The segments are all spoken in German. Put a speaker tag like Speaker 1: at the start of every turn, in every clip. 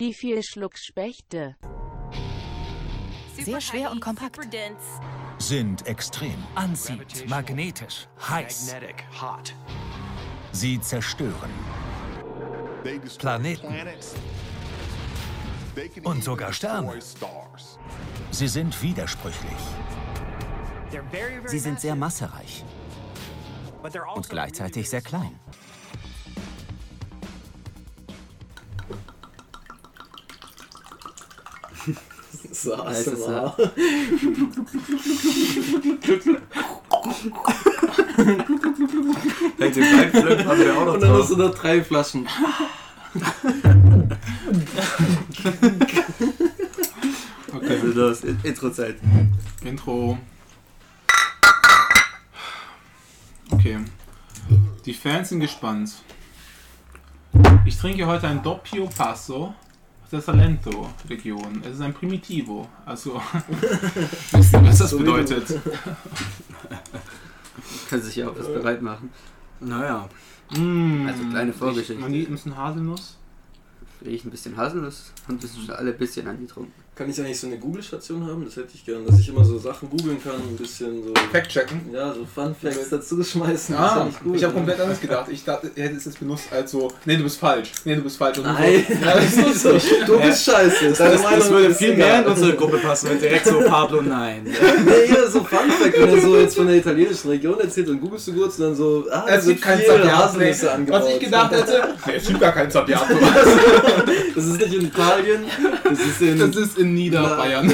Speaker 1: Die vier Schlucks Spechte.
Speaker 2: Sehr schwer und kompakt.
Speaker 3: sind extrem.
Speaker 4: Anzieht, magnetisch, heiß.
Speaker 3: Sie zerstören
Speaker 4: Planeten. Und sogar Sterne.
Speaker 3: Sie sind widersprüchlich.
Speaker 5: Sie sind sehr massereich und
Speaker 3: also
Speaker 6: und
Speaker 5: gleichzeitig sehr klein.
Speaker 7: So,
Speaker 5: Alles
Speaker 7: so.
Speaker 5: klar.
Speaker 8: Hey, den Weinflip haben wir auch noch
Speaker 7: Und dann hast
Speaker 8: drauf.
Speaker 7: du noch drei Flaschen.
Speaker 8: Also
Speaker 7: Okay,
Speaker 8: das In- Intro-Zeit.
Speaker 7: Intro. Okay. Die Fans sind gespannt. Ich trinke heute ein Doppio Passo aus der Salento-Region. Es ist ein Primitivo. Also, wisst ihr, was das bedeutet?
Speaker 8: Kann sich ja auch
Speaker 7: Äh,
Speaker 8: was bereit machen. Naja,
Speaker 7: Mm.
Speaker 8: Also, kleine
Speaker 7: Ich,
Speaker 8: Vorgeschichte.
Speaker 7: man ein bisschen Haselnuss.
Speaker 8: riecht ein bisschen Haselnuss und das ist alle ein bisschen angetrunken.
Speaker 7: Kann ich eigentlich so eine Google-Station haben? Das hätte ich gern, dass ich immer so Sachen googeln kann, ein bisschen so.
Speaker 9: Fact-checken.
Speaker 7: Ja, so Fun Facts dazu schmeißen.
Speaker 9: Ah,
Speaker 7: das fand gut.
Speaker 9: ich habe komplett anders gedacht. Ich dachte, er hätte es jetzt benutzt als so, nee, du bist falsch, nee, du bist falsch. Und
Speaker 7: Nein,
Speaker 9: So, ja, das ist so.
Speaker 7: du bist scheiße. Das,
Speaker 8: Gruppe passen, wenn direkt so Pablo nein.
Speaker 7: Nee, hier so Fun Fact, wenn er so jetzt von der italienischen Region erzählt, dann googelst du kurz und dann so, ah,
Speaker 9: Es gibt kein Zabiato. Was ich gedacht hätte, nee, es gibt gar kein Zabiato.
Speaker 7: Das ist nicht in Italien, das ist in.
Speaker 9: Das ist in Niederbayern.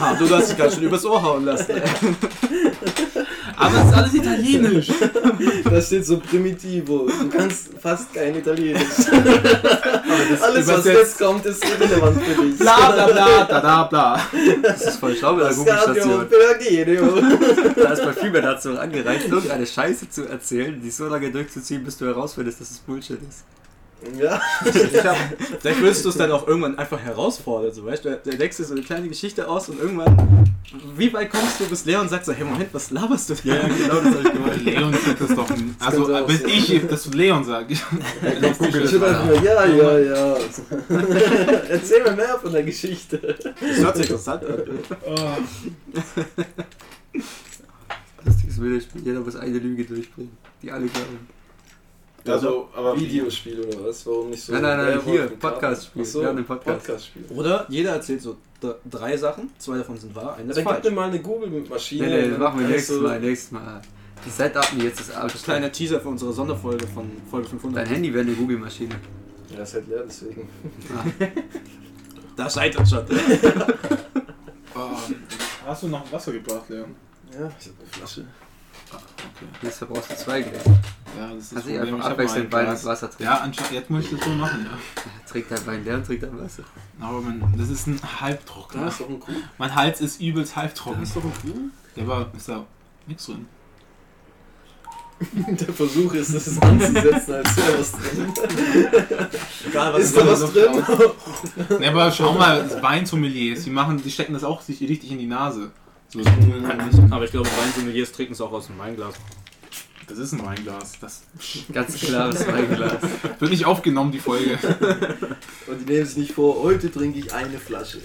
Speaker 9: Ah,
Speaker 8: Pablo, du hast dich ganz schön übers Ohr hauen lassen.
Speaker 7: Aber es ist alles italienisch. Da steht so Primitivo. Du kannst fast kein Italienisch. Alles, was jetzt kommt, ist irrelevant für dich.
Speaker 9: Bla bla bla, da da bla.
Speaker 8: Das ist voll schlau mit der
Speaker 7: Scambio
Speaker 8: Google-Station.
Speaker 7: per Guido.
Speaker 8: Da ist bei Fieber dazu noch angereicht, irgendeine Scheiße zu erzählen, die so lange durchzuziehen, bis du herausfindest, dass es Bullshit ist.
Speaker 7: Ja.
Speaker 5: Vielleicht willst du es dann auch irgendwann einfach herausfordern, so weißt du, du denkst dir so eine kleine Geschichte aus und irgendwann, wie weit kommst du, bis Leon sagt so, hey Moment, was laberst du da?
Speaker 8: Ja, genau, das habe ich gemeint.
Speaker 9: Äh, Leon sagt das doch. nicht. Also,
Speaker 7: könnte auch
Speaker 9: wenn
Speaker 7: sein.
Speaker 9: ich das zu Leon sage,
Speaker 7: Ich würde einfach nur, ja, ja, ja. Erzähl mir mehr von der Geschichte.
Speaker 5: Das hört sich interessant
Speaker 9: Ah,
Speaker 8: Lustiges Videospiel, jeder muss eine Lüge durchbringen, die alle glauben.
Speaker 9: Also, aber
Speaker 7: Videospiel oder was? Warum nicht so?
Speaker 8: Nein, nein, nein,
Speaker 7: Werwolf
Speaker 8: hier,
Speaker 7: mit Karten?
Speaker 8: Podcast-Spiel.
Speaker 7: Ach so,
Speaker 8: Wir haben den Podcast.
Speaker 7: Podcast-Spiel.
Speaker 5: Oder jeder erzählt so d- drei Sachen, zwei davon sind wahr, eine ist
Speaker 7: Dann gib
Speaker 5: falsch.
Speaker 7: mir mal eine Google-Maschine.
Speaker 8: Nee, nee,
Speaker 7: dann
Speaker 8: das machen wir
Speaker 7: kannst
Speaker 8: nächstes
Speaker 7: du-
Speaker 8: Mal, nächstes Mal. Die Setupen jetzt ist
Speaker 5: Das
Speaker 8: abends.
Speaker 5: ist ein kleiner Teaser für unsere Sonderfolge von Folge
Speaker 8: Dein
Speaker 5: 500.
Speaker 8: Handy wäre eine Google-Maschine.
Speaker 7: Ja, das ist halt leer, deswegen.
Speaker 5: Da scheitert schon.
Speaker 9: Oh, ähm, Hast du noch Wasser gebracht, Leon?
Speaker 7: Ja, ich hab eine Flasche.
Speaker 8: Jetzt verbrauchst du zwei Gläser.
Speaker 9: Ja, das ist
Speaker 8: Kannst
Speaker 9: das
Speaker 8: dich
Speaker 9: Problem. Ich
Speaker 8: einfach
Speaker 9: hab
Speaker 8: abwechselnd
Speaker 9: nur ein
Speaker 8: Wein und
Speaker 9: Glas.
Speaker 8: Wasser trinken.
Speaker 9: Ja, anscheinend, jetzt muss ich das so machen, ja.
Speaker 8: Trink dein halt Wein leer und trink dein Wasser.
Speaker 9: Aber man, das ist ein
Speaker 7: Da
Speaker 9: Halbtrockner.
Speaker 7: ist doch ein Kuh.
Speaker 9: Mein Hals ist übelst
Speaker 7: Da
Speaker 9: halbtrocken.
Speaker 7: ist doch ein Kuh.
Speaker 9: Der war, ist da nichts drin.
Speaker 7: Der Versuch ist, es anzusetzen, als wäre was drin.
Speaker 5: Egal
Speaker 7: Ist da was drin?
Speaker 9: Ja, aber schau mal, das Weinsommeliers, die machen, die stecken das auch sich richtig in die Nase. So,
Speaker 5: Aber ich glaube, Weinsommeliers trinken es auch aus dem Weinglas.
Speaker 9: das ist ein Weinglas. Das
Speaker 8: Ganz klares Weinglas.
Speaker 9: wird nicht aufgenommen, die Folge.
Speaker 7: Und die nehmen sich nicht vor, heute trinke ich eine Flasche.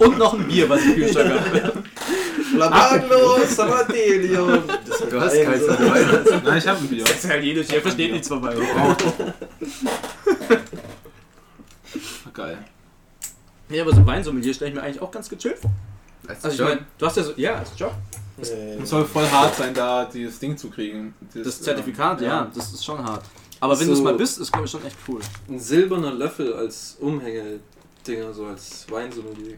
Speaker 5: Und noch ein Bier, was ich Kühlschrank habe.
Speaker 7: Labagno, Sabatelio. Das
Speaker 8: Du hast keins mehr.
Speaker 9: Nein, ich habe ein Bier.
Speaker 5: Italienisch, Also. ihr versteht nichts von meinem.
Speaker 9: Geil.
Speaker 5: Ja, aber so ein Weinsommelier stelle ich mir eigentlich auch ganz gechillt vor.
Speaker 8: Weißt du
Speaker 5: Also ich
Speaker 8: schon?
Speaker 5: meine, du hast ja so, ja, ist ein Job.
Speaker 9: Es soll voll hart sein, da dieses Ding zu kriegen. äh,
Speaker 5: Das Zertifikat, ja, das ist schon hart. Aber wenn
Speaker 7: So.
Speaker 5: du es mal bist, ist glaube ich schon echt cool.
Speaker 7: Ein silberner Löffel als Umhängedinger, so als Weinsommelier.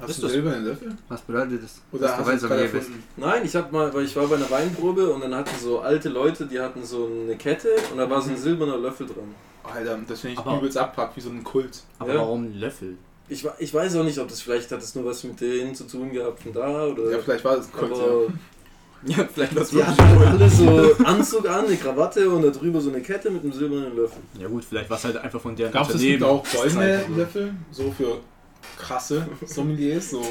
Speaker 9: Hast
Speaker 5: Ist
Speaker 9: du
Speaker 5: das-
Speaker 9: einen silbernen Löffel?
Speaker 8: Was bedeutet das?
Speaker 9: Oder
Speaker 8: dass du
Speaker 9: hast du es gerade
Speaker 8: Weinsommelier bist.
Speaker 9: erfunden?
Speaker 7: Nein, ich hab mal, weil ich war bei einer Weinprobe und dann hatten so alte Leute, die hatten so eine Kette und da war so ein silberner Löffel dran.
Speaker 9: Alter, das finde ich
Speaker 5: Aber-
Speaker 9: übelst abpackt, wie so ein Kult.
Speaker 5: Aber
Speaker 7: Ja.
Speaker 5: warum ein Löffel?
Speaker 7: Ich, wa- ich weiß auch nicht, ob das vielleicht hat das nur was mit denen zu tun gehabt von da oder.
Speaker 9: Ja, vielleicht war das ein Kult, ja.
Speaker 7: aber
Speaker 5: Ja, vielleicht das
Speaker 7: die hatten halt alle so Anzug an, eine Krawatte und da drüber so eine Kette mit einem silbernen Löffel.
Speaker 5: Ja gut, vielleicht war es halt einfach von deren
Speaker 9: Glaubst du, es gibt auch goldene Löffel? So für krasse Sommeliers, so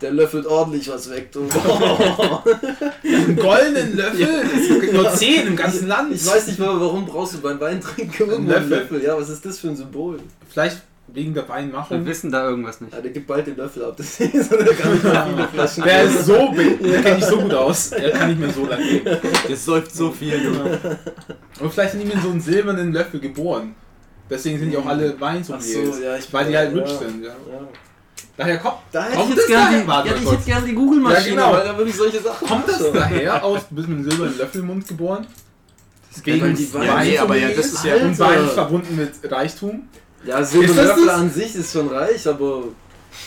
Speaker 7: Der löffelt ordentlich was weg, du.
Speaker 9: einen goldenen Löffel, nur zehn im ganzen Land.
Speaker 7: Ich weiß nicht mal, warum brauchst du beim Weintrinken irgendwo einen
Speaker 9: Löffel.
Speaker 7: Löffel. Ja, was ist das für ein Symbol?
Speaker 9: Vielleicht wegen der
Speaker 10: Wir
Speaker 9: Weinmachung.
Speaker 10: wissen da irgendwas nicht.
Speaker 7: Ja, der gibt bald den Löffel ab. Das ist oder gar nicht mehr viele Flaschen.
Speaker 9: Der ist so, big, der kenne ich so gut aus. Der kann nicht mehr so lange leben.
Speaker 5: Der säuft so viel, du.
Speaker 9: Und vielleicht sind die mit so einem silbernen Löffel geboren. Deswegen sind die auch alle
Speaker 7: Ach so,
Speaker 9: Weinsommeliers.
Speaker 7: ja, ich
Speaker 9: weil die halt
Speaker 7: ja.
Speaker 9: rich sind. Ja.
Speaker 7: Ja.
Speaker 9: Daher kommt,
Speaker 7: Da hätte
Speaker 9: kommt
Speaker 7: ich
Speaker 9: das
Speaker 7: jetzt gerne
Speaker 9: daher.
Speaker 7: die,
Speaker 9: Warte
Speaker 7: ja,
Speaker 9: mal
Speaker 7: ich
Speaker 9: kurz.
Speaker 7: hätte gerne die Google-Maschine,
Speaker 9: Ja, genau.
Speaker 7: weil da würde ich solche Sachen
Speaker 9: Kommt das
Speaker 7: machen.
Speaker 9: daher aus, du bist mit einem silbernen Löffel im Mund geboren?
Speaker 7: weil
Speaker 9: Wegen
Speaker 7: die Wein-
Speaker 5: Ja, nee, aber ja, das ist ja.
Speaker 7: Alter.
Speaker 9: Und Wein ist verbunden mit Reichtum.
Speaker 7: Ja,
Speaker 9: Ist das
Speaker 7: Silberlöffel
Speaker 9: das?
Speaker 7: an sich ist schon reich, aber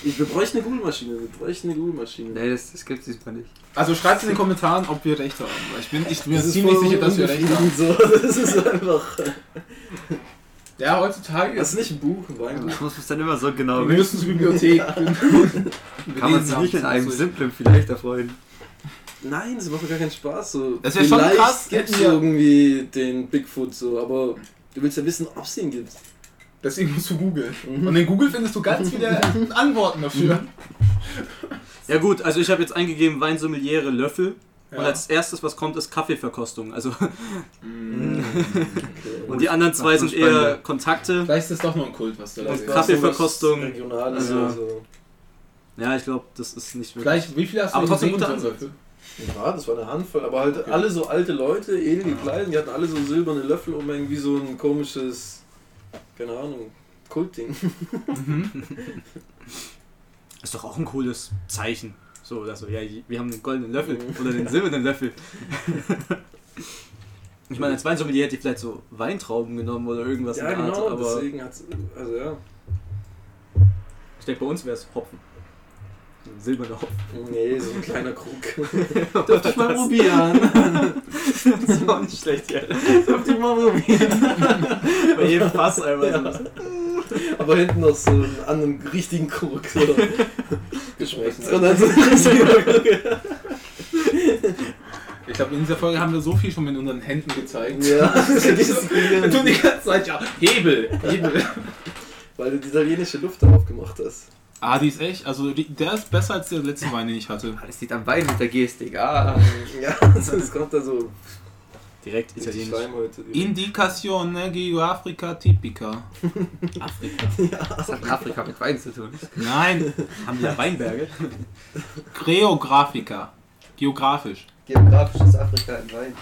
Speaker 7: ich, wir bräuchten eine Google-Maschine. Wir bräuchten eine Google-Maschine.
Speaker 10: Nee, das, das gibt's diesmal nicht.
Speaker 9: Also schreibt in den Kommentaren, ob wir recht haben. Weil Ich bin, ich bin mir
Speaker 7: Das ist
Speaker 9: ziemlich
Speaker 7: voll
Speaker 9: sicher, dass wir recht haben.
Speaker 7: unbefriedigend So. Das ist einfach.
Speaker 9: Ja, heutzutage
Speaker 7: Das ist
Speaker 9: ist
Speaker 7: nicht ein Buch, ein Weinbuch.
Speaker 10: Ich muss es dann immer so genau
Speaker 9: wir
Speaker 10: wissen.
Speaker 9: müssen zur Bibliothek.
Speaker 10: Kann man sich nicht in einem simplen vielleicht erfreuen.
Speaker 7: Nein, das macht doch gar keinen Spaß. So.
Speaker 9: Das wär schon
Speaker 7: Vielleicht
Speaker 9: krass,
Speaker 7: gibt's
Speaker 9: hätten wir-
Speaker 7: irgendwie den Bigfoot so, aber du willst ja wissen, ob es ihn gibt.
Speaker 9: Deswegen musst du Google. Und in Google findest du ganz viele Antworten dafür.
Speaker 5: Ja, gut, also ich habe jetzt eingegeben Weinsommeliere Löffel. Und
Speaker 9: Ja.
Speaker 5: als erstes, was kommt, ist Kaffeeverkostung. Also, und die anderen
Speaker 10: Oh,
Speaker 5: zwei
Speaker 10: Macht
Speaker 5: sind
Speaker 10: schon spannender.
Speaker 5: eher Kontakte.
Speaker 9: Vielleicht ist das doch nur ein Kult, was du da
Speaker 5: Und
Speaker 9: siehst.
Speaker 5: Krass. Kaffeeverkostung.
Speaker 7: Regional
Speaker 5: Also-
Speaker 7: also. so.
Speaker 5: Ja, ich glaube, das ist nicht wirklich.
Speaker 9: Vielleicht, wie viele hast du
Speaker 5: Aber
Speaker 9: in
Speaker 5: trotzdem
Speaker 9: den
Speaker 5: guter
Speaker 9: Sekunden-
Speaker 5: Ansatz.
Speaker 7: Ja, das war eine Handvoll, aber halt alle so alte Leute, edel gekleidet, die hatten alle so silberne Löffel um irgendwie so ein komisches, keine Ahnung, Kultding.
Speaker 5: Ist doch auch ein cooles Zeichen. So oder so. Ja, wir haben den goldenen Löffel
Speaker 10: Oh.
Speaker 5: oder den silbernen Löffel. ich meine, als Weinsommelier hätte ich vielleicht so Weintrauben genommen oder irgendwas
Speaker 7: Ja,
Speaker 5: in der
Speaker 7: genau,
Speaker 5: Art. Aber
Speaker 7: deswegen hat's, also ja.
Speaker 5: ich denke, bei uns wäre es Hopfen. Ein silberner Hopfen.
Speaker 7: Nee, so ein kleiner Krug.
Speaker 5: Dürfte ich mal probieren. das ist auch nicht schlecht, ja. Dürfte ich mal probieren. bei jedem Fass einmal so.
Speaker 7: Aber hinten noch so einen anderen richtigen Krug. So. Geschmeckt. Und dann so ein richtiger Krug.
Speaker 9: Ich glaube, in dieser Folge haben wir so viel schon mit unseren Händen gezeigt.
Speaker 7: Ja, das
Speaker 9: Wir tun
Speaker 7: ist
Speaker 9: die ganze Zeit, ja, Hebel, Hebel.
Speaker 7: Weil du die italienische Luft darauf gemacht hast.
Speaker 9: Ah, die ist echt, also die, der ist besser als der letzte Wein, den ich hatte.
Speaker 10: Ah, Das liegt am Wein mit der Gestik. Ah.
Speaker 7: Ja, das kommt da so
Speaker 5: Direkt italienisch.
Speaker 7: Schleim heute.
Speaker 9: Indicazione Geoafrica ne? Typica.
Speaker 10: Was hat denn Afrika mit Wein zu tun?
Speaker 9: Nein,
Speaker 5: Haben die da Weinberge?
Speaker 9: Geographica. Geografisch.
Speaker 10: Geografisches Afrika im Wein.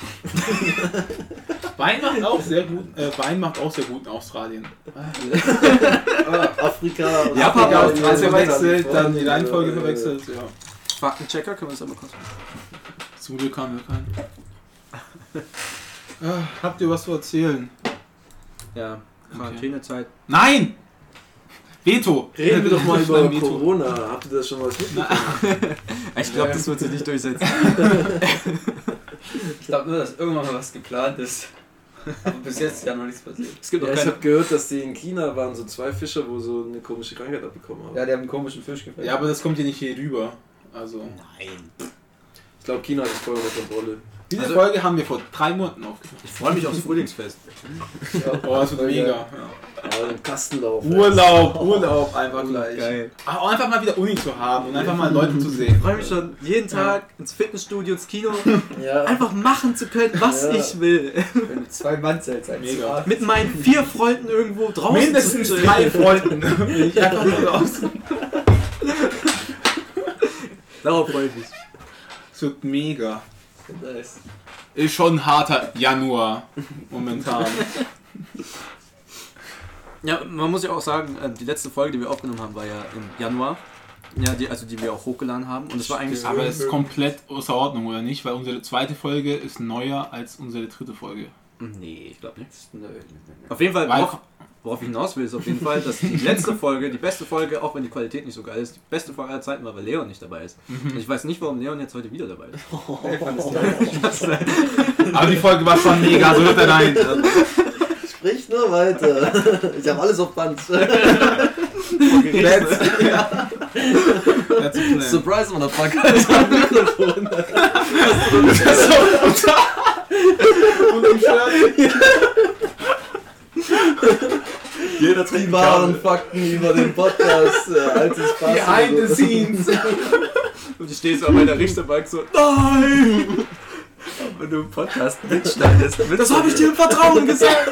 Speaker 9: Wein macht auch sehr gut, äh, Wein macht auch sehr gut in Australien.
Speaker 7: Ah, Afrika. und
Speaker 5: Ja, Papa,
Speaker 9: Ja,
Speaker 7: Afrika,
Speaker 9: Australien verwechselt,
Speaker 7: Kalifornien,
Speaker 9: dann die Reihenfolge
Speaker 7: äh,
Speaker 9: verwechselt, ja.
Speaker 5: Faktenchecker können wir das einmal kurz machen.
Speaker 9: Zum Glück haben wir keinen. Ah, habt ihr was zu erzählen?
Speaker 5: Ja, Quarantänezeit.
Speaker 9: Nein! Veto!
Speaker 7: Reden wir doch mal
Speaker 9: Veto.
Speaker 7: über Corona. Habt ihr das schon mal mitbekommen?
Speaker 5: Ich glaube, das wird sich nicht durchsetzen.
Speaker 10: Ich glaube nur, dass irgendwann mal was geplant ist. Aber bis jetzt ist ja noch nichts passiert.
Speaker 5: Es gibt auch
Speaker 7: Ja, ich
Speaker 5: keine.
Speaker 7: habe gehört, dass die in China waren, so zwei Fischer, wo so eine komische Krankheit abbekommen haben.
Speaker 10: Ja, die haben einen komischen Fisch gefressen.
Speaker 9: Ja, aber das kommt hier nicht hier rüber. Also.
Speaker 5: Nein.
Speaker 7: Ich glaube, China hat das voll unter Kontrolle.
Speaker 9: Diese Folge haben wir vor drei Monaten aufgenommen.
Speaker 5: Ich freue mich aufs Frühlingsfest.
Speaker 9: Oh, das wird
Speaker 7: voll
Speaker 9: mega.
Speaker 7: geil. Aber im Kastenlauf. ey.
Speaker 9: Urlaub, Urlaub Oh, einfach gleich.
Speaker 5: Geil.
Speaker 9: Aber auch einfach mal wieder Uni zu haben und einfach mal Leute zu sehen.
Speaker 5: Ich freue mich schon jeden Tag ins Fitnessstudio, ins Kino,
Speaker 7: Ja.
Speaker 5: einfach machen zu können, was
Speaker 7: Ja.
Speaker 5: ich will.
Speaker 10: Wenn du zwei Mann zählst, eins
Speaker 9: Mega.
Speaker 10: zu acht.
Speaker 5: Mit meinen vier Freunden irgendwo draußen
Speaker 9: Mindestens
Speaker 5: zu
Speaker 9: drei Freunden. Will ich einfach mal raus.
Speaker 5: Darauf freue ich mich.
Speaker 9: Es wird mega.
Speaker 7: Nice.
Speaker 9: Ist schon ein harter Januar momentan.
Speaker 5: Ja, man muss ja auch sagen, äh, die letzte Folge, die wir aufgenommen haben, war ja im Januar. Ja, die, also die wir auch hochgeladen haben. Und es war eigentlich
Speaker 9: Aber es ist komplett außer Ordnung, oder nicht? Weil unsere zweite Folge ist neuer als unsere dritte Folge.
Speaker 5: Nee, ich glaube nicht.
Speaker 11: äh,
Speaker 5: Auf jeden Fall,
Speaker 9: Weil-
Speaker 5: worauf, worauf ich hinaus will, ist auf jeden Fall, dass die letzte Folge, die beste Folge, auch wenn die Qualität nicht so geil ist, die beste Folge aller Zeiten war, weil Leon nicht dabei ist.
Speaker 11: Mhm.
Speaker 5: Und ich weiß nicht, warum Leon jetzt heute wieder dabei ist.
Speaker 9: Aber die Folge war schon mega, so hört er rein.
Speaker 7: Sprich nur weiter. Ich habe alles auf Band.
Speaker 9: Let's, Let's plan.
Speaker 7: Surprise, Motherfucker.
Speaker 9: Und im Shirt.
Speaker 5: Jeder Kinder
Speaker 7: Die
Speaker 5: trinken
Speaker 7: wahren
Speaker 5: Kabel.
Speaker 7: Fakten über den Podcast. Äh, altes Fass.
Speaker 9: Behind the scenes.
Speaker 11: Und ich stehe so an meiner Richterbank so, nein!
Speaker 5: Wenn du einen Podcast mitschneidest, wird
Speaker 11: Das habe ich dir im Vertrauen gesagt!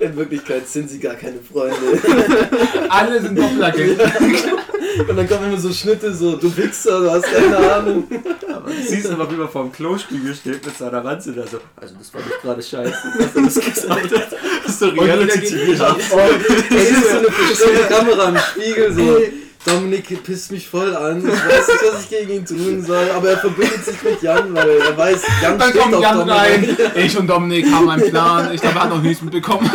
Speaker 7: In Wirklichkeit sind sie gar keine Freunde.
Speaker 9: Alle sind Doppelagenten.
Speaker 7: Und dann kommen immer so Schnitte, so, du Wichser, du hast keine Ahnung.
Speaker 5: Aber du siehst immer, wie man vorm Klospiegel steht mit seiner Ranze da so. Also, das war doch gerade scheiße, dass du das gesagt hast. Das ist so reality tv
Speaker 7: Oh, ey, hier ist so eine versteckte Kamera im Spiegel, so. Dominik pisst mich voll an. Ich weiß nicht, was ich gegen ihn tun soll, aber er verbindet sich mit Jan, weil er weiß, Jan
Speaker 9: Dann
Speaker 7: steht
Speaker 9: kommt
Speaker 7: auf
Speaker 9: Jan rein.
Speaker 7: Dominik.
Speaker 9: Ich und Dominik haben einen Plan. Ich glaube, er hat noch nichts mitbekommen.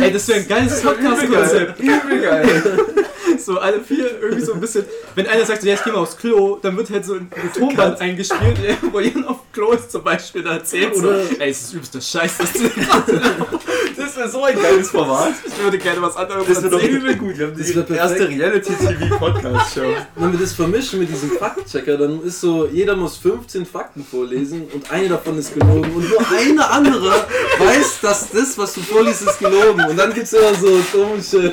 Speaker 11: Ey, das wäre ein geiles Podcast-Konzept.
Speaker 5: Übel geil.
Speaker 11: So alle vier irgendwie so ein bisschen. Wenn einer sagt, so, ja, ich geh mal aufs Klo, dann wird halt so ein ein Tonband eingespielt, ey, wo jemand auf dem Klo ist zum Beispiel, da erzählt so,
Speaker 7: Oder-
Speaker 11: ey, es ist übelster Scheiß, das du Das wäre so ein geiles
Speaker 5: Das Format.
Speaker 11: Ich würde gerne was anderes
Speaker 5: Das wird doch
Speaker 11: erzählen.
Speaker 5: übel gut. Wir haben
Speaker 7: Das
Speaker 5: die
Speaker 7: wird perfekt.
Speaker 5: erste reality tv podcast show
Speaker 7: Wenn wir das vermischen mit diesem Faktchecker, dann ist so, jeder muss 15 Fakten vorlesen und eine davon ist gelogen und nur eine andere weiß, dass das, was du vorliest, ist gelogen. Und dann gibt's immer so komische...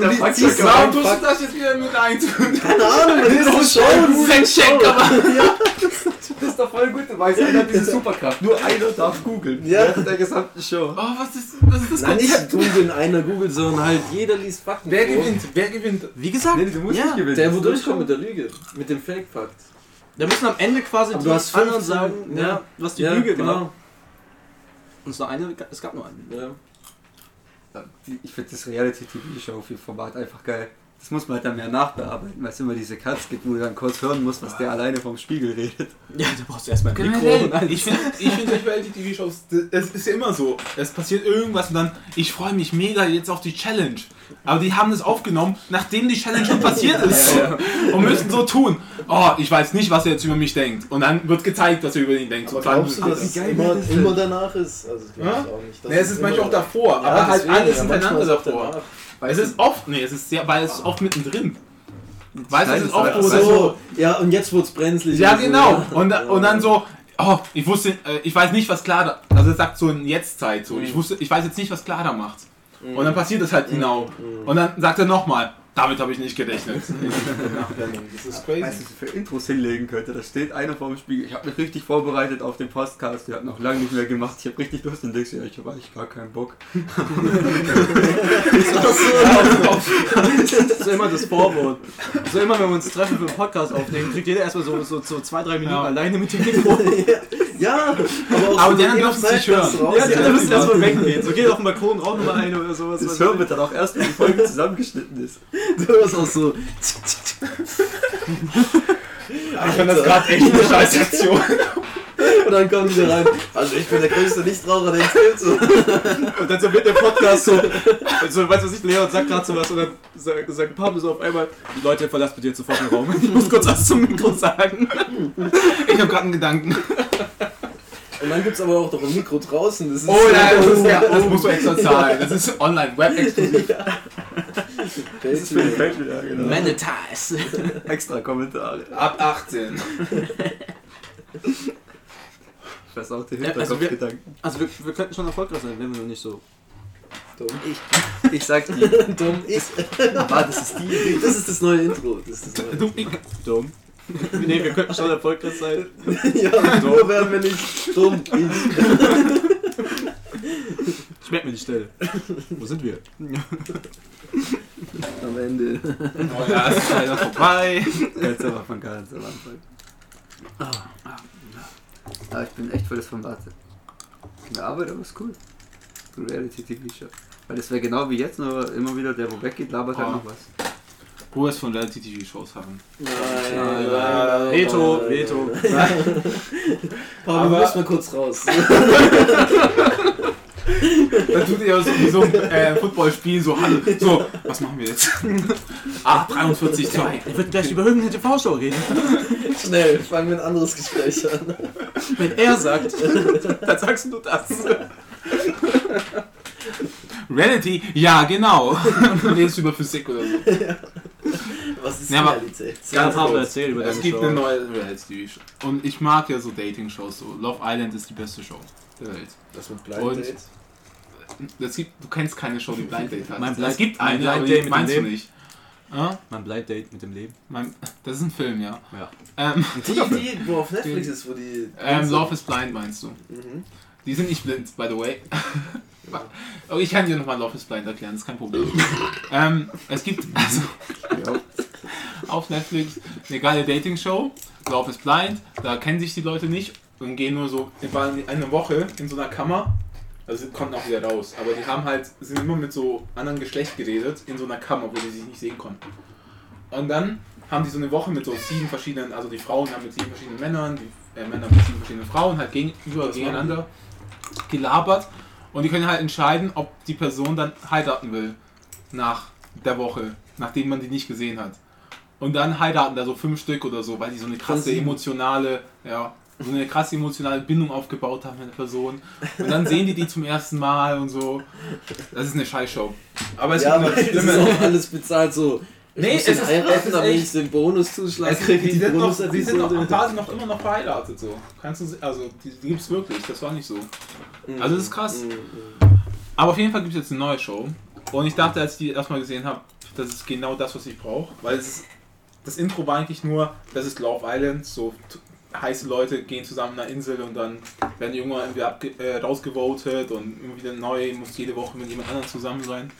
Speaker 7: Du li- ziehst
Speaker 9: Warum
Speaker 7: einen
Speaker 9: tust du
Speaker 7: Fakt-
Speaker 9: das jetzt wieder mit einzuführen?
Speaker 7: Keine Ahnung, das ist so schon.
Speaker 9: Das ist ein Schenk, aber.
Speaker 5: Das ist doch voll gut, du weißt, einer hat diese Superkraft. Nur einer darf googeln.
Speaker 7: Ja.
Speaker 5: Während der gesamten Show.
Speaker 9: Oh, was ist, was ist das
Speaker 7: Nein,
Speaker 9: Konzept?
Speaker 7: nicht googeln einer googelt, sondern halt jeder liest Fakten
Speaker 9: Wer
Speaker 7: vor.
Speaker 9: gewinnt? Wer gewinnt?
Speaker 11: Wie gesagt,
Speaker 5: Nee, du musst
Speaker 11: ja.
Speaker 5: nicht gewinnen.
Speaker 7: Der,
Speaker 5: Das
Speaker 7: wo
Speaker 5: ist
Speaker 7: durchkommt
Speaker 5: schon-
Speaker 7: mit der Lüge, mit dem Fake-Fakt.
Speaker 11: da müssen am Ende quasi
Speaker 7: Aber
Speaker 11: die
Speaker 7: du hast
Speaker 11: anderen
Speaker 7: 15,
Speaker 11: sagen,
Speaker 7: ja. genau.
Speaker 11: ja, was die Lüge
Speaker 5: genau.
Speaker 11: war. Und es, war eine, es gab nur einen.
Speaker 7: Ja.
Speaker 5: Die- Ich finde das Reality-TV-Show für Format einfach geil. Das muss man halt dann mehr nachbearbeiten, weil es immer diese Cuts gibt, wo du dann kurz hören musst, was der alleine vom Spiegel redet.
Speaker 11: Ja, da brauchst du erstmal ein Mikro. und
Speaker 9: Generell,
Speaker 11: alles.
Speaker 9: ich finde ich find solche Reality-TV-Shows, es ist ja immer so. Es passiert irgendwas und dann, ich freue mich mega jetzt auf die Challenge. Aber die haben das aufgenommen, nachdem die Challenge schon passiert ist. Und müssen so tun. Oh, ich weiß nicht, was er jetzt über mich denkt. Und dann wird gezeigt, was er über ihn denkt. So
Speaker 7: Glaubst du,
Speaker 9: dann-
Speaker 7: dass es
Speaker 5: geil
Speaker 7: immer,
Speaker 5: das ist?
Speaker 7: immer danach ist? Also, das glaube
Speaker 9: Ja?
Speaker 7: ich auch nicht. Das
Speaker 9: Nee, es ist manchmal auch
Speaker 7: immer-
Speaker 9: davor,
Speaker 7: Ja,
Speaker 9: aber halt
Speaker 7: deswegen,
Speaker 9: alles
Speaker 7: ja,
Speaker 9: hintereinander
Speaker 7: manchmal ist auch
Speaker 9: davor.
Speaker 7: danach.
Speaker 9: Weil es ist oft, nee, es ist sehr, weil es ist oft mittendrin. Weißt du, es ist
Speaker 5: Nein, das
Speaker 7: halt-
Speaker 9: oft
Speaker 5: war-
Speaker 9: wo
Speaker 5: das
Speaker 9: so,
Speaker 7: So, ja, und jetzt wird's brenzlig.
Speaker 9: Ja,
Speaker 7: Also,
Speaker 9: genau. Und,
Speaker 7: Ja.
Speaker 9: und dann so, oh, ich wusste, äh, ich weiß nicht, was Klara, also es sagt so in Jetztzeit so, ich wusste, ich weiß jetzt nicht, was Klara macht. Und dann passiert es halt genau. Und dann sagt er nochmal, damit habe ich nicht gerechnet. das ist
Speaker 5: Weißt
Speaker 9: crazy.
Speaker 5: du, was ich für Intros hinlegen könnte? Da steht einer vor dem Spiegel. Ich habe mich richtig vorbereitet auf den Podcast. Ich habe noch lange nicht mehr gemacht. Ich habe richtig Lust und denkst, dir, ja, ich habe eigentlich gar keinen Bock.
Speaker 11: So immer das Vorwort. So immer, wenn wir uns treffen für einen Podcast aufnehmen, kriegt jeder erstmal so, so, so zwei, drei Minuten
Speaker 9: Ja.
Speaker 11: alleine mit dem Mikro.
Speaker 7: Ja, aber auch
Speaker 9: Aber
Speaker 7: so
Speaker 9: die anderen
Speaker 7: jeder
Speaker 9: dürfen es
Speaker 7: Zeit,
Speaker 9: nicht hören.
Speaker 7: dass raus-
Speaker 11: Ja, die anderen müssen erstmal weggehen. So geht auf den Balkon, raucht nochmal eine oder sowas.
Speaker 5: Das
Speaker 11: Was
Speaker 5: hören wir dann auch erst, wenn die Folge zusammengeschnitten ist.
Speaker 7: Du hörst auch so.
Speaker 9: Ich fand das gerade echt eine scheiß Aktion.
Speaker 7: Und dann kommen die da rein. Also, ich bin der größte Nichtraucher, der zählt so.
Speaker 11: Und dann so mit dem Podcast so, so weißt du was ich, Leon sagt gerade sowas und dann sagt, sagt Pablo so auf einmal, die Leute verlasst bitte jetzt sofort den Raum. Ich muss kurz was zum Mikro sagen.
Speaker 9: Ich habe gerade einen Gedanken.
Speaker 7: Und dann gibt's aber auch noch ein Mikro draußen. Das ist
Speaker 9: Oh nein, das, ist, ja, das musst du extra zahlen. Das ist online, web exklusiv.
Speaker 7: Das ist
Speaker 5: Für den Patreon, ja, genau.
Speaker 11: Manetize.
Speaker 5: Extra Kommentare.
Speaker 11: Ah.
Speaker 9: Ab 18.
Speaker 5: Ich weiß auch den
Speaker 11: Ja, also wir-
Speaker 5: Hinterkopfgedanken.
Speaker 11: Also wir, wir könnten schon erfolgreich sein, wenn wir nur nicht so.
Speaker 5: Ich sag dir,
Speaker 7: dumm. Ich,
Speaker 5: war das ist die Idee.
Speaker 7: das ist das neue Intro. Das ist das neue.
Speaker 11: Dumm. Dumm. Nee, wir könnten schon erfolgreich sein.
Speaker 7: Ja, nur werden wir nicht dumm. Ich.
Speaker 11: Schmeckt mir die Stelle. Wo sind wir?
Speaker 5: am Ende.
Speaker 9: Oh ja, es ist leider vorbei.
Speaker 5: Ganz am Anfang, ganz am Anfang. Ah, Aber Ah, ich bin echt voll das Format. Keine Arbeit, aber ist cool. So Reality-TV-Show. Weil das wäre genau wie jetzt, nur immer wieder der, wo weggeht, labert halt
Speaker 9: Oh.
Speaker 5: noch was.
Speaker 9: Wo wir es von Reality-TV-Shows haben.
Speaker 7: Nein,
Speaker 11: Veto, Veto.
Speaker 7: Paul,
Speaker 9: Aber-
Speaker 7: wir müssen mal kurz raus.
Speaker 9: Da tut ihr so wie so ein äh, Footballspiel so Halle. So, was machen wir jetzt? Ah, 43, 2.
Speaker 11: Er wird gleich über irgendeine TV-Show reden.
Speaker 7: Schnell, fangen wir ein anderes Gespräch an.
Speaker 11: Wenn er sagt, dann sagst du das.
Speaker 9: Reality? Ja, genau. Du redest über Physik oder so.
Speaker 7: Was ist
Speaker 9: Ja, aber-
Speaker 7: Realität?
Speaker 11: Ganz Pablo erzählt über
Speaker 9: Es gibt eine neue Reality-Show. Und ich mag ja so Dating-Shows. So. Love Island ist die beste Show der Welt.
Speaker 7: Das mit
Speaker 9: Und-
Speaker 7: Blind Date?
Speaker 9: Das gibt, du kennst keine Show, die Blind Date heißt.
Speaker 5: Mein
Speaker 9: es
Speaker 5: Blind-
Speaker 9: gibt
Speaker 5: mein
Speaker 9: eine,
Speaker 5: Blind
Speaker 9: aber
Speaker 5: Date
Speaker 9: die
Speaker 5: mit dem
Speaker 9: meinst du
Speaker 5: Leben.
Speaker 9: nicht. Ja?
Speaker 5: Mein Blind Date mit dem Leben.
Speaker 9: Mein, das ist ein Film, ja.
Speaker 5: Ja.
Speaker 9: Ähm,
Speaker 7: Die, die, wo auf Netflix ist, wo die.
Speaker 9: ähm, Love is Blind meinst du.
Speaker 7: Mhm.
Speaker 9: Die sind nicht blind, by the way. Aber ich kann dir nochmal Love is Blind erklären, das ist kein Problem. ähm, es gibt also auf Netflix eine geile Dating-Show, Love is Blind, da kennen sich die Leute nicht und gehen nur so, die waren eine Woche in so einer Kammer, also sie konnten auch wieder raus, aber die haben halt, sind immer mit so anderen Geschlecht geredet, in so einer Kammer, wo sie sich nicht sehen konnten. Und dann haben die so eine Woche mit so sieben verschiedenen, also die Frauen haben mit sieben verschiedenen Männern, die äh, Männer mit sieben verschiedenen Frauen, halt gegenüber, gegeneinander gelabert und die können halt entscheiden, ob die Person dann heiraten will nach der Woche, nachdem man die nicht gesehen hat. Und dann heiraten da so fünf Stück oder so, weil die so eine krasse
Speaker 7: sieben.
Speaker 9: emotionale, ja, so eine krasse emotionale Bindung aufgebaut haben mit der Person. Und dann sehen die die zum ersten Mal und so. Das ist eine Scheißshow. Aber es
Speaker 7: Ja,
Speaker 9: gibt
Speaker 7: aber das
Speaker 9: eine
Speaker 7: ist
Speaker 9: Stimme.
Speaker 7: auch alles bezahlt so. Ich
Speaker 9: Nee,
Speaker 7: muss
Speaker 9: es
Speaker 7: den
Speaker 9: ist- es
Speaker 7: heiraten,
Speaker 9: ist
Speaker 7: damit ich
Speaker 9: echt-
Speaker 7: den Bonuszuschlag
Speaker 9: Es kriegt,
Speaker 7: kriege,
Speaker 9: die, sind noch, die sind noch,
Speaker 7: Bonusepisode.
Speaker 9: ein paar sind noch immer noch verheiratet so. Kannst du, se- also die, die gibt's wirklich, das war nicht so. Also das ist krass. Aber auf jeden Fall gibt es jetzt eine neue Show. Und ich dachte, als ich die erstmal gesehen habe, das ist genau das, was ich brauche. Weil es ist, das Intro war eigentlich nur, das ist Love Island, so t- heiße Leute gehen zusammen nach Insel und dann werden die irgendwann irgendwie abge äh, rausgevotet und immer wieder neu, muss jede Woche mit jemand anderem zusammen sein.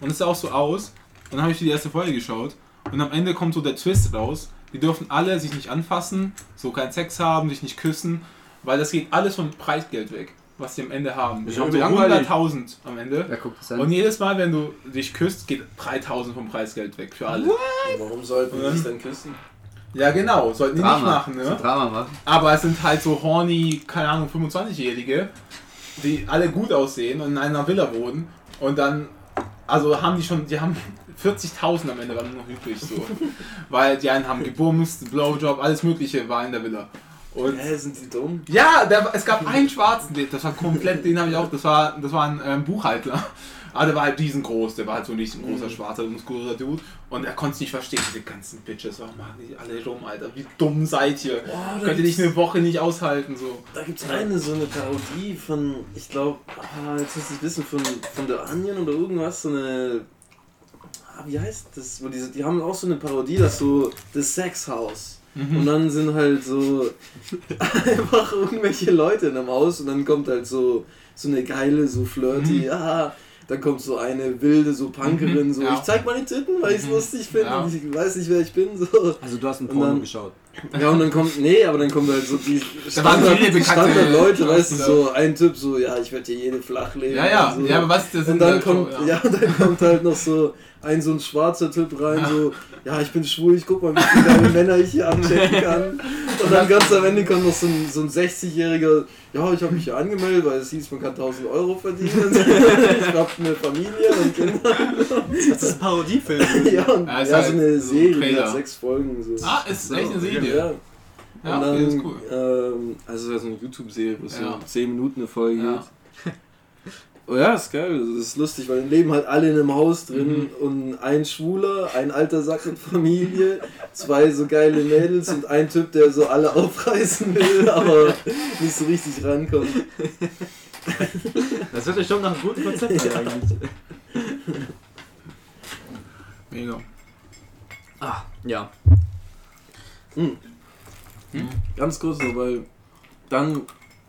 Speaker 9: Und es sah auch so aus. Und dann habe ich die erste Folge geschaut. Und am Ende kommt so der Twist raus. Die dürfen alle sich nicht anfassen, so keinen Sex haben, sich nicht küssen, weil das geht alles vom Preisgeld weg, was die am Ende haben. Die
Speaker 5: Ist
Speaker 9: haben so
Speaker 5: irgendwie langweilig.
Speaker 9: 100.000 am Ende.
Speaker 5: Wer guckt das
Speaker 9: Und
Speaker 5: an?
Speaker 9: jedes Mal, wenn du dich küsst, geht 3.000 vom Preisgeld weg für alle.
Speaker 7: Warum sollten die
Speaker 9: Ähm,
Speaker 7: sich dann küssen?
Speaker 9: Ja, genau, sollten die nicht machen,
Speaker 5: So
Speaker 9: ne?
Speaker 5: Drama machen.
Speaker 9: Aber es sind halt so horny, keine Ahnung, 25-Jährige, die alle gut aussehen und in einer Villa wohnen. Und dann, also haben die schon, die haben 40.000 am Ende waren nur noch übrig, so. Weil die einen haben gebumst, Blowjob, alles Mögliche war in der Villa. Und
Speaker 7: Hä, sind die dumm?
Speaker 9: ja, der, es gab einen schwarzen, den- das war komplett, den habe ich auch, das war, das war ein ähm, Buchhalter. Aber der war halt riesengroß, der war halt so nicht ein großer schwarzer, muskulöser Dude. Und er konnte es nicht verstehen, diese ganzen Bitches, warum machen die alle rum, Alter? Wie dumm seid ihr?
Speaker 7: Boah, da
Speaker 9: Könnt ihr nicht
Speaker 7: gibt's-
Speaker 9: eine Woche nicht aushalten, so.
Speaker 7: Da gibt's eine so eine Parodie von, ich glaube, ah, jetzt muss ich wissen, von, von The Onion oder irgendwas, so eine. Ah, wie heißt das? Wo diese, die haben auch so eine Parodie, das so das Sexhaus.
Speaker 9: Mhm.
Speaker 7: Und dann sind halt so einfach irgendwelche Leute in einem Haus und dann kommt halt so, so eine geile, so flirty, ah, dann kommt so eine wilde, so Punkerin,
Speaker 9: Mhm,
Speaker 7: so
Speaker 9: ja. Mhm.
Speaker 7: ich zeig meine Titten, weil ich's lustig finde
Speaker 9: ja.
Speaker 7: und ich weiß nicht, wer ich bin, so.
Speaker 5: Also du hast ein
Speaker 7: Und
Speaker 5: Porno
Speaker 7: dann-
Speaker 5: geschaut.
Speaker 7: Ja, und dann kommt, nee, aber dann kommt halt so die
Speaker 9: Da waren
Speaker 7: Standard-
Speaker 9: viele bekannte
Speaker 7: Standard-Leute, weißt du,
Speaker 9: Schauspieler.
Speaker 7: so ein Typ, so, ja, ich werde dir jede flach legen.
Speaker 9: Ja, ja,
Speaker 7: und so.
Speaker 9: ja, aber was, das
Speaker 7: und
Speaker 9: sind
Speaker 7: dann
Speaker 9: halt
Speaker 7: kommt,
Speaker 9: so,
Speaker 7: ja. dann kommt halt noch so ein so ein schwarzer Typ rein, so, ja, ich bin schwul, ich guck mal, wie viele geile Männer ich hier abchecken kann. Und dann ganz am Ende kommt noch so ein, so ein 60-jähriger, ja, ich habe mich hier angemeldet, weil es hieß, man kann 1000 Euro verdienen. ich hab eine Familie und Kinder.
Speaker 12: Das ist ein Parodiefilm.
Speaker 7: Ja, und,
Speaker 9: Ja,
Speaker 7: ja,
Speaker 9: ist
Speaker 7: so
Speaker 9: halt
Speaker 7: eine
Speaker 9: so ein
Speaker 7: Serie, die
Speaker 9: Trailer.
Speaker 7: hat sechs Folgen. So.
Speaker 9: Ah, ist echt eine Serie. Ja,
Speaker 7: ja.
Speaker 9: ja
Speaker 7: und
Speaker 9: okay,
Speaker 7: dann,
Speaker 9: das ist cool.
Speaker 7: ähm, also das ist eine YouTube-Serie, wo es
Speaker 9: Ja.
Speaker 7: so 10 Minuten eine Folge
Speaker 9: Ja.
Speaker 7: geht. Oh ja, ist geil. Das ist lustig, weil dann leben halt alle in einem Haus drin
Speaker 9: Mhm.
Speaker 7: und ein Schwuler, ein alter Sack mit Familie, zwei so geile Mädels und ein Typ, der so alle aufreißen will, aber nicht so richtig rankommt.
Speaker 12: Das hört ja schon nach einem guten Konzept an eigentlich.
Speaker 9: Mega.
Speaker 5: Ja.
Speaker 7: Ganz kurz noch, weil dann,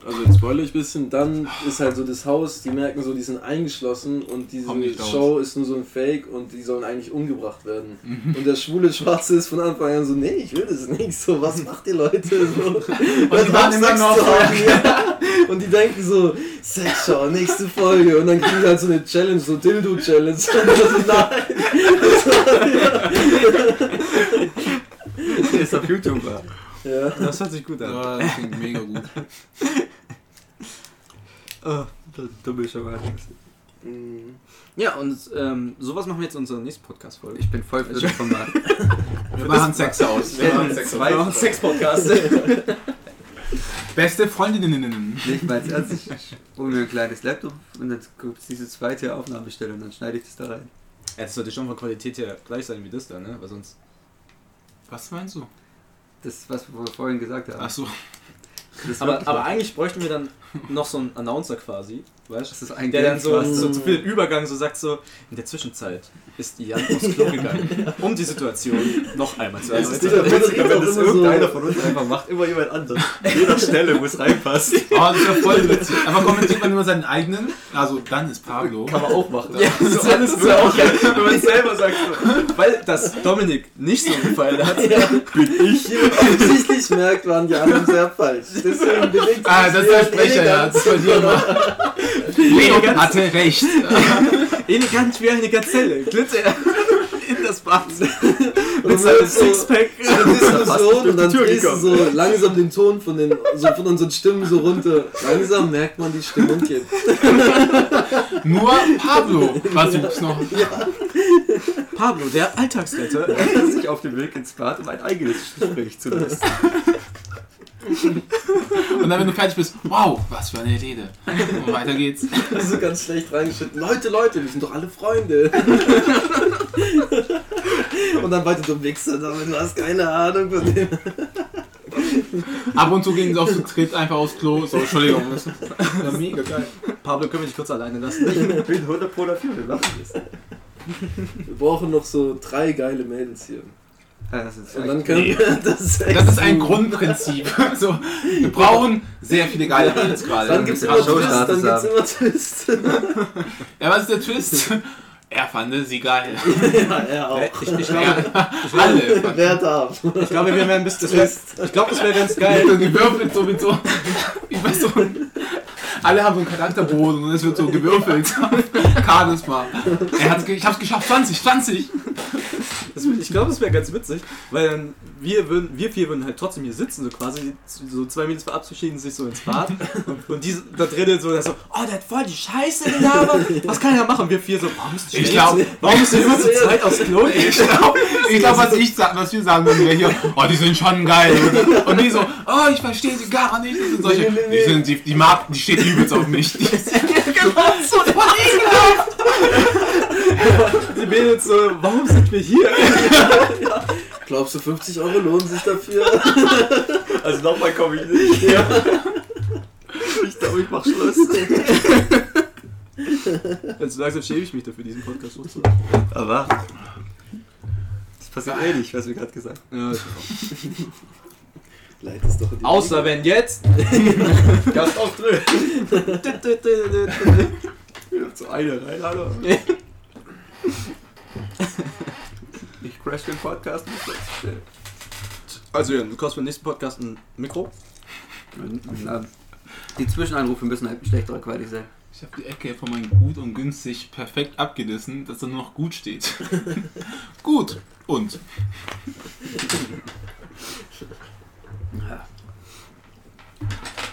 Speaker 7: also jetzt spoilere ich ein bisschen, dann ist halt so das Haus, die merken so, die sind eingeschlossen und diese
Speaker 9: Kommen nicht raus. Mhm.
Speaker 7: Show ist nur so ein Fake und die sollen eigentlich umgebracht werden. Und der schwule Schwarze ist von Anfang an so, nee, ich will das nicht, so, was macht ihr Leute? So,
Speaker 9: die
Speaker 7: dann
Speaker 9: waren
Speaker 7: hab's
Speaker 9: immer
Speaker 7: Sex
Speaker 9: noch-
Speaker 7: zu haben, ja. Und die denken so, Sexshow, nächste Folge. Und dann kriegen die halt so eine Challenge, so Dildo-Challenge. Und so, nein.
Speaker 5: Der ist auf YouTube. ja.
Speaker 7: Ja.
Speaker 5: Das hört sich gut an.
Speaker 9: Ja, das klingt mega gut.
Speaker 5: Oh, das dumme Schabernack.
Speaker 7: Mhm.
Speaker 12: Ja, und ähm, sowas machen wir jetzt in unserer nächsten Podcast-Folge.
Speaker 5: Ich bin voll für das Format.
Speaker 9: Wir machen Sex aus. Wir machen Sex aus.
Speaker 5: Zwei-
Speaker 12: einen Sex-Podcast.
Speaker 9: Beste Freundinnen.
Speaker 5: Nicht mal ernst. Ich hol mir ein kleines Laptop und dann gibt es diese zweite Aufnahmestelle und dann schneide ich das da rein.
Speaker 12: Ja, das sollte schon von Qualität her gleich sein wie das da, ne? Weil sonst.
Speaker 9: Was meinst du?
Speaker 5: Das, was wir vorhin gesagt haben.
Speaker 9: Achso.
Speaker 5: Das
Speaker 12: Aber,
Speaker 5: wird-
Speaker 12: aber eigentlich bräuchten wir dann noch so einen Announcer quasi, weißt
Speaker 5: das
Speaker 12: du?
Speaker 5: ist ein
Speaker 12: Der dann so,
Speaker 5: Gamecast.
Speaker 12: so zu viel Übergang so sagt so, in der Zwischenzeit ist Jan aufs Klo gegangen, um die Situation noch einmal zu
Speaker 5: Es ist
Speaker 12: erläutern.
Speaker 5: dieser Witziger, wenn
Speaker 7: auch
Speaker 5: das
Speaker 7: immer so-
Speaker 5: irgendeiner von uns einfach macht, immer jemand anderes. Jeder Stelle, wo es reinpasst.
Speaker 9: Oh, das ist ja voll witzig. Aber kommentiert man immer seinen eigenen? Also dann ist Pablo.
Speaker 5: Kann man auch machen.
Speaker 12: Ja, so alles ist ja auch, wenn man es selber sagt. So. Weil das Dominik nicht so gefallen hat.
Speaker 7: Offensichtlich merkt, waren die anderen sehr falsch. Deswegen bewegt
Speaker 9: Ah,
Speaker 7: sich
Speaker 9: das ist der
Speaker 7: jeder
Speaker 9: Sprecher, ja.
Speaker 7: elegant.
Speaker 9: Das ist bei dir immer. Leo hatte recht.
Speaker 12: Elegant wie eine Gazelle glitt er in das Bad mit
Speaker 7: Und
Speaker 12: seinem
Speaker 7: wird so
Speaker 12: Sixpack.
Speaker 7: eine Diskussion und dann
Speaker 12: Tür
Speaker 7: drehst du so langsam den Ton von, den, so von unseren Stimmen so runter. Langsam merkt man, die Stimmung kippt.
Speaker 9: Nur Pablo versucht's noch.
Speaker 12: Pablo, der Alltagsretter.
Speaker 5: Er sich auf den Weg ins Bad, um ein eigenes Gespräch zu leisten.
Speaker 9: Und dann, wenn du fertig bist, wow, was für eine Rede. Und weiter geht's.
Speaker 7: Die so ganz schlecht reingeschnitten. Leute, Leute, wir sind doch alle Freunde. Und dann weiter du Wichser, damit du hast keine Ahnung von dem.
Speaker 9: Ab und zu gehen sie auch zu dritt einfach aufs Klo. So, Entschuldigung. Das ist ja mega geil.
Speaker 12: Pablo, können wir dich kurz alleine lassen?
Speaker 5: Ich bin 100 pro dafür, wir machen das.
Speaker 7: Wir brauchen noch so drei geile Mädels hier.
Speaker 5: Ja, das ist
Speaker 7: Und dann können wir das ist echt
Speaker 9: Das ist ein
Speaker 7: gut.
Speaker 9: Grundprinzip. So, wir brauchen sehr viele geile Bands gerade.
Speaker 7: Dann gibt's immer
Speaker 5: Ach so,
Speaker 7: Twist, dann
Speaker 5: Status
Speaker 7: gibt's
Speaker 5: haben.
Speaker 7: immer Twist.
Speaker 9: ja, was ist der Twist? Er fand sie geil.
Speaker 7: ja, er auch.
Speaker 12: Ich, ich glaube,
Speaker 9: Er, alle. fanden-
Speaker 7: Wer darf?
Speaker 12: ich glaube, wir werden bis das wär- Ich glaube, das wäre ganz geil.
Speaker 9: Und gewürfelt so mit so. Ich weiß so. Alle haben so einen Charakterboden und es wird so gewürfelt. Charisma. Er hat's, ge- ich hab's geschafft. 20, 20.
Speaker 12: Das, wär- ich glaube, das wäre ganz witzig, weil dann wir würden, wir vier würden halt trotzdem hier sitzen, so quasi so zwei Minuten verabschieden sich so ins Bad und, und die da drinnen so, so, oh, der hat voll die Scheiße gelabert, was kann er machen? Wir vier so, warum ist
Speaker 9: Ich glaube,
Speaker 12: Warum müssen wir immer zur Zeit aufs Klo gehen?
Speaker 9: Ich glaube, ich glaub, was, ich sag, was wir sagen würden, wäre hier, oh, die sind schon geil. Und, und die so, oh, ich verstehe sie gar nicht. Das sind solche, die, sind, die, die mag, die steht übelst auf mich. Die ist genau so
Speaker 12: Die Mädels so, warum sind wir hier?
Speaker 7: Glaubst du, 50 Euro lohnen sich dafür?
Speaker 5: Also nochmal komme ich nicht. Ich glaube, ich mach Schluss.
Speaker 12: Also langsam schäme ich mich dafür, diesen Podcast so zu
Speaker 5: Aber. Das passiert eh nicht, was wir gerade gesagt haben.
Speaker 12: ja,
Speaker 7: Leid ist doch in die
Speaker 12: Außer wenn jetzt.
Speaker 5: Gast auf Drück.
Speaker 12: Ach
Speaker 5: So eine rein, hallo. Ich crash den Podcast mit Schluss.
Speaker 12: Also, ja, du kaufst für den nächsten Podcast ein Mikro.
Speaker 5: Ja. Die Zwischenanrufe müssen halt schlechterer Qualität sein.
Speaker 9: Ich habe die Ecke von meinem Gut und Günstig perfekt abgerissen, dass da nur noch gut steht. gut und.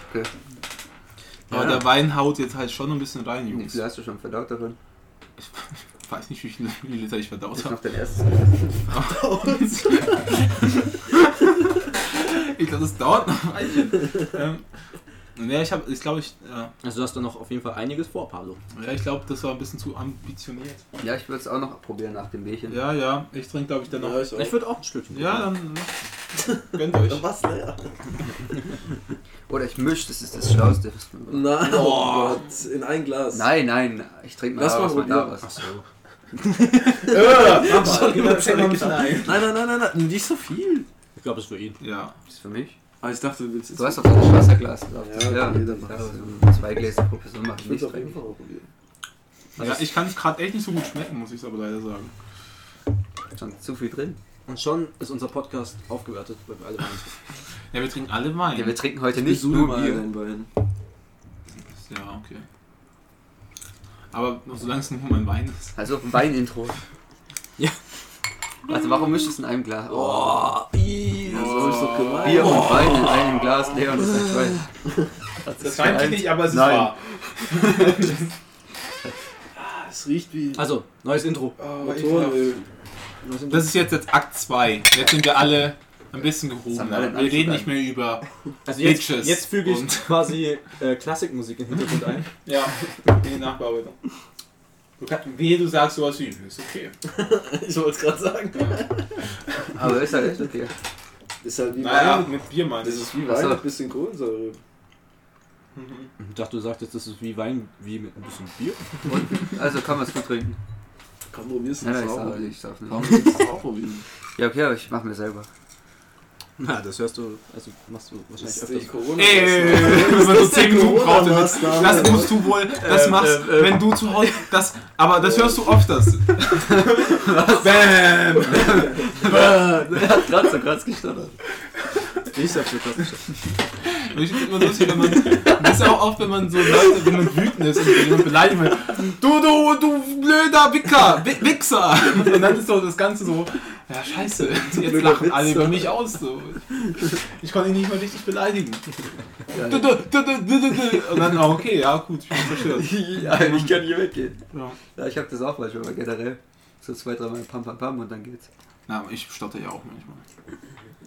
Speaker 5: Okay.
Speaker 9: Aber der Wein haut jetzt halt schon ein bisschen rein,
Speaker 5: Wie
Speaker 9: Jungs.
Speaker 5: viel hast du schon verdaut davon?
Speaker 9: Ich weiß nicht, wie viele Liter ich verdaut
Speaker 5: Das ist
Speaker 9: habe.
Speaker 5: noch dein erstes.
Speaker 9: Ich glaube, das dauert noch ein Weilchen. ähm, ja, ich habe, ich glaube, ich, äh,
Speaker 12: Also, du hast da noch auf jeden Fall einiges vor, Pablo.
Speaker 9: ja, ich glaube, das war ein bisschen zu ambitioniert.
Speaker 5: Ja, ich würde es auch noch probieren nach dem Bierchen.
Speaker 9: Ja, ja, ich trinke, glaube ich, dann noch.
Speaker 7: Ja, ich auch.
Speaker 12: Ich würde auch ein Stückchen.
Speaker 9: Ja, dann äh, gönnt
Speaker 7: Dann
Speaker 9: euch.
Speaker 7: war's leer.
Speaker 5: Oder ich mische, das ist das Schlauste. was man-
Speaker 7: Nein, oh Gott, in ein Glas.
Speaker 5: Nein, nein, ich trinke mal
Speaker 7: Lass mal
Speaker 5: was man da
Speaker 7: probieren.
Speaker 5: was.
Speaker 7: Nein, nein, nein, nein, nein, nicht so viel.
Speaker 12: Ich glaube, es ist für ihn.
Speaker 9: Ja.
Speaker 5: Das ist für mich.
Speaker 7: Ah, ich dachte, du willst jetzt.
Speaker 5: Du hast doch so ein Wasserglas drauf.
Speaker 7: Ja, okay, dann mach's.
Speaker 5: Ja, so zwei Gläser pro Person machen.
Speaker 7: Ich will's
Speaker 5: Nicht
Speaker 7: auf
Speaker 5: drei.
Speaker 7: jeden Fall auch probieren.
Speaker 12: Also
Speaker 9: ja ich kann es gerade echt nicht so gut schmecken, muss ich aber leider sagen.
Speaker 5: Schon zu viel drin.
Speaker 12: Und schon ist unser Podcast aufgewertet, weil wir alle waren.
Speaker 9: Ja, wir trinken alle Wein.
Speaker 5: Ja, wir trinken heute nicht nur Bier.
Speaker 7: Bein.
Speaker 9: Ja, okay. Aber solange es nur mein Wein ist.
Speaker 5: Also ein Wein-Intro.
Speaker 12: Ja.
Speaker 5: Also warum mischst du es in einem Glas? Oh.
Speaker 7: Das ist doch
Speaker 12: Oh.
Speaker 7: gemein.
Speaker 5: Bier und Wein in einem Glas, Leon, das ist ein Schwein.
Speaker 9: Das
Speaker 5: reimt sich
Speaker 9: nicht, aber es
Speaker 5: ist Nein. wahr.
Speaker 7: Es riecht wie Oh,
Speaker 12: Also, neues Intro.
Speaker 7: Motorenöl.
Speaker 9: Das ist jetzt, jetzt Akt 2. Jetzt sind wir alle ein bisschen gehoben.
Speaker 5: haben alle einen
Speaker 9: Wir reden nicht
Speaker 5: Anspruch
Speaker 9: mehr über.
Speaker 12: Also jetzt,
Speaker 9: Bitches.
Speaker 12: jetzt füge ich
Speaker 9: Und-
Speaker 12: quasi äh, Klassikmusik im Hintergrund ein.
Speaker 9: Ja, den Nachbar wieder. Du kann, wehe, du sagst sowas wie, ist okay.
Speaker 7: Ich wollte es gerade sagen.
Speaker 5: Aber ist halt echt okay.
Speaker 7: Ist halt wie
Speaker 9: Naja,
Speaker 7: Wein.
Speaker 9: mit Bier meinst
Speaker 7: Das
Speaker 9: du.
Speaker 7: ist wie
Speaker 5: Ach
Speaker 7: Wein
Speaker 5: so.
Speaker 7: mit ein bisschen Kohlensäure.
Speaker 3: Ich dachte, du sagtest, das ist wie Wein, wie mit ein bisschen Bier.
Speaker 5: Also kann man es gut trinken.
Speaker 7: Komm, probier's
Speaker 5: Nein,
Speaker 7: mal
Speaker 5: nein, ich darf
Speaker 7: sauber.
Speaker 5: nicht. Ich darf nicht.
Speaker 7: Komm, probier's auch probieren.
Speaker 5: Ja, okay, aber ich mach mir selber.
Speaker 3: Na, das hörst du, also machst du wahrscheinlich
Speaker 7: Das ist die
Speaker 3: öfters.
Speaker 7: corona
Speaker 9: Ey, wenn man so 10 Minuten braucht, damit.
Speaker 7: Corona-Maßnahme?
Speaker 9: das musst du wohl, das machst, wenn du zu Hause, das, aber das hörst du oft, das. Bam!
Speaker 5: Er hat gerade so krass gestottert.
Speaker 12: Ich dafür krass.
Speaker 9: Und ich find's immer lustig, wenn man, das ist auch oft, wenn man so Leute, wenn man wütend ist und jemand beleidigt wird, du, du, du blöder Wicker, Wi- Wichser! Und dann ist so das Ganze so, ja scheiße, jetzt
Speaker 7: blöder
Speaker 9: lachen alle
Speaker 7: Wichser.
Speaker 9: über mich aus, so. Ich konnte ihn nicht mal richtig beleidigen. Du, du, du, du, du, du, du. Und dann, ah, okay, ja gut, ich bin verstört.
Speaker 5: ja, ich kann hier weggehen.
Speaker 9: Ja.
Speaker 5: Ja, ich hab das auch manchmal, aber generell. So zwei, dreimal pam pam pam und dann geht's.
Speaker 9: Na, ich stotter ja auch manchmal.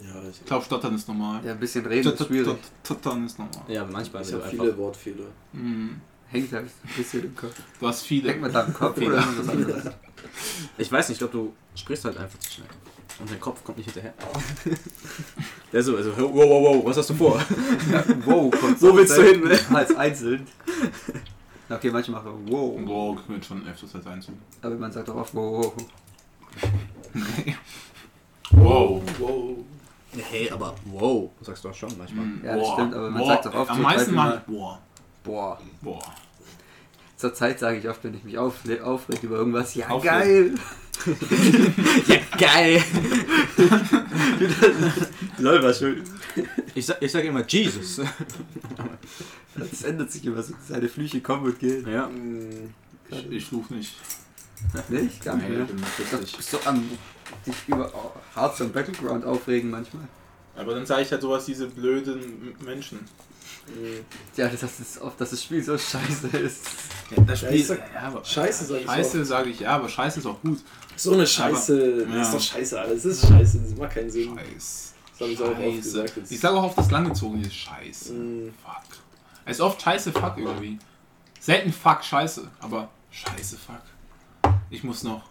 Speaker 7: Ja, ich,
Speaker 9: Ich glaube, stottern ist normal.
Speaker 5: Ja, ein bisschen reden ist
Speaker 9: Stot-
Speaker 5: schwierig.
Speaker 9: stot- Stottern ist normal.
Speaker 3: Ja, manchmal,
Speaker 7: ich
Speaker 3: wenn du
Speaker 7: habe
Speaker 3: einfach
Speaker 7: viele Wortfehler.
Speaker 9: Mhm.
Speaker 5: Hängt halt ein bisschen im Kopf.
Speaker 9: Du hast viele.
Speaker 5: Hängt man da im Kopf oder irgendwas anderes?
Speaker 3: Ich weiß nicht, ich glaube, du sprichst halt einfach zu schnell. Und dein Kopf kommt nicht hinterher. Der so, also, wow, wow, wow, was hast du vor?
Speaker 5: Wow, kommt
Speaker 3: Wo willst du hin,
Speaker 5: ne? Als einzeln. Okay, manche machen wow.
Speaker 9: Wow, wird schon öfters als einzeln.
Speaker 5: Aber man sagt auch oft wow.
Speaker 9: Wow.
Speaker 7: Wow.
Speaker 3: Hey, aber wow, sagst du auch schon manchmal.
Speaker 5: Ja, das stimmt, aber man
Speaker 9: Boah.
Speaker 5: sagt doch oft
Speaker 9: Am
Speaker 5: so
Speaker 9: meisten
Speaker 5: dreimal-
Speaker 9: mal. Boah.
Speaker 5: Boah.
Speaker 9: Boah.
Speaker 5: Zurzeit sage ich oft, wenn ich mich aufle- aufreg über irgendwas, ja
Speaker 9: Aufreg.
Speaker 5: geil.
Speaker 3: Ja, geil!
Speaker 5: Lol, war schön.
Speaker 3: Ich sag, ich sag immer Jesus.
Speaker 5: Das ändert sich immer so. Seine Flüche kommen und gehen.
Speaker 3: Ja.
Speaker 9: Ich, ich schlug nicht.
Speaker 5: Nicht? Gar nicht mehr. Das ist so am dich über Hearts und Battleground aufregen manchmal.
Speaker 9: Aber dann sage ich halt sowas, diese blöden M- Menschen.
Speaker 5: Ja, das ist oft, dass das Spiel so scheiße ist.
Speaker 9: das
Speaker 7: Spiel- ich sag-
Speaker 9: ja, aber
Speaker 7: Scheiße, sag ich so.
Speaker 9: Scheiße sage ich ja, aber Scheiße ist auch gut.
Speaker 7: So eine Scheiße.
Speaker 9: Aber-
Speaker 7: Das ist
Speaker 9: ja.
Speaker 7: doch scheiße alles. Das ist scheiße. Das macht keinen Sinn.
Speaker 9: Scheiß.
Speaker 7: Das habe ich auch oft
Speaker 9: Scheiße.
Speaker 7: gesagt. Jetzt.
Speaker 9: Ich sage auch oft das langgezogen, ist Scheiße.
Speaker 7: Mm,
Speaker 9: Fuck. Es ist oft Scheiße, Fuck irgendwie. Selten Fuck, Scheiße. Aber Scheiße, Fuck. Ich muss noch.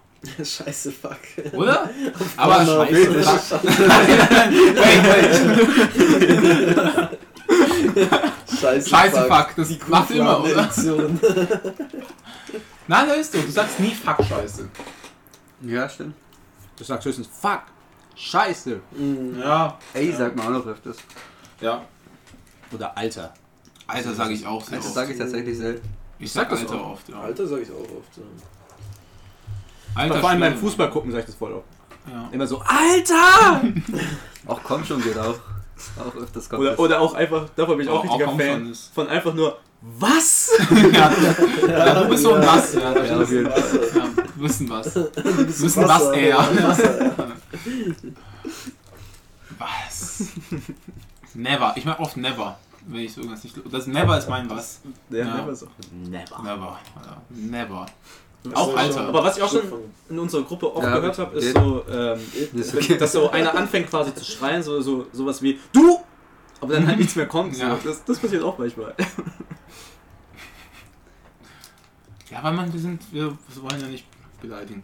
Speaker 7: Scheiße, fuck.
Speaker 9: Oder? Aber
Speaker 7: Mann,
Speaker 9: Scheiße,
Speaker 7: Alter.
Speaker 9: Fuck. wait, wait.
Speaker 7: Scheiße,
Speaker 9: Scheiße, Fuck. Das macht immer, oder?
Speaker 7: Edition.
Speaker 9: Nein, da ist so. Du sagst nie Fuck, Scheiße.
Speaker 5: Ja, stimmt.
Speaker 3: Du sagst höchstens Fuck, Scheiße
Speaker 12: Mhm.
Speaker 9: Ja.
Speaker 5: Ey, sagt man auch noch öfters.
Speaker 9: Ja.
Speaker 3: oder Alter.
Speaker 9: Alter sage ich auch sehr
Speaker 5: Also
Speaker 9: oft.
Speaker 5: sage ich tatsächlich selten.
Speaker 9: ich sag
Speaker 3: das
Speaker 9: Alter oft, ja.
Speaker 7: Alter, sag ich auch oft. ja.
Speaker 9: Alter
Speaker 3: Vor allem beim
Speaker 9: Schwede.
Speaker 3: Fußball gucken sag ich das voll oft.
Speaker 9: Ja.
Speaker 3: Immer so, Alter!
Speaker 5: Auch komm schon geht auch. Auch öfters kommt
Speaker 12: Oder,
Speaker 5: das.
Speaker 12: oder auch einfach, davon bin ich
Speaker 9: Oh,
Speaker 12: auch
Speaker 9: auch
Speaker 12: richtiger
Speaker 9: komm schon,
Speaker 12: Fan.
Speaker 9: ist-
Speaker 12: Von einfach nur, was?
Speaker 9: Ja, ja, du bist so ein Bass, ja,
Speaker 5: Ja, auf jeden Fall.
Speaker 9: ja, wissen was. Wissen
Speaker 7: Wasser,
Speaker 9: was eher.
Speaker 7: Wasser,
Speaker 9: Was? Never. Ich mach oft never, wenn ich so irgendwas nicht. Das never ist mein was.
Speaker 12: Ja,
Speaker 9: Ja.
Speaker 12: einfach so.
Speaker 3: Never.
Speaker 9: Never. Alter. Never. Auch
Speaker 7: ist
Speaker 9: Alter.
Speaker 12: Aber was ich auch schon
Speaker 7: Anfang.
Speaker 12: in unserer Gruppe oft
Speaker 5: Ja,
Speaker 12: gehört habe, ist
Speaker 5: geht.
Speaker 12: so, ähm,
Speaker 5: Ist
Speaker 12: wenn, dass so einer anfängt quasi zu schreien, so, so sowas wie Du! Aber dann halt nichts mehr kommt. So.
Speaker 9: Ja.
Speaker 12: Das, das passiert auch manchmal.
Speaker 9: Ja, weil man, wir sind, wir wollen ja nicht beleidigen.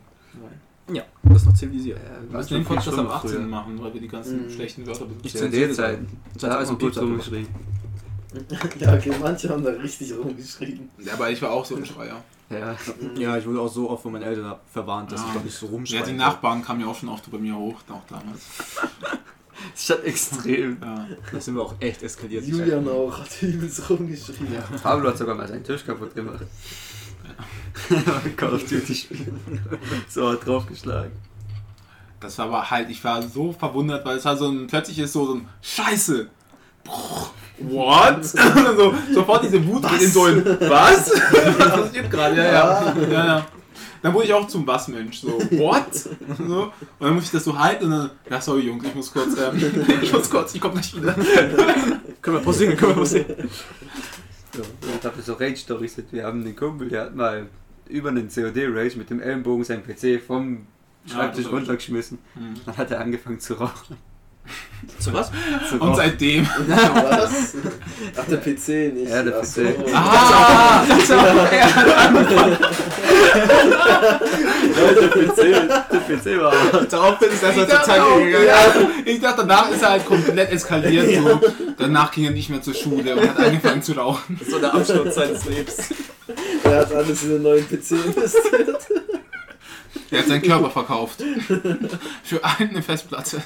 Speaker 12: Ja, das ist noch
Speaker 7: Äh,
Speaker 12: zivilisiert.
Speaker 9: Wir müssen
Speaker 5: schon
Speaker 9: den
Speaker 5: Äh, viel
Speaker 9: Podcast ab
Speaker 5: schlimmer
Speaker 9: 18
Speaker 5: früher.
Speaker 9: machen, weil wir die ganzen
Speaker 7: Mhm.
Speaker 9: schlechten Wörter benutzen.
Speaker 3: Ich
Speaker 5: Zu
Speaker 3: zensiere
Speaker 5: den
Speaker 3: das
Speaker 5: Zeiten.
Speaker 3: Das hat
Speaker 5: Da ist
Speaker 3: auch
Speaker 5: ein
Speaker 3: ein
Speaker 5: Piep
Speaker 3: Piepser
Speaker 5: drum
Speaker 3: drüber.
Speaker 5: geschrieben.
Speaker 7: Ja, okay, manche haben da richtig rumgeschrien.
Speaker 9: Ja, aber ich war auch so ein Schreier.
Speaker 5: Ja.
Speaker 3: Ja, ich wurde auch so oft von meinen Eltern ab- verwarnt, dass
Speaker 9: Ja.
Speaker 3: ich doch nicht so
Speaker 9: Ja,
Speaker 3: rumschreie.
Speaker 9: die Nachbarn kamen ja auch schon oft bei mir hoch, auch damals.
Speaker 5: Das ist halt extrem.
Speaker 9: Ja.
Speaker 3: Da sind wir auch echt eskaliert. die
Speaker 7: Julian auch hat übelst rumgeschrien.
Speaker 5: Pablo hat sogar mal seinen Tisch kaputt gemacht. Call of Duty spielen. So hat draufgeschlagen.
Speaker 9: Das war aber halt, ich war so verwundert, weil es war so ein, plötzlich ist so, so ein Scheiße. Bruch. What? so, sofort diese Wut in den Säulen. Was? Was passiert gerade? Ja, ja. ja, ja. Dann wurde ich auch zum Was-Mensch. So, what? So, und dann muss ich das so halten und dann, ja, sorry Jungs, ich muss kurz, ähm, ich muss kurz, ich komme gleich wieder.
Speaker 12: Können wir pausieren, können wir pausieren.
Speaker 5: So, ich habe so Rage-Stories. Wir haben einen Kumpel, der hat mal über einen COD-Rage mit dem Ellenbogen seinen PC vom Schreibtisch
Speaker 9: Ja, das hab ich.
Speaker 5: runtergeschmissen.
Speaker 9: Mhm.
Speaker 5: Dann hat er angefangen zu rauchen.
Speaker 12: Zu was?
Speaker 5: Zu
Speaker 9: Und
Speaker 5: rauchen.
Speaker 9: seitdem.
Speaker 7: Was? Ach, der PC nicht.
Speaker 5: Ja, der
Speaker 7: Ach so.
Speaker 5: PC.
Speaker 9: Ah!
Speaker 3: Leute, PC, der PC war.
Speaker 9: Daraufhin ist er
Speaker 13: Ich
Speaker 9: zur
Speaker 13: dachte
Speaker 9: Tanke
Speaker 13: auch,
Speaker 9: gegangen.
Speaker 13: ja.
Speaker 9: Ich dachte, danach ist er halt komplett eskaliert. So. Danach ging er nicht mehr zur Schule und hat angefangen zu rauchen.
Speaker 12: So der Absturz seines Lebens.
Speaker 7: Er hat alles in den neuen PC investiert.
Speaker 9: Er hat seinen Körper verkauft. Für eine Festplatte.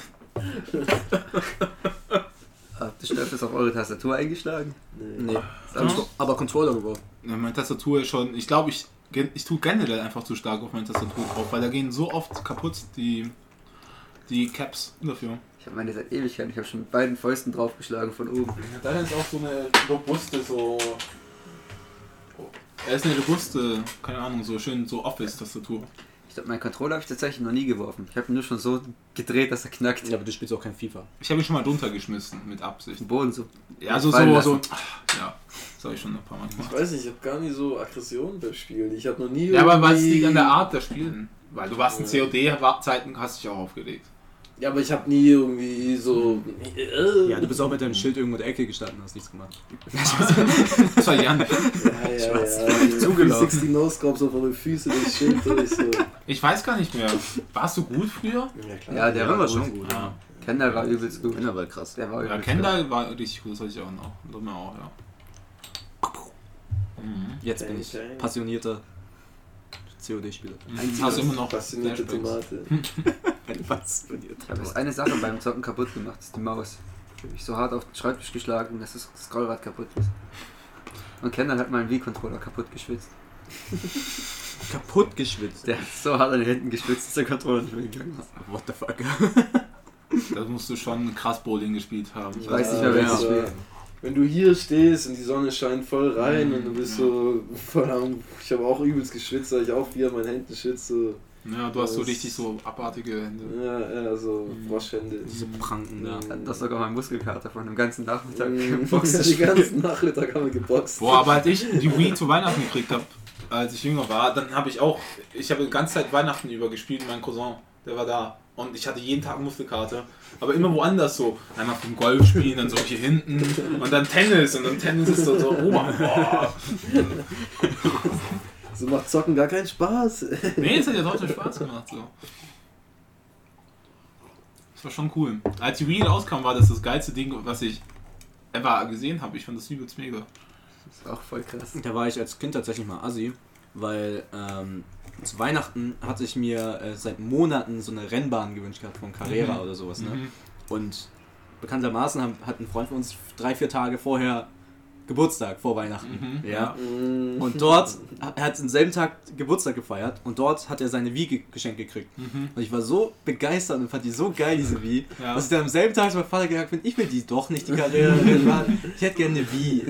Speaker 5: Habt ihr Stöpfels auf eure Tastatur eingeschlagen?
Speaker 3: Nee. Aber- Aber Controller geworden.
Speaker 9: Ja, meine Tastatur ist schon. Ich glaube, ich, ich tue generell einfach zu stark auf meine Tastatur drauf, weil da gehen so oft kaputt die, die Caps dafür.
Speaker 5: Ich habe meine seit Ewigkeiten, ich habe schon mit beiden Fäusten draufgeschlagen von oben.
Speaker 9: Dann ist auch so eine robuste, so. Er ist eine robuste, keine Ahnung, so schön, so Office-Tastatur.
Speaker 5: Ich glaube, meinen Controller habe ich tatsächlich noch nie geworfen. Ich habe ihn nur schon so gedreht, dass er knackt.
Speaker 3: Ja, aber du spielst auch kein FIFA.
Speaker 9: Ich habe ihn schon mal drunter geschmissen, mit Absicht.
Speaker 5: Den Boden so.
Speaker 9: Ja, also
Speaker 5: Fallen
Speaker 9: so, so.
Speaker 5: lassen.
Speaker 9: Ja, das habe ich schon ein paar Mal
Speaker 7: Ich
Speaker 9: gemacht.
Speaker 7: weiß nicht, ich habe gar nicht so Aggressionen beim Spiel. Ich habe noch nie.
Speaker 9: Ja, aber was
Speaker 7: irgendwie-
Speaker 9: liegt an der Art der Spielen? Weil du warst in COD-Zeiten, hast dich auch aufgelegt.
Speaker 7: Ja, aber ich habe nie irgendwie so. Äh,
Speaker 3: Ja, du bist auch mit deinem Schild irgendwo in der Ecke gestanden und hast nichts gemacht.
Speaker 9: Das war Jan.
Speaker 7: Ah, ja, ja, ja.
Speaker 3: zugelaufen.
Speaker 7: 60 No-Scopes auf eure Füße durch Schild durch. So.
Speaker 9: Ich weiß gar nicht mehr. Warst du gut früher?
Speaker 7: Ja, klar.
Speaker 5: Ja, der war schon gut.
Speaker 9: Ja.
Speaker 5: Kendall war übelst gut.
Speaker 3: Männer war krass.
Speaker 5: Der war
Speaker 9: Ja,
Speaker 5: übelst gut.
Speaker 9: Kendall war richtig gut, das hatte ich auch noch. Das mir auch, ja. Mhm.
Speaker 3: Jetzt bin ich passionierter COD-Spieler.
Speaker 9: Hast du immer noch Hm.
Speaker 7: Passionierte
Speaker 9: Flashbacks?
Speaker 7: Tomate.
Speaker 5: Ich habe jetzt eine Sache beim Zocken kaputt gemacht, das ist die Maus. Ich habe mich so hart auf den Schreibtisch geschlagen, dass das Scrollrad kaputt ist. Und Kendall hat meinen Wii-Controller kaputt geschwitzt.
Speaker 3: Kaputt geschwitzt.
Speaker 5: Der hat so hart an den Händen geschwitzt, dass der Controller nicht mehr gegangen ist.
Speaker 3: What the fuck?
Speaker 9: Das musst du schon krass Bowling gespielt haben.
Speaker 5: Ich weiß nicht mehr, welches
Speaker 7: ja.
Speaker 5: Spiel.
Speaker 7: Wenn du hier stehst und die Sonne scheint voll rein
Speaker 9: Hm,
Speaker 7: und du bist so, verdammt, ich habe auch übelst geschwitzt, weil ich auch wieder an meinen Händen schwitze.
Speaker 9: Ja, du hast so
Speaker 7: Das-
Speaker 9: richtig so abartige Hände.
Speaker 7: Ja, ja, so
Speaker 9: Mhm.
Speaker 7: Froschhände.
Speaker 3: Diese Pranken da.
Speaker 5: Hat das sogar mein Muskelkater von dem ganzen Nachmittag
Speaker 3: Mhm.
Speaker 7: Ja,
Speaker 5: geboxt.
Speaker 7: den ganzen Nachmittag haben wir geboxt.
Speaker 9: Boah, aber als ich die Wii zu Weihnachten gekriegt habe, als ich jünger war, dann habe ich auch, ich habe die ganze Zeit Weihnachten über gespielt, mein Cousin, der war da. Und ich hatte jeden Tag Muskelkarte. Aber immer woanders so. Einmal vom Golf spielen, dann so hier hinten. Und dann Tennis. Und dann Tennis ist so, so oh, boah.
Speaker 7: So macht Zocken gar keinen Spaß.
Speaker 9: Nee, es hat ja trotzdem Spaß gemacht. So. Das war schon cool. Als die Wii rauskam, war das das geilste Ding, was ich ever gesehen habe. Ich fand das übelst mega.
Speaker 5: Das ist auch voll krass.
Speaker 3: Da war ich als Kind tatsächlich mal assi, weil ähm, zu Weihnachten hatte ich mir äh, seit Monaten so eine Rennbahn gewünscht gehabt von Carrera
Speaker 9: Mhm.
Speaker 3: oder sowas. Ne?
Speaker 9: Mhm.
Speaker 3: Und bekanntermaßen haben, hat ein Freund von uns drei, vier Tage vorher Geburtstag, vor Weihnachten.
Speaker 9: Mhm.
Speaker 3: Ja. Und dort, er hat am selben Tag Geburtstag gefeiert und dort hat er seine Wii ge- geschenkt gekriegt.
Speaker 9: Mhm.
Speaker 3: Und ich war so begeistert und fand die so geil, diese Wii,
Speaker 9: Ja.
Speaker 3: dass ich dann am selben Tag zu meinem Vater gesagt bin, ich will die doch nicht, die Karriere. ich hätte gerne eine Wii.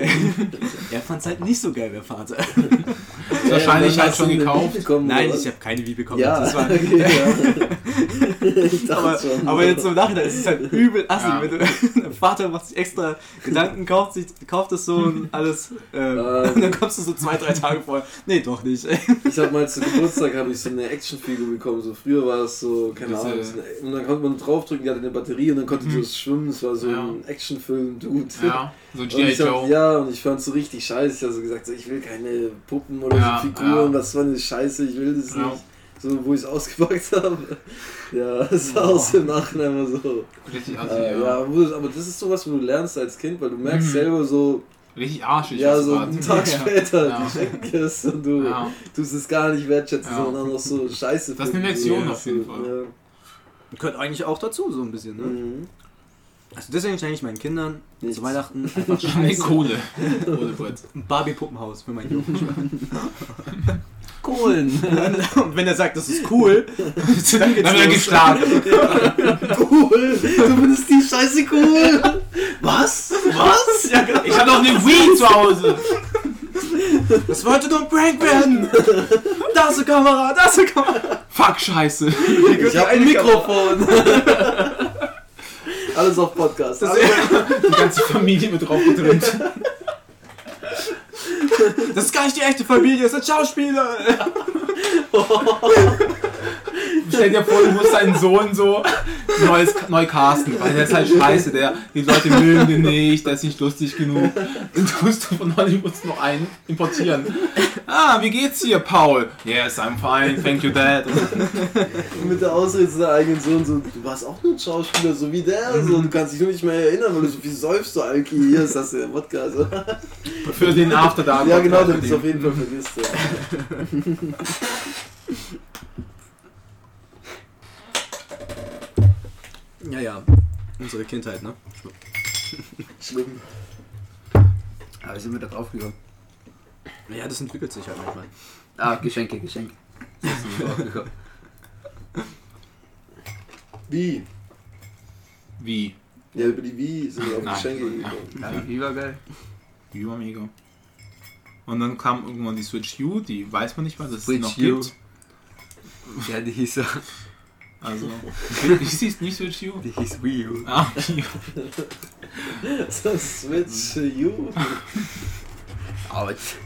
Speaker 3: er fand es halt nicht so geil, der Vater.
Speaker 9: Das wahrscheinlich halt schon gekauft.
Speaker 3: Nein, ich habe keine Wii bekommen.
Speaker 7: Ja,
Speaker 3: Das war,
Speaker 7: okay, ja. ich dachte
Speaker 3: aber,
Speaker 7: schon.
Speaker 3: aber jetzt im Nachhinein ist es halt übel assi.
Speaker 9: Ja.
Speaker 3: Wenn du, der Vater macht sich extra Gedanken, kauft, sich, kauft das so und alles. Ähm,
Speaker 7: Ähm.
Speaker 3: Und dann kommst du so zwei, drei Tage vorher. Nee, doch nicht.
Speaker 7: Ich habe mal zu Geburtstag habe ich so eine Actionfigur bekommen. So früher war es so, keine
Speaker 9: Diese-
Speaker 7: Ahnung. so eine- Und dann konnte man draufdrücken, die hatte eine Batterie und dann konnte
Speaker 3: Mhm.
Speaker 7: die so schwimmen. Es war so
Speaker 9: Ja.
Speaker 7: ein Actionfilm, Dude.
Speaker 9: Ja, so ein
Speaker 7: Und
Speaker 9: G.I.
Speaker 7: ich
Speaker 9: Joe.
Speaker 7: hab, ja, und ich fand es so richtig scheiße. Ich habe so gesagt, so, ich will keine Puppen oder
Speaker 9: Ja,
Speaker 7: so Figuren,
Speaker 9: ja.
Speaker 7: was für eine Scheiße, ich will das
Speaker 9: Ja.
Speaker 7: nicht. So, wo ich es ausgepackt habe. Ja, es war auch so im Nachhinein immer so.
Speaker 9: Richtig assi,
Speaker 7: Äh,
Speaker 9: ja.
Speaker 7: ja, wo das- aber das ist sowas, wo du lernst als Kind, weil du merkst
Speaker 9: Mhm.
Speaker 7: selber so,
Speaker 9: Richtig arschig.
Speaker 7: ja,
Speaker 9: was
Speaker 7: so
Speaker 9: war.
Speaker 7: einen Tag später,
Speaker 9: Ja.
Speaker 7: die schenken dir das und du
Speaker 9: Ja.
Speaker 7: tust es gar nicht wertschätzen,
Speaker 9: Ja.
Speaker 7: sondern auch so scheiße.
Speaker 9: Das ist eine
Speaker 7: finden.
Speaker 9: Lektion
Speaker 7: Ja,
Speaker 9: auf jeden
Speaker 7: so,
Speaker 9: Fall.
Speaker 3: Gehört eigentlich auch dazu, so ein bisschen.
Speaker 7: Ja.
Speaker 3: Ne?
Speaker 7: Mhm.
Speaker 3: Also deswegen schenke ich meinen Kindern
Speaker 7: Nichts.
Speaker 3: zu Weihnachten einfach
Speaker 9: Nee,
Speaker 3: scheiße.
Speaker 9: Kohle. Kohlebrett.
Speaker 3: ein Barbie-Puppenhaus für meinen Jungen. Kohlen. Und wenn er sagt, das ist cool, dann
Speaker 9: Dann wird er
Speaker 3: geht's los.
Speaker 9: geschlagen.
Speaker 7: Cool, du findest die Scheiße cool. Was? Was?
Speaker 3: Ja, genau.
Speaker 9: Ich hab doch eine Wii zu Hause.
Speaker 3: Das wollte nur ein Prank werden. Da ist eine Kamera, da ist eine Kamera.
Speaker 9: Fuck, scheiße.
Speaker 7: Ich hab ein Mikrofon. Alles auf Podcast. Alles
Speaker 9: Die ganze Familie mit drauf getrimmt.
Speaker 3: Das ist gar nicht die echte Familie, das sind Schauspieler.
Speaker 9: Stell dir vor, du musst deinen Sohn so neues, neu casten, weil der ist halt scheiße, der, die Leute mögen den nicht, der ist nicht lustig genug. Dann tust du von Hollywood noch einen importieren. Ah, wie geht's hier, Paul? Yes, I'm fine, thank you, Dad.
Speaker 7: Mit der Ausrede seiner eigenen Sohn, so, du warst auch nur ein Schauspieler, so wie der, so, du kannst dich nur nicht mehr erinnern, weil du so viel säufst, so Alki, hier ist das der Wodka. Also.
Speaker 9: Für den after dark
Speaker 7: Ja, genau, damit du es auf jeden Fall vergisst. Ja.
Speaker 3: Ja, ja. Unsere Kindheit, ne?
Speaker 7: Schlimm.
Speaker 5: Aber wie sind wir da drauf gekommen?
Speaker 3: Ja, das entwickelt sich halt manchmal.
Speaker 5: Ah, Geschenke, Geschenke. So sind wir drauf gekommen.
Speaker 7: Wie?
Speaker 9: Wie?
Speaker 7: Ja, über die Wie sind wir auf
Speaker 9: Nein.
Speaker 7: Geschenke gekommen.
Speaker 5: Ja, die war geil.
Speaker 9: Wie war mega. Und dann kam irgendwann die Switch U, die weiß man nicht, was es
Speaker 5: Switch
Speaker 9: noch
Speaker 5: U.
Speaker 9: gibt.
Speaker 5: Ja, die hieß, so-
Speaker 9: Also, ich sieh's nicht Switch U.
Speaker 5: die hieß Wii U.
Speaker 9: Ah,
Speaker 7: So, Switch You.
Speaker 5: Autsch.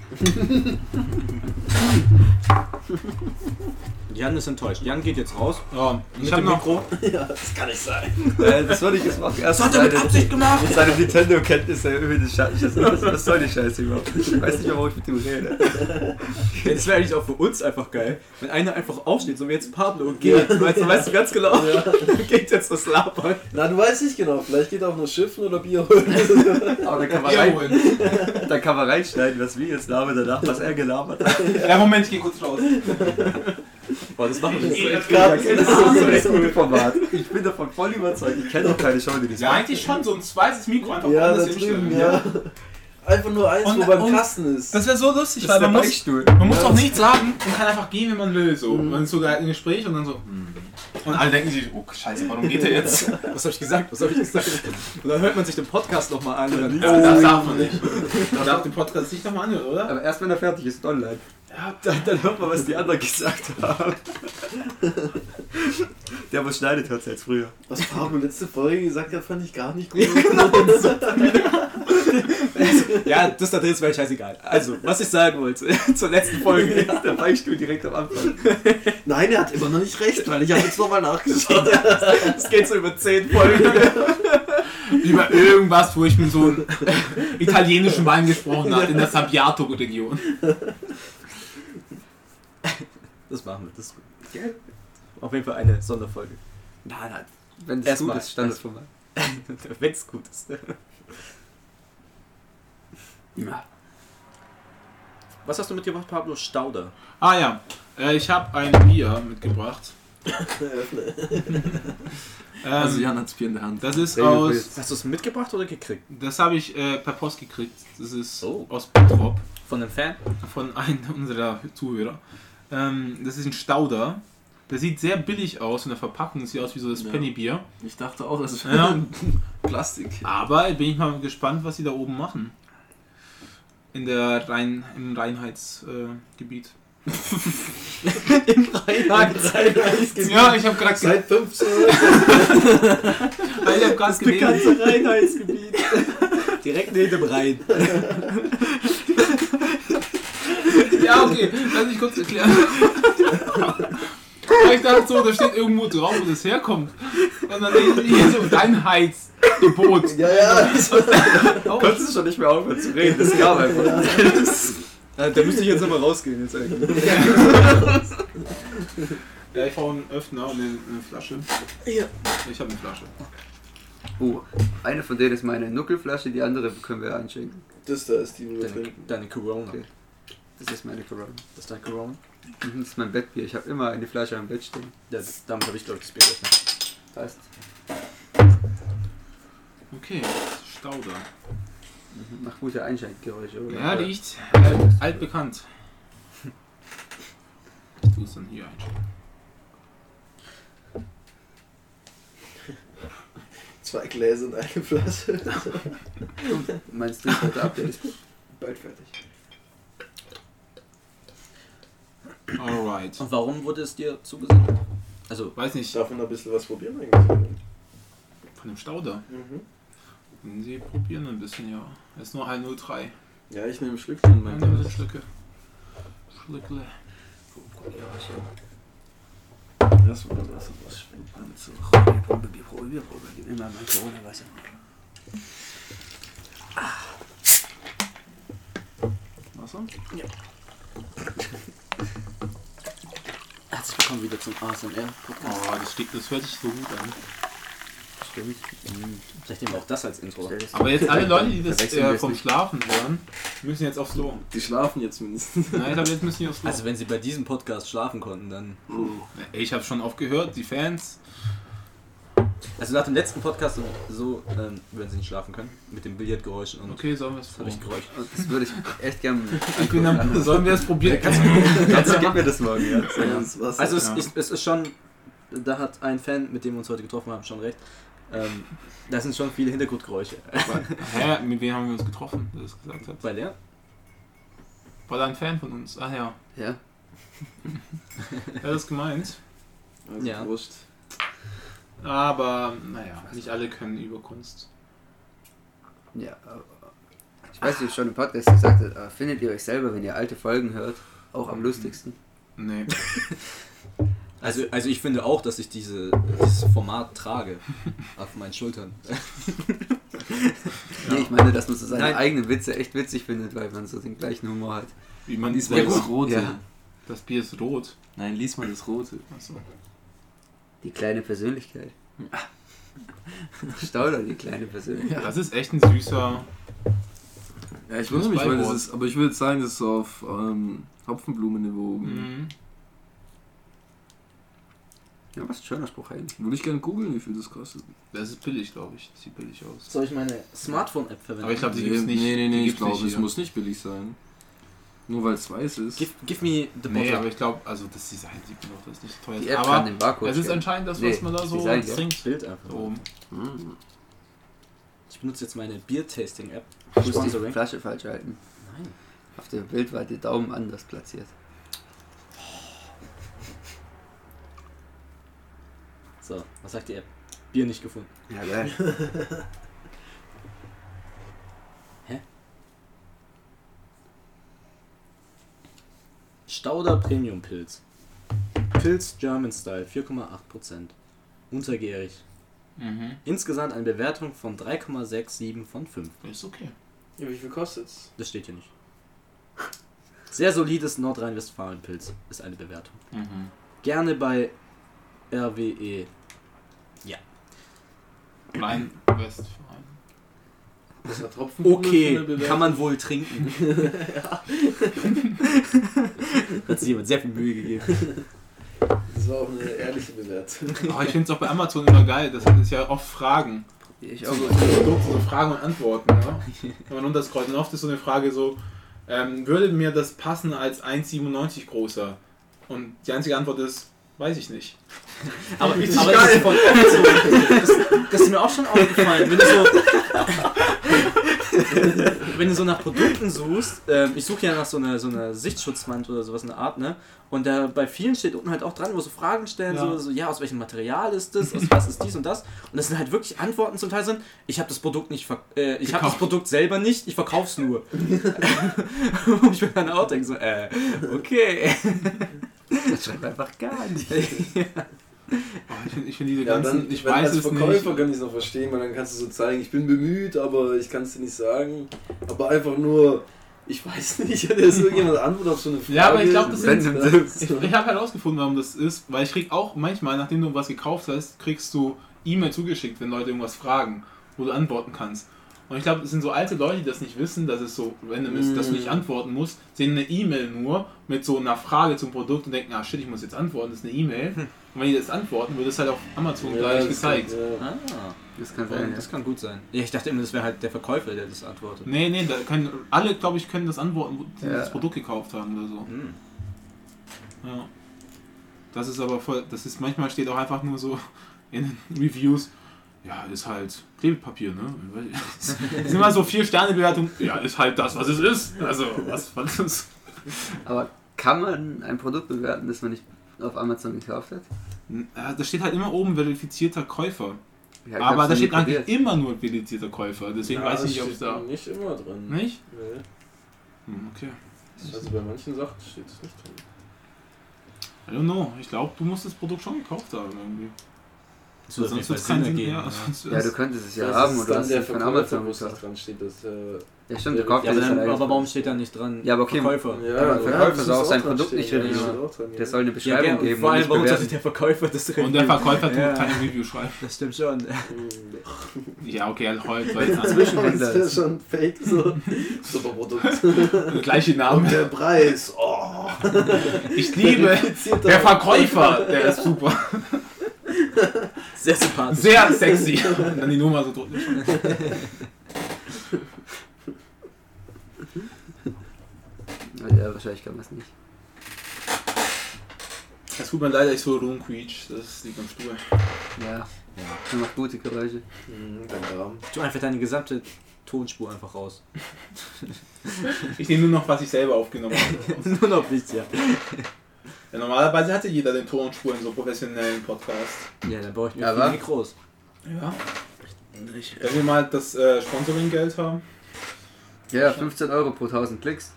Speaker 3: Jan ist enttäuscht. Jan geht jetzt raus.
Speaker 9: ja, ich habe noch
Speaker 3: Mikro.
Speaker 7: Ja, das kann nicht sein.
Speaker 5: Äh, das würde ich jetzt machen. Das hat er mit Absicht gemacht! Seine Nintendo-Kenntnisse über die Scheiße. Was, was soll die Scheiße überhaupt? Ich weiß nicht, warum ich mit dem rede.
Speaker 12: Ja, das wäre eigentlich auch für uns einfach geil, wenn einer einfach aufsteht, so wie jetzt Pablo und geht. Weißt, du, weißt du ganz genau, geht jetzt das Labern.
Speaker 7: Na, du weißt nicht genau, vielleicht geht er auch nur Schiffen oder Bier holen.
Speaker 5: Aber dann kann man,
Speaker 9: Bier
Speaker 5: rein,
Speaker 9: holen.
Speaker 5: dann kann man reinschneiden, was wir jetzt labern, danach, was er gelabert hat.
Speaker 9: Ja, Moment, ich geh kurz raus.
Speaker 3: Boah, das machen wir jetzt.
Speaker 7: Grad-
Speaker 5: Das ist so das gute Format. Ich bin davon voll überzeugt. Ich kenne doch keine Show, die das
Speaker 9: Ja,
Speaker 5: macht.
Speaker 9: eigentlich schon so ein zweites Mikro einfach
Speaker 7: ja, da
Speaker 9: woanders
Speaker 7: drüben,
Speaker 9: hinstellen.
Speaker 7: ja. Einfach nur eins,
Speaker 9: Und-
Speaker 7: wo beim
Speaker 9: und-
Speaker 7: Kasten ist.
Speaker 9: Das wäre so lustig,
Speaker 5: Das ist
Speaker 9: weil
Speaker 5: der
Speaker 9: man muss,
Speaker 5: Beichtstuhl.
Speaker 9: man muss doch nichts sagen und kann einfach gehen, wenn man will. So. Man ist sogar im Gespräch und dann so. hm. Und alle denken sich, oh Scheiße, warum geht der jetzt?
Speaker 12: Was habe ich gesagt? Was habe ich gesagt? Und dann hört man sich den Podcast nochmal an. Und
Speaker 5: Oh,
Speaker 12: dann,
Speaker 9: Ja, das darf man nicht. Man darf den Podcast nicht nochmal anhören, oder?
Speaker 5: Aber erst wenn er fertig ist, online. Ja, dann, dann hört man, was die anderen gesagt haben. Der, was schneidet, hört es jetzt früher.
Speaker 7: Was Pablo letzte Folge gesagt hat, fand ich gar nicht gut.
Speaker 12: ja, das da drin ist mir scheißegal. Also, was ich sagen wollte zur letzten Folge.
Speaker 5: Der Beichtstuhl direkt am Anfang.
Speaker 7: Nein, er hat immer noch nicht recht, weil ich habe jetzt nochmal nachgeschaut.
Speaker 12: Es geht so über 10 Folgen.
Speaker 9: Über irgendwas, wo ich mit so einem italienischen Wein gesprochen habe, in der Sabbiato-Region.
Speaker 3: Das machen wir. Das ist gut.
Speaker 12: Auf jeden Fall eine Sonderfolge.
Speaker 3: Nein, nein.
Speaker 5: Wenn das
Speaker 3: Erstmal.
Speaker 5: gut ist, Standardformat.
Speaker 12: Wenn es gut ist.
Speaker 3: Was hast du mitgebracht, Pablo? Stauder.
Speaker 9: Ah ja, äh, ich habe ein Bier mitgebracht. Ähm,
Speaker 12: Also,
Speaker 3: hat's Bier in der Hand.
Speaker 9: das ist
Speaker 5: Also, Sehr gut,
Speaker 9: aus.
Speaker 5: Bild.
Speaker 3: Hast du es mitgebracht oder gekriegt?
Speaker 9: Das habe ich äh, per Post gekriegt. Das ist
Speaker 3: Oh.
Speaker 9: aus Bottrop
Speaker 3: Von einem Fan?
Speaker 9: von einem unserer Zuhörer. Ähm, das ist ein Stauder. Der sieht sehr billig aus in der Verpackung. Sieht aus wie so das
Speaker 3: Ja.
Speaker 9: Pennybier.
Speaker 3: Ich dachte auch, es
Speaker 9: wäre Ja.
Speaker 3: Plastik.
Speaker 9: Aber bin ich mal gespannt, was sie da oben machen. In der Rhein, im Reinheitsgebiet. Äh, Gebiet. ja, ich habe gerade gesagt,
Speaker 7: Seit 15 Uhr
Speaker 9: ich habe gerade gelesen.
Speaker 12: Reinheitsgebiet. Direkt neben dem Rhein.
Speaker 9: Ja, okay, lass mich kurz erklären. Aber ich dachte so, da steht irgendwo drauf, wo das herkommt. Und dann lese ich hier so Reinheitsgebot.
Speaker 7: Ja, ja.
Speaker 5: Konntest du schon nicht mehr aufhören zu reden, das kam einfach.
Speaker 12: Äh, Da, da müsste ich jetzt nochmal rausgehen. Jetzt eigentlich.
Speaker 9: Ja, ich brauche einen Öffner und eine, eine Flasche. Ich habe eine Flasche.
Speaker 5: Oh, eine von denen ist meine Nuckelflasche, die andere können wir einschenken.
Speaker 7: Das da ist die, die wir
Speaker 3: Deine,
Speaker 7: trinken.
Speaker 3: deine Corona.
Speaker 5: Okay. Das ist meine Corona.
Speaker 3: Das ist dein Corona?
Speaker 5: Mhm, Das ist mein Bettbier. Ich habe immer eine Flasche am Bett stehen.
Speaker 3: Ja, damit habe ich, glaube ich, das Bier geöffnet.
Speaker 5: Da ist
Speaker 9: Okay, Stauder.
Speaker 5: Macht gute Einschenkgeräusche, oder?
Speaker 9: Ja, riecht alt, altbekannt. Ich tue es dann hier ein.
Speaker 7: Zwei Gläser und eine Flasche.
Speaker 5: Mein Streamfighter-Update ist
Speaker 7: Bald fertig.
Speaker 9: Alright.
Speaker 3: Und warum wurde es dir zugesendet? Also,
Speaker 9: Weiß
Speaker 7: Ich
Speaker 9: nicht,
Speaker 7: darf noch ein bisschen was probieren eigentlich.
Speaker 9: von dem Stauder.
Speaker 7: Mhm.
Speaker 9: Sie probieren ein bisschen, ja. Es ist nur 103.
Speaker 7: Ja, ich nehme ein Stück.
Speaker 3: in
Speaker 9: Nein,
Speaker 3: meinem
Speaker 9: nehmen
Speaker 3: Glas.
Speaker 9: wir Schlücke. Schlückle.
Speaker 7: das war das. Was schwimmt man so? Probe, Probe, Probe, Probe. Gib mir mal mein Corona-Wasser. Ah.
Speaker 9: Wasser?
Speaker 7: Herzlich willkommen wieder zum ASMR-Podcast.
Speaker 9: Oh, das, steht, das hört sich so gut an.
Speaker 7: Stimmt.
Speaker 3: Mhm.
Speaker 7: Vielleicht nehmen wir auch das als Intro.
Speaker 9: Aber jetzt alle Leute, die das
Speaker 7: Verwechseln wir
Speaker 9: äh,
Speaker 7: es
Speaker 9: vom
Speaker 7: nicht.
Speaker 9: Schlafen hören, müssen jetzt aufs Klo.
Speaker 7: Die schlafen jetzt mindestens.
Speaker 9: Nein, aber jetzt müssen die aufs Klo.
Speaker 5: Also wenn sie bei diesem Podcast schlafen konnten, dann...
Speaker 9: Ey, ich habe schon oft gehört, die Fans.
Speaker 5: Also nach dem letzten Podcast und so ähm, würden sie nicht schlafen können. Mit den Billardgeräuschen und
Speaker 9: Okay, sollen wir es
Speaker 5: habe ich
Speaker 9: probieren?
Speaker 5: Geräusch.
Speaker 14: Und Das würde ich echt gern.
Speaker 9: Ich bin am- Sollen wir es probieren?
Speaker 14: Kannst gib mir das morgen, ja.
Speaker 7: Das war's.
Speaker 5: Also es,
Speaker 9: Ja.
Speaker 5: ist, es ist schon, da hat ein Fan, mit dem wir uns heute getroffen haben, schon recht. Ähm, da sind schon viele Hintergrundgeräusche.
Speaker 9: Hä, mit wem haben wir uns getroffen, der das gesagt hat?
Speaker 5: Bei der?
Speaker 9: War da ein Fan von uns? Ah ja,
Speaker 14: Ja.
Speaker 9: er hat das gemeint.
Speaker 7: Also,
Speaker 5: Ja.
Speaker 7: Wurscht.
Speaker 9: Aber, naja, nicht alle können über Kunst.
Speaker 14: Ja, aber- ich weiß nicht, ob ich schon im Podcast gesagt habe, aber findet ihr euch selber, wenn ihr alte Folgen hört, auch am lustigsten?
Speaker 9: Nee.
Speaker 5: Also, also ich finde auch, dass ich diese, dieses Format trage auf meinen Schultern.
Speaker 14: Nee, ich meine, dass man so seine
Speaker 5: Nein.
Speaker 14: eigenen Witze echt witzig findet, weil man so den gleichen Humor hat.
Speaker 9: Wie man
Speaker 15: Lies
Speaker 9: dies
Speaker 15: mal
Speaker 9: ja,
Speaker 15: das Rote.
Speaker 14: Ja.
Speaker 9: Das Bier ist rot.
Speaker 15: Nein, lies mal das Rote.
Speaker 9: Achso.
Speaker 14: Die kleine Persönlichkeit. Stauder, die kleine Persönlichkeit.
Speaker 9: Das ist echt ein süßer.
Speaker 15: Ja, ich wundere mich, weil das
Speaker 9: Beibrot.
Speaker 15: ist, aber ich würde sagen, das ist so auf ähm, Hopfenblumenniveau.
Speaker 9: Mhm.
Speaker 14: Ja, was ein schöner Spruch eigentlich.
Speaker 15: Würde ich gerne googeln, wie viel das kostet.
Speaker 9: Das ist billig, glaube ich. Sieht billig aus.
Speaker 5: Soll ich meine Smartphone-App verwenden?
Speaker 9: Aber ich glaube, die
Speaker 15: nee,
Speaker 9: gibt es nicht.
Speaker 15: nee, nee,
Speaker 9: die
Speaker 15: nee, ich
Speaker 9: gibt's
Speaker 15: glaube,
Speaker 9: nicht
Speaker 15: es
Speaker 9: hier.
Speaker 15: muss nicht billig sein. Nur weil es weiß ist.
Speaker 5: give, give me the
Speaker 9: Nee,
Speaker 5: bottle.
Speaker 9: aber ich glaube, also das Design sieht man doch, das ist nicht teuer.
Speaker 14: Die
Speaker 9: ist.
Speaker 14: App kann
Speaker 9: aber
Speaker 14: den Barcode
Speaker 9: es ist
Speaker 14: scannen.
Speaker 9: anscheinend das, was
Speaker 14: Nee,
Speaker 9: man da so
Speaker 14: Design, ja.
Speaker 9: trinkt.
Speaker 5: Bild einfach.
Speaker 9: Da oben.
Speaker 15: Mm.
Speaker 5: Ich benutze jetzt meine Bier-Tasting-App.
Speaker 14: Du musst die
Speaker 5: Sponsoring.
Speaker 14: Flasche falsch halten.
Speaker 5: Nein.
Speaker 14: Auf dem Bild war der Daumen anders platziert.
Speaker 5: So, was sagt die App? Bier nicht gefunden.
Speaker 14: Ja, geil.
Speaker 5: Stauder Premium Pilz. Pilz German Style, 4,8%. Untergärig.
Speaker 9: Mhm.
Speaker 5: Insgesamt eine Bewertung von 3,67 von 5.
Speaker 9: Ist okay.
Speaker 7: Ja, wie viel kostet's?
Speaker 5: Das steht hier nicht. Sehr solides Nordrhein-Westfalen-Pilz ist eine Bewertung.
Speaker 9: Mhm.
Speaker 5: Gerne bei E. RWE.
Speaker 9: Klein Westfalen.
Speaker 7: Das hat Hopfenblumen. für eine
Speaker 5: Okay,
Speaker 7: Bewertung.
Speaker 5: kann man wohl trinken. Hat sich jemand sehr viel Mühe gegeben.
Speaker 7: Das war auch eine ehrliche Bewertung.
Speaker 9: Aber ich finde es auch bei Amazon immer geil. Das sind ja oft Fragen.
Speaker 14: Ich
Speaker 9: So,
Speaker 14: auch.
Speaker 9: so Produkte, so Fragen und Antworten. Ja? Wenn man runterscrollt. Und oft ist so eine Frage so, ähm, würde mir das passen als 1,97 großer? Und die einzige Antwort ist, weiß ich nicht.
Speaker 5: Aber, aber das, ist von oft so, das, das ist mir auch schon aufgefallen. Wenn du so, wenn du so nach Produkten suchst, ähm, ich suche ja nach so einer so einer Sichtschutzmantel oder sowas in der Art, ne? Und da bei vielen steht unten halt auch dran, wo so Fragen stellen,
Speaker 9: Ja.
Speaker 5: So, so, ja, aus welchem Material ist das, aus was ist dies und das. Und das sind halt wirklich Antworten zum Teil sind, ich habe das Produkt nicht, verk- äh, ich habe das
Speaker 9: Gekauft.
Speaker 5: Produkt selber nicht, ich verkauf's nur. Und ich mir dann auch denke so, äh, okay.
Speaker 14: Das schreibt einfach gar nicht.
Speaker 9: Oh, ich finde ich find diese
Speaker 7: Ja, und
Speaker 9: ganzen,
Speaker 7: dann,
Speaker 9: ich
Speaker 7: wenn
Speaker 9: weiß
Speaker 7: als
Speaker 9: es
Speaker 7: Verkäufer
Speaker 9: nicht.
Speaker 7: kann ich es noch verstehen, weil dann kannst du so zeigen, ich bin bemüht, aber ich kann es dir nicht sagen. Aber einfach nur, ich weiß nicht, hat jetzt irgendjemand Antwort auf so eine Frage.
Speaker 9: Ja, aber ich glaub, das
Speaker 14: sind-
Speaker 9: Ich, ich habe herausgefunden, warum das ist, weil ich krieg auch manchmal, nachdem du was gekauft hast, kriegst du E-Mail zugeschickt, wenn Leute irgendwas fragen, wo du antworten kannst. Und ich glaube, es sind so alte Leute, die das nicht wissen, dass es so random ist, dass du nicht antworten musst, sehen eine E-Mail nur mit so einer Frage zum Produkt und denken, ah shit, ich muss jetzt antworten, das ist eine E-Mail. Und wenn die das antworten, wird es halt auf Amazon gleich gezeigt.
Speaker 7: Ja.
Speaker 5: Ah,
Speaker 14: Das kann sein. Ja.
Speaker 5: das kann gut sein. Ja, ich dachte immer, das wäre halt der Verkäufer, der das antwortet.
Speaker 9: Nee, nee, da können, alle, glaube ich, können das antworten, wo die
Speaker 14: Ja.
Speaker 9: das Produkt gekauft haben oder so.
Speaker 5: Hm.
Speaker 9: Ja. Das ist aber voll, das ist manchmal steht auch einfach nur so in den Reviews, ja, ist halt Klebepapier, ne? Es sind immer so vier Sterne Bewertung, ja, ist halt das, was es ist. Also, was, was ist
Speaker 14: Aber kann man ein Produkt bewerten, das man nicht auf Amazon gekauft hat?
Speaker 9: Ja, Da steht halt immer oben verifizierter Käufer.
Speaker 14: Ja, ich
Speaker 9: aber
Speaker 14: hab's
Speaker 9: da
Speaker 14: noch nie
Speaker 9: steht eigentlich
Speaker 14: probiert.
Speaker 9: immer nur verifizierter Käufer, deswegen weiß ich nicht, ob es da.
Speaker 7: Nicht immer drin.
Speaker 9: Nicht?
Speaker 7: Nee.
Speaker 9: Hm, okay.
Speaker 7: Also bei manchen Sachen steht es nicht drin.
Speaker 9: I don't know. Ich glaube, du musst das Produkt schon gekauft haben irgendwie.
Speaker 3: Das wird
Speaker 9: Sonst
Speaker 3: sonst
Speaker 9: wird es
Speaker 3: keinen Sinn
Speaker 9: keinen Sinn
Speaker 3: ergeben.
Speaker 9: mehr.
Speaker 3: Ja.
Speaker 9: Sonst
Speaker 5: Ja, du
Speaker 9: wird's-
Speaker 5: könntest es ja
Speaker 7: das
Speaker 5: haben
Speaker 7: ist
Speaker 5: oder
Speaker 7: dann
Speaker 5: hast
Speaker 7: der
Speaker 5: es von
Speaker 7: Verkäufer,
Speaker 5: Amazon
Speaker 7: wo es nicht
Speaker 5: gekauft.
Speaker 7: dran steht. Das, äh,
Speaker 5: Ja, stimmt, du kaufst
Speaker 3: Ja,
Speaker 5: es
Speaker 3: aber,
Speaker 5: halt
Speaker 3: dann,
Speaker 5: eigentlich.
Speaker 3: aber warum steht da nicht dran?
Speaker 5: Ja, aber okay.
Speaker 3: Verkäufer.
Speaker 5: Ja, der Verkäufer soll auch sein Produkt nicht
Speaker 7: revidieren.
Speaker 5: revidieren. Der soll eine
Speaker 3: Ja,
Speaker 5: Beschreibung
Speaker 3: gern.
Speaker 5: geben.
Speaker 3: Und vor
Speaker 5: und
Speaker 3: allem,
Speaker 5: nicht
Speaker 3: warum sollte
Speaker 5: bewerten.
Speaker 3: der Verkäufer das
Speaker 9: Und der
Speaker 3: review?
Speaker 9: Verkäufer tut
Speaker 3: Ja.
Speaker 9: kein Review schreiben.
Speaker 3: Das stimmt schon.
Speaker 7: Hm.
Speaker 9: Ja, okay, halt heute. Weil
Speaker 5: Zwischenhändler
Speaker 7: Das ist
Speaker 5: ist.
Speaker 7: ja schon fake, so. Super Produkt.
Speaker 9: gleiche Namen.
Speaker 7: Der Preis, oh.
Speaker 9: Ich liebe der Verkäufer. Der ist super.
Speaker 3: Sehr sympathisch.
Speaker 9: Sehr sexy. Und dann die Nummer so drücken.
Speaker 5: Ja, wahrscheinlich kann man es nicht.
Speaker 9: Es tut mir leid, dass ich so rumquietsch. Das liegt am Stuhl.
Speaker 5: Ja. Du machst gute Geräusche.
Speaker 7: Hm, danke.
Speaker 3: Tu einfach deine gesamte Tonspur einfach raus.
Speaker 9: Ich nehme nur noch, was ich selber aufgenommen habe.
Speaker 3: Nur noch nichts, ja.
Speaker 9: Ja, normalerweise hatte jeder den Ton und Spur in so professionellen Podcast.
Speaker 3: Ja, dann brauche ich
Speaker 5: Ja,
Speaker 3: mir
Speaker 5: wa?
Speaker 3: viel groß.
Speaker 9: Ja. Wenn wir mal das äh, Sponsoring-Geld haben,
Speaker 5: Ja, 15 Euro pro 1000 Klicks.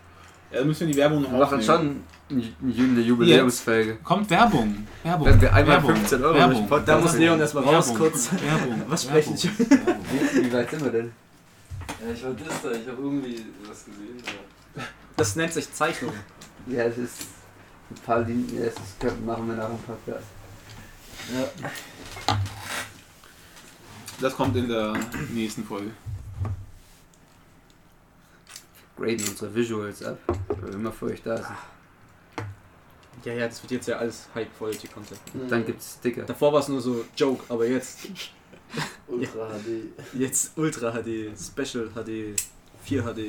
Speaker 9: ja, dann müssen wir die Werbung noch
Speaker 5: Wir machen
Speaker 9: aufnehmen.
Speaker 5: schon eine Jubiläumsfolge.
Speaker 9: Kommt Werbung. Werbung.
Speaker 5: Wenn wir einmal 15 Euro durch den
Speaker 9: Werbung.
Speaker 5: Podcast
Speaker 3: Da muss
Speaker 5: kriegen.
Speaker 3: Leon erstmal raus kurz.
Speaker 9: Werbung.
Speaker 3: Was sprechen
Speaker 9: Werbung.
Speaker 5: Wie, wie weit sind wir denn?
Speaker 7: Ja, ich war Dister, ich habe irgendwie was gesehen.
Speaker 3: Das nennt sich Zeichnung.
Speaker 5: Ja, es ist ein paar Linien. Ja, es ist, können- machen wir nach dem Podcast.
Speaker 9: Das kommt in der nächsten Folge.
Speaker 5: Graden unsere Visuals ab, weil wir immer für euch da sind.
Speaker 3: Ja, ja, das wird jetzt ja alles High-Quality-Content.
Speaker 5: Dann gibt es Sticker.
Speaker 3: Davor war es nur so Joke, aber jetzt,
Speaker 7: Ultra HD.
Speaker 3: jetzt Ultra HD, Special HD, 4 HD.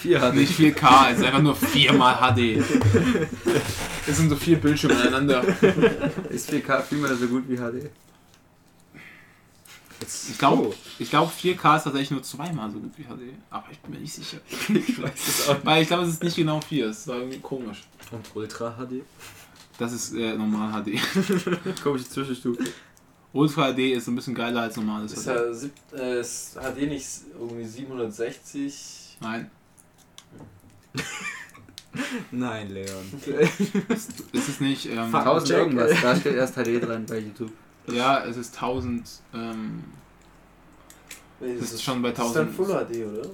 Speaker 5: 4 habe
Speaker 9: Nicht 4K, es ist einfach nur 4 mal HD. Es sind so vier Bildschirme aneinander.
Speaker 5: Ist 4K vielmehr so gut wie HD?
Speaker 3: Jetzt,
Speaker 9: Ich glaube, ich glaub, 4K ist tatsächlich nur zweimal so gut wie HD. Aber ich bin mir nicht sicher. Ich weiß es auch. Weil ich glaube, es ist nicht genau 4. Es war irgendwie komisch.
Speaker 3: Und Ultra HD.
Speaker 9: Das ist äh, normal HD.
Speaker 5: Komische Zwischenstufe.
Speaker 9: Ultra HD ist ein bisschen geiler als normales
Speaker 7: Ist
Speaker 9: HD.
Speaker 3: halt
Speaker 7: ja sieb, äh, ist HD nicht irgendwie 760?
Speaker 9: Nein,
Speaker 3: Nein, Leon.
Speaker 9: es ist nicht. Ähm,
Speaker 3: Fuck.
Speaker 5: 1000
Speaker 3: Check.
Speaker 5: irgendwas, da steht erst HD dran bei YouTube.
Speaker 9: ja, es ist 1000. Ähm,
Speaker 7: Nee,
Speaker 9: es ist schon bei
Speaker 7: Das ist dann
Speaker 9: 1000.
Speaker 7: Full HD, oder?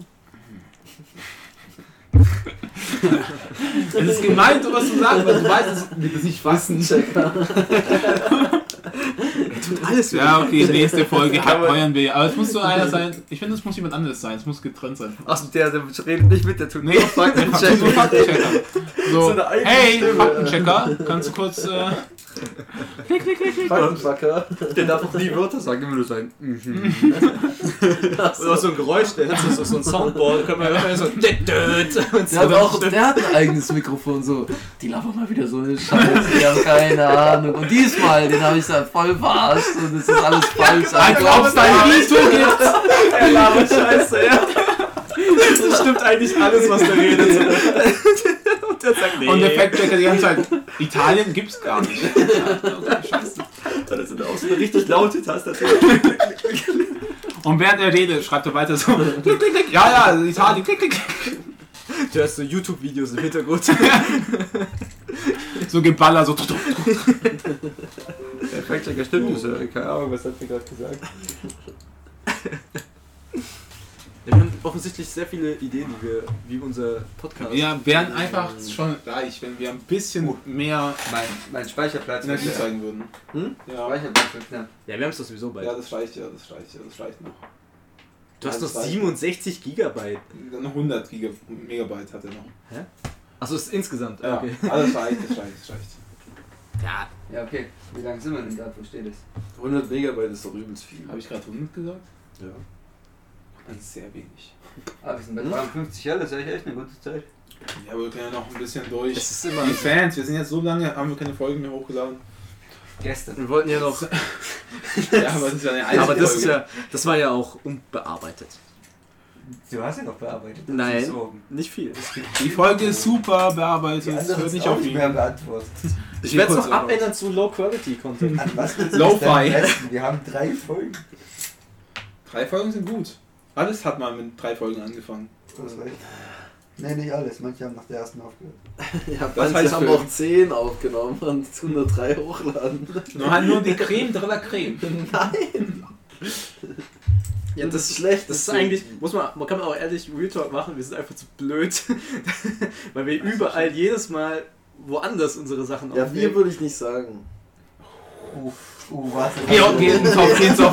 Speaker 9: Es ist gemeint, sowas zu sagen, weil du weißt, dass wir das nicht wissen.
Speaker 7: Checker.
Speaker 3: Alles
Speaker 9: Ja, okay, nächste Folge
Speaker 5: Kann man-
Speaker 9: heuern wir. Aber es muss so einer sein. Ich finde, es muss jemand anderes sein. Es muss getrennt sein.
Speaker 5: Außerdem der, der redet nicht mit, der tut
Speaker 9: Nee,
Speaker 5: nur Fakten
Speaker 9: Faktenchecker. So,
Speaker 5: checken.
Speaker 9: Faktenchecker.
Speaker 7: So
Speaker 9: So,
Speaker 7: eine eigene
Speaker 9: hey,
Speaker 7: Stimme.
Speaker 9: Faktenchecker, kannst du kurz. Äh,
Speaker 7: Faktenfucker.
Speaker 5: Der darf auch nie Wörter sagen, immer nur sagen. Mhm.
Speaker 3: Oder so ein Geräusch, der hat so, so, so ein Soundboard, da können wir immer so. dit, dit, und so
Speaker 5: Der hat auch-
Speaker 3: stimmt.
Speaker 5: der hat ein eigenes Mikrofon so. Die labern mal wieder so eine Scheiße, die haben keine Ahnung. Und diesmal, den habe ich da voll verarscht und es ist alles falsch.
Speaker 9: als ob es dein Vito gibt.
Speaker 3: Er labert Scheiße, ja. Das stimmt eigentlich alles, was der redet. Und der sagt, nee.
Speaker 9: Und der Fact-Checker die ganze Zeit: Italien gibt's gar nicht.
Speaker 3: Das sind auch so eine richtig laute Taste.
Speaker 9: Und während er redet, schreibt er weiter so: Klick, klick, klick. Ja, ja, Italien, klick, klick, klick.
Speaker 3: Du hast so YouTube-Videos im Hintergrund.
Speaker 9: So geballer, so.
Speaker 5: Der Fact-Checker stimmt das ja. Keine Ahnung, was hat er gerade gesagt.
Speaker 3: Wir haben offensichtlich sehr viele Ideen, wie, wir, wie unser Podcast.
Speaker 9: Wir wären einfach schon reich, wenn wir ein
Speaker 3: Oh.
Speaker 9: bisschen mehr
Speaker 5: Mein, mein Speicherplatz
Speaker 9: Energie
Speaker 5: wird
Speaker 9: zeigen würden.
Speaker 3: Hm?
Speaker 9: Ja.
Speaker 5: Speicherplatz wird knapp.
Speaker 3: Ja, wir haben es doch sowieso bald.
Speaker 9: Ja, das reicht, ja, das reicht, ja, das reicht noch.
Speaker 3: du hast
Speaker 9: ja,
Speaker 3: noch
Speaker 9: das reicht.
Speaker 3: 67 Gigabyte.
Speaker 9: Noch 100 Giga Megabyte hat er noch.
Speaker 3: Achso, ist insgesamt.
Speaker 9: Ja,
Speaker 3: Ah, Okay.
Speaker 9: alles reicht, das reicht, das reicht.
Speaker 3: Ja,
Speaker 5: Ja, okay. Wie lange sind wir denn gerade? Wo steht es?
Speaker 7: 100 Megabyte ist doch übelst viel.
Speaker 9: Habe ich gerade 100 gesagt?
Speaker 7: Ja.
Speaker 9: Das ist sehr wenig.
Speaker 5: Ah, wir sind bei 53 Jahre, das ist eigentlich echt eine gute Zeit.
Speaker 9: Ja, aber wir können ja noch ein bisschen durch.
Speaker 3: es ist immer.
Speaker 9: Die Fans, wir sind jetzt so lange, haben wir keine Folgen mehr hochgeladen.
Speaker 5: Gestern.
Speaker 3: Wir wollten ja noch.
Speaker 9: Ja, aber das ist ja eine alte
Speaker 3: aber das,
Speaker 9: Folge.
Speaker 3: ist ja, das war ja auch unbearbeitet.
Speaker 5: Du hast ja noch bearbeitet.
Speaker 3: Nein. Nicht viel.
Speaker 9: Die Folge ist super bearbeitet,
Speaker 5: Die
Speaker 9: es
Speaker 5: andere
Speaker 9: hört
Speaker 5: ist
Speaker 9: nicht
Speaker 5: auch
Speaker 9: auf
Speaker 5: nicht
Speaker 9: ihn.
Speaker 5: mehr beantwortet.
Speaker 3: Ich werde es
Speaker 9: kurz
Speaker 3: noch
Speaker 9: drauf.
Speaker 3: abändern zu Low-Quality-Content.
Speaker 5: An was willst du
Speaker 9: Lo-fi.
Speaker 5: dich denn messen? Wir haben drei Folgen.
Speaker 9: Drei Folgen sind gut. Alles hat man mit drei Folgen angefangen.
Speaker 5: Das war echt- Nee, nicht alles. Manche haben nach der ersten aufgehört.
Speaker 7: Ja,
Speaker 16: Das
Speaker 7: manche
Speaker 16: heißt
Speaker 7: haben
Speaker 16: Film.
Speaker 7: auch 10 aufgenommen und 103 hochladen.
Speaker 17: Nur, halt nur die Creme de la Creme.
Speaker 7: Nein!
Speaker 16: Ja, das ist schlecht. Das ist eigentlich, muss man, man kann auch ehrlich Real Talk machen, wir sind einfach zu blöd. Weil wir überall jedes Mal woanders unsere Sachen
Speaker 7: Ja, wir würde ich nicht sagen.
Speaker 5: Uh, uh, warte.
Speaker 17: Ja, okay, ins Auf, ins Auf.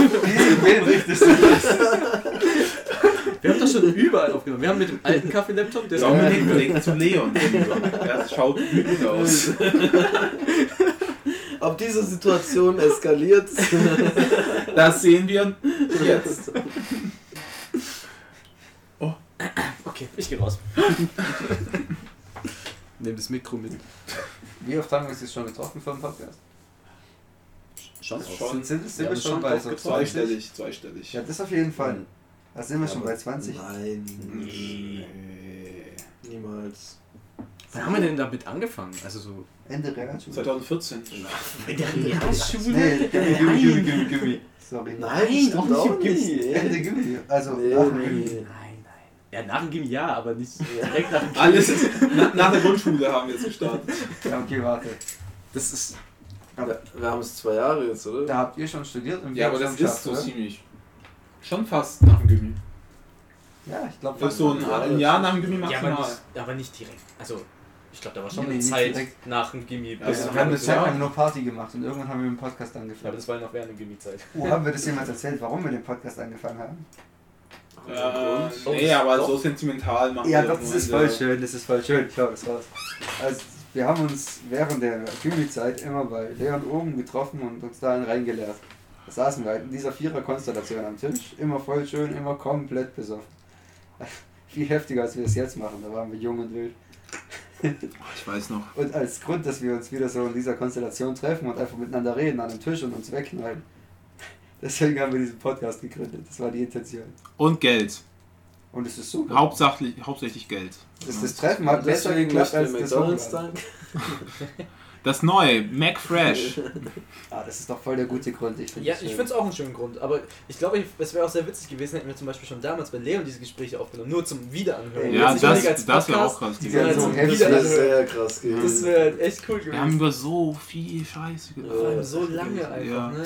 Speaker 16: Wir haben das schon überall aufgenommen. Wir haben mit dem alten Kaffee-Laptop, der ist auch
Speaker 9: Dominik
Speaker 16: mit
Speaker 9: blickt zu Leon. Das schaut wütend aus.
Speaker 7: Ob diese Situation eskaliert,
Speaker 9: Das sehen wir jetzt.
Speaker 16: Okay, ich geh raus.
Speaker 3: Nimm das Mikro mit.
Speaker 5: Wie oft haben wir uns jetzt schon getroffen für den Podcast?
Speaker 3: Schon.
Speaker 5: Sind, sind, sind wir
Speaker 3: haben
Speaker 5: schon
Speaker 3: schon
Speaker 5: bei so 20?
Speaker 9: Zweistellig, zweistellig.
Speaker 5: Ja, das auf jeden Fall. Da sind wir schon bei 20.
Speaker 7: Nein, niemals.
Speaker 3: Wann haben wir denn damit angefangen? Also so.
Speaker 5: Ende Realschule.
Speaker 9: 2014.
Speaker 5: Nee, Gimmi, Gimmi, Gimmi, Gimmi, Gimmi. Sorry.
Speaker 7: Nein, doch
Speaker 5: nicht
Speaker 7: nicht. nicht.
Speaker 5: Ende Gimmi. Also,
Speaker 7: Nee,
Speaker 5: nach dem Gimmi.
Speaker 7: nee.
Speaker 3: Nein, nein. Ja, nach dem Gimmi ja, aber nicht direkt nach dem
Speaker 9: Alles na, nach der Grundschule haben wir es gestartet.
Speaker 5: Ja, okay, warte.
Speaker 3: Das ist.
Speaker 7: Wir, wir haben es zwei Jahre jetzt, oder?
Speaker 5: Da habt ihr schon studiert und wir
Speaker 9: Ja, aber
Speaker 5: haben
Speaker 9: das
Speaker 5: schon
Speaker 9: ist ne? so
Speaker 5: geschafft,
Speaker 9: ziemlich. Schon fast nach dem Gimmi.
Speaker 5: oder? Ja, ich glaube,
Speaker 9: Fast so ein, ein Jahr nach dem Gimmi
Speaker 18: Ja, aber
Speaker 9: maximal.
Speaker 18: nicht, aber nicht direkt. Also, ich glaube, da war schon
Speaker 5: Nee,
Speaker 18: eine
Speaker 5: nicht
Speaker 18: Zeit
Speaker 5: direkt.
Speaker 18: nach dem Gimmi.
Speaker 9: Ja,
Speaker 18: bis-
Speaker 9: ja.
Speaker 5: Wir haben eine Zeit
Speaker 9: Ja.
Speaker 5: lang nur Party gemacht und irgendwann haben wir mit dem Podcast
Speaker 18: Ja, aber
Speaker 5: angefangen.
Speaker 18: das war ja noch während dem Gimmi-Zeit.
Speaker 5: Oh, haben wir das jemals erzählt, warum wir den Podcast angefangen haben?
Speaker 9: Äh, nee, aber so sentimental machen
Speaker 5: Ja,
Speaker 9: wir
Speaker 5: doch,
Speaker 9: am
Speaker 5: das ist
Speaker 9: Ende.
Speaker 5: voll schön, das ist voll schön. Ich glaube, das war's. Also, wir haben uns während der Gimmi-Zeit immer bei Leon oben getroffen und uns dahin reingeleert. Da saßen wir halt in dieser Vierer-Konstellation am Tisch, immer voll schön, immer komplett besoffen. Viel heftiger, als wir es jetzt machen, da waren wir jung und wild.
Speaker 9: Ich weiß noch.
Speaker 5: Und als Grund, dass wir uns wieder so in dieser Konstellation treffen und einfach miteinander reden an dem Tisch und uns wegknallen. Deswegen haben wir diesen Podcast gegründet. Das war die Intention.
Speaker 9: Und Geld.
Speaker 5: Und es ist so.
Speaker 9: Hauptsächlich, hauptsächlich Geld.
Speaker 5: Das, das Treffen hat besser
Speaker 7: Deswegen
Speaker 5: geklappt
Speaker 7: möchte
Speaker 5: als das
Speaker 7: McDonalds
Speaker 5: Wochenende.
Speaker 7: dank.
Speaker 9: Das neue, Mac Fresh.
Speaker 5: Ah, das ist doch voll der gute Grund. Ich finde
Speaker 18: Ja, ich finde es auch einen schönen Grund, aber ich glaube, ich- es wäre auch sehr witzig gewesen, hätten wir zum Beispiel schon damals bei Leon diese Gespräche aufgenommen, nur zum Wiederanhören.
Speaker 9: Ja,
Speaker 18: Jetzt nicht
Speaker 9: das,
Speaker 18: unbedingt als
Speaker 9: das wäre
Speaker 18: Podcast.
Speaker 9: auch krass.
Speaker 5: Die
Speaker 9: gewesen.
Speaker 5: werden so
Speaker 18: Ja,
Speaker 7: Das
Speaker 18: wieder-
Speaker 7: wäre
Speaker 5: heftig.
Speaker 7: sehr krass
Speaker 18: Das
Speaker 7: gewesen.
Speaker 18: wäre echt cool gewesen.
Speaker 9: Wir haben über so viel Scheiße
Speaker 18: Vor allem
Speaker 9: geredet.
Speaker 18: so lange einfach,
Speaker 9: Ja.
Speaker 18: ne?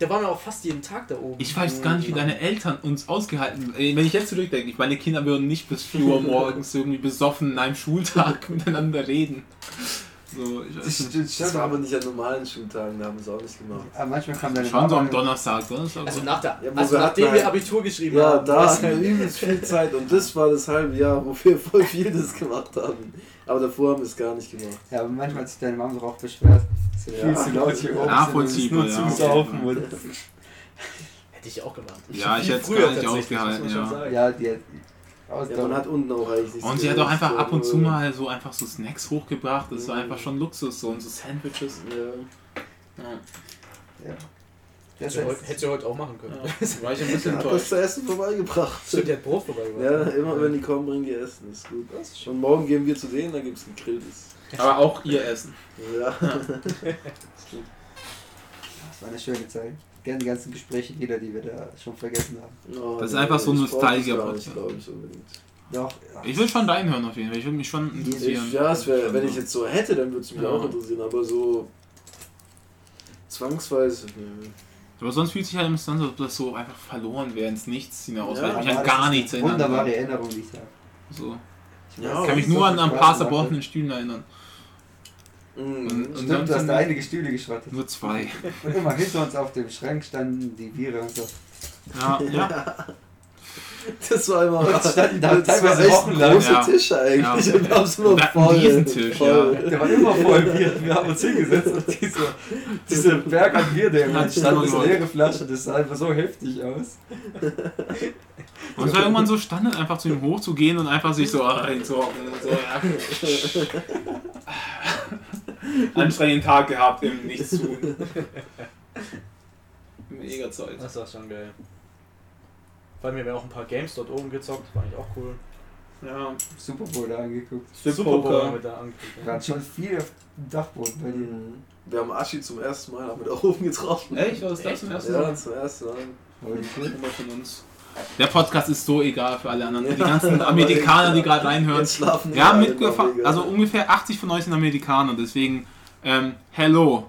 Speaker 18: Da waren wir auch fast jeden Tag da oben.
Speaker 9: Ich weiß gar nicht, wie deine Eltern uns ausgehalten Ey, Wenn ich jetzt zurückdenke, ich meine Kinder würden nicht bis 4 Uhr morgens irgendwie besoffen an einem Schultag miteinander reden. So, ich weiß nicht.
Speaker 7: Das war aber nicht an normalen Schultagen, da haben wir es auch nicht gemacht.
Speaker 5: Ah, manchmal kam deine
Speaker 9: Schon so am
Speaker 5: Mama-
Speaker 9: Donnerstag, ne? Donnerstag.
Speaker 18: Also, nach der,
Speaker 7: Ja, aber
Speaker 18: also
Speaker 7: wir
Speaker 18: nachdem
Speaker 7: hatten
Speaker 18: wir
Speaker 7: halt-
Speaker 18: Abitur geschrieben
Speaker 7: Ja,
Speaker 18: haben.
Speaker 7: da halt. hatten wir Ah, übelst viel Zeit und das war das halbe Jahr, wo wir voll vieles gemacht haben. Aber davor haben wir es gar nicht gemacht.
Speaker 5: Ja, aber manchmal hat sich deine Mama doch auch beschwert. Es ist
Speaker 7: Ja.
Speaker 5: viel zu laut hier oben.
Speaker 9: Nachvollziehbar,
Speaker 5: Es ist nur
Speaker 9: ja.
Speaker 5: zu saufen. Und
Speaker 18: Hätte ich auch gemacht.
Speaker 9: ja, ich
Speaker 18: Viel
Speaker 9: hätte es
Speaker 18: früher
Speaker 9: gar nicht
Speaker 18: tatsächlich,
Speaker 9: ausgehalten,
Speaker 18: muss man schon
Speaker 9: ja.
Speaker 18: sagen.
Speaker 5: ja, die hat. Aus
Speaker 7: Ja, man hat unten auch eigentlich äh, nichts
Speaker 9: Und sie hat auch
Speaker 7: gegessen,
Speaker 9: einfach ab und zu
Speaker 7: aber-
Speaker 9: mal so einfach so Snacks hochgebracht. Das war einfach schon Luxus, so und so Sandwiches.
Speaker 7: Ja.
Speaker 9: Ja.
Speaker 5: das
Speaker 18: Hätte
Speaker 5: heißt,
Speaker 18: heute- Hätte sie heute auch machen können.
Speaker 9: War ich ein bisschen
Speaker 7: Hat das
Speaker 9: enttäuscht.
Speaker 7: zu essen vorbeigebracht.
Speaker 18: Stimmt, die hat Brot vorbeigebracht.
Speaker 7: Ja, immer wenn die kommen, bringen die Essen. Ist gut. Und morgen gehen wir zu denen, da gibt's gegrilltes.
Speaker 9: Aber auch ihr Essen.
Speaker 7: Ja.
Speaker 5: das war eine schöne Zeit. Gerne die ganzen Gespräche wieder, die wir da schon vergessen haben.
Speaker 7: Oh,
Speaker 9: Das ist einfach so ein
Speaker 7: ich brauch das
Speaker 9: Nostalgia-
Speaker 7: gar nicht, glaub ich, unbedingt.
Speaker 5: Doch, ja.
Speaker 9: Ich will schon deinen hören auf jeden Fall. Ich würde mich schon interessieren.
Speaker 7: Ich, ja, es wär, wenn ich jetzt so hätte, dann würde es mich
Speaker 9: Ja.
Speaker 7: auch interessieren, aber so zwangsweise. nee.
Speaker 9: Aber sonst fühlt sich halt immer so an, als ob das so einfach verloren wäre ins Nichts hinaus.
Speaker 7: Ja,
Speaker 9: weil ich mich
Speaker 5: aber
Speaker 9: an
Speaker 5: das
Speaker 9: gar
Speaker 5: ist
Speaker 9: nichts erinnern
Speaker 5: Wunderbare
Speaker 9: kann.
Speaker 5: Erinnerung, die ich habe.
Speaker 9: So.
Speaker 7: Ja,
Speaker 9: Ich
Speaker 5: Ich weiß, dass
Speaker 9: kann mich
Speaker 5: es so
Speaker 9: nur
Speaker 5: viel
Speaker 9: an ein paar
Speaker 5: Spaß gemacht hat.
Speaker 9: zerbrochenen Stühlen erinnern.
Speaker 7: Mhm.
Speaker 9: Und-
Speaker 5: Stimmt, du hast da einige Stühle geschrottet.
Speaker 9: Nur zwei.
Speaker 5: Und immer hinter uns auf dem Schrank standen die Biere und so.
Speaker 9: Ja, ja.
Speaker 7: Das war immer
Speaker 5: Und standen da
Speaker 7: das war
Speaker 5: teilweise
Speaker 7: echt ein
Speaker 5: wochenlang.
Speaker 7: großer
Speaker 9: Ja.
Speaker 7: Tisch eigentlich.
Speaker 9: Ja.
Speaker 7: Und wir haben es
Speaker 9: Und
Speaker 7: immer
Speaker 9: da-
Speaker 7: voll.
Speaker 9: diesen Tisch,
Speaker 7: voll.
Speaker 5: Der war immer voll Bier. Wir haben uns hingesetzt und dieser, dieser Berg an Bier, der immer
Speaker 9: Hat
Speaker 5: entstanden ist,
Speaker 9: Stallung.
Speaker 5: leere Flasche, das sah einfach so heftig aus.
Speaker 9: Und es war irgendwann so Standard, einfach zu ihm hochzugehen und einfach sich so reinzuhocken und so. Ja. Anstrengenden Tag gehabt, im Nichts tun. Mega Zeit.
Speaker 18: Das war schon geil. Vor allem, wir haben auch ein paar Games dort oben gezockt, war eigentlich auch cool.
Speaker 9: Ja.
Speaker 5: Super Bowl da angeguckt.
Speaker 18: Super Bowl haben wir da angeguckt.
Speaker 5: Wir hatten schon viel auf dem Dachboden bei dir.
Speaker 7: Mhm. Wir haben Aschi zum ersten Mal damit auch oben getroffen.
Speaker 9: Echt? Was ist das zum ersten
Speaker 7: Ja,
Speaker 9: Mal?
Speaker 7: zum ersten Mal.
Speaker 5: Aber die Tür-
Speaker 9: Immer von uns. Der Podcast ist so egal für alle anderen. Die ganzen Amerikaner, die gerade reinhören.
Speaker 6: Jetzt schlafen die
Speaker 9: Wir haben
Speaker 6: alle
Speaker 9: mitgefahren,
Speaker 6: noch, egal.
Speaker 9: also ungefähr 80 von euch sind Amerikaner, deswegen ähm, hello,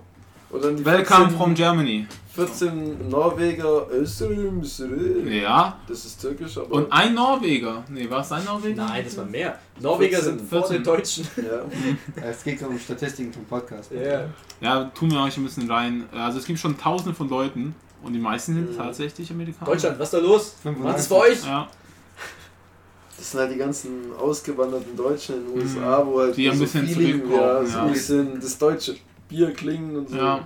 Speaker 7: Und dann die
Speaker 9: welcome
Speaker 7: 14
Speaker 9: from Germany.
Speaker 7: 14 Norweger. Özlem, Özlem.
Speaker 9: Ja,
Speaker 7: Das ist türkisch, aber.
Speaker 9: und ein Norweger. Nee, war es ein Norweger?
Speaker 6: Nein, das war mehr. Norweger sind vor
Speaker 9: 14.
Speaker 6: den Deutschen.
Speaker 7: ja.
Speaker 5: Es geht um Statistiken vom Podcast.
Speaker 6: Ja.
Speaker 9: Ja, tun wir euch ein bisschen rein. Also es gibt schon tausende von Leuten und die meisten sind tatsächlich Amerikaner.
Speaker 6: Mhm. Deutschland, was ist da los?
Speaker 5: 95.
Speaker 6: Was ist für euch?
Speaker 9: Ja,
Speaker 7: Das sind halt die ganzen ausgewanderten Deutschen in den USA, wo halt
Speaker 9: Mhm. Die ein bisschen
Speaker 7: Feeling, ja,
Speaker 9: zurückkommen,
Speaker 7: so
Speaker 9: ja.
Speaker 7: ein bisschen das deutsche Bier klingen und so.
Speaker 9: ja.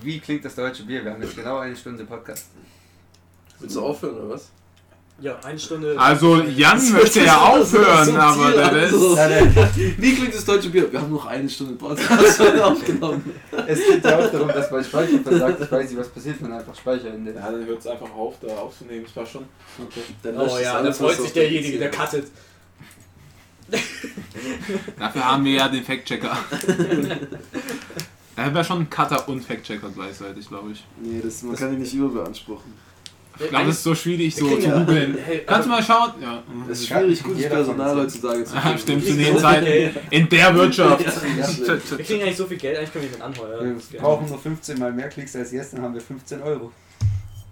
Speaker 5: Wie klingt das deutsche Bier? Wir haben jetzt genau eine Stunde Podcast.
Speaker 7: Willst du aufhören oder was?
Speaker 6: Ja, eine Stunde.
Speaker 9: Also Jan möchte ja aufhören, aber der Rest.
Speaker 6: Also.
Speaker 5: Ja, der,
Speaker 7: Wie klingt das deutsche Bier? Wir haben noch eine Stunde Podcast aufgenommen.
Speaker 5: es geht ja auch darum, dass man Speicher versagt. Ich weiß nicht, was passiert, wenn einfach Speicher in der.
Speaker 9: dann hört es einfach auf, da aufzunehmen. Das war schon.
Speaker 7: Dann löscht
Speaker 6: Oh
Speaker 7: es
Speaker 6: ja, da
Speaker 7: alles,
Speaker 6: freut
Speaker 7: was
Speaker 6: sich
Speaker 7: auf
Speaker 6: derjenige, der
Speaker 7: dem Ziel
Speaker 6: cuttet.
Speaker 9: Dafür haben wir ja den Fact-Checker. da haben wir schon einen Cutter und Fact-Checker gleichzeitig, glaube ich.
Speaker 7: ist. Nee, das, man kann ihn nicht überbeanspruchen.
Speaker 9: Ich glaube, das ist so schwierig, so
Speaker 6: Wir kriegen
Speaker 9: zu
Speaker 6: ja-
Speaker 9: googeln.
Speaker 6: Hey, also,
Speaker 9: Kannst du mal schauen? Ja.
Speaker 7: Es ist schwierig, gutes
Speaker 5: Jeder von
Speaker 7: Personal
Speaker 5: uns.
Speaker 7: heutzutage zu
Speaker 9: Ah,
Speaker 7: finden.
Speaker 9: Stimmt, zu
Speaker 6: Ich
Speaker 9: den
Speaker 6: glaub,
Speaker 9: Zeiten.
Speaker 6: okay.
Speaker 9: In der Wirtschaft.
Speaker 7: Ja, schlecht.
Speaker 6: Wir kriegen eigentlich so viel Geld, eigentlich können wir den anheuern. Das ist
Speaker 5: Wir
Speaker 6: geil.
Speaker 5: brauchen nur 15 mal mehr Klicks als jetzt, dann haben wir 15 Euro.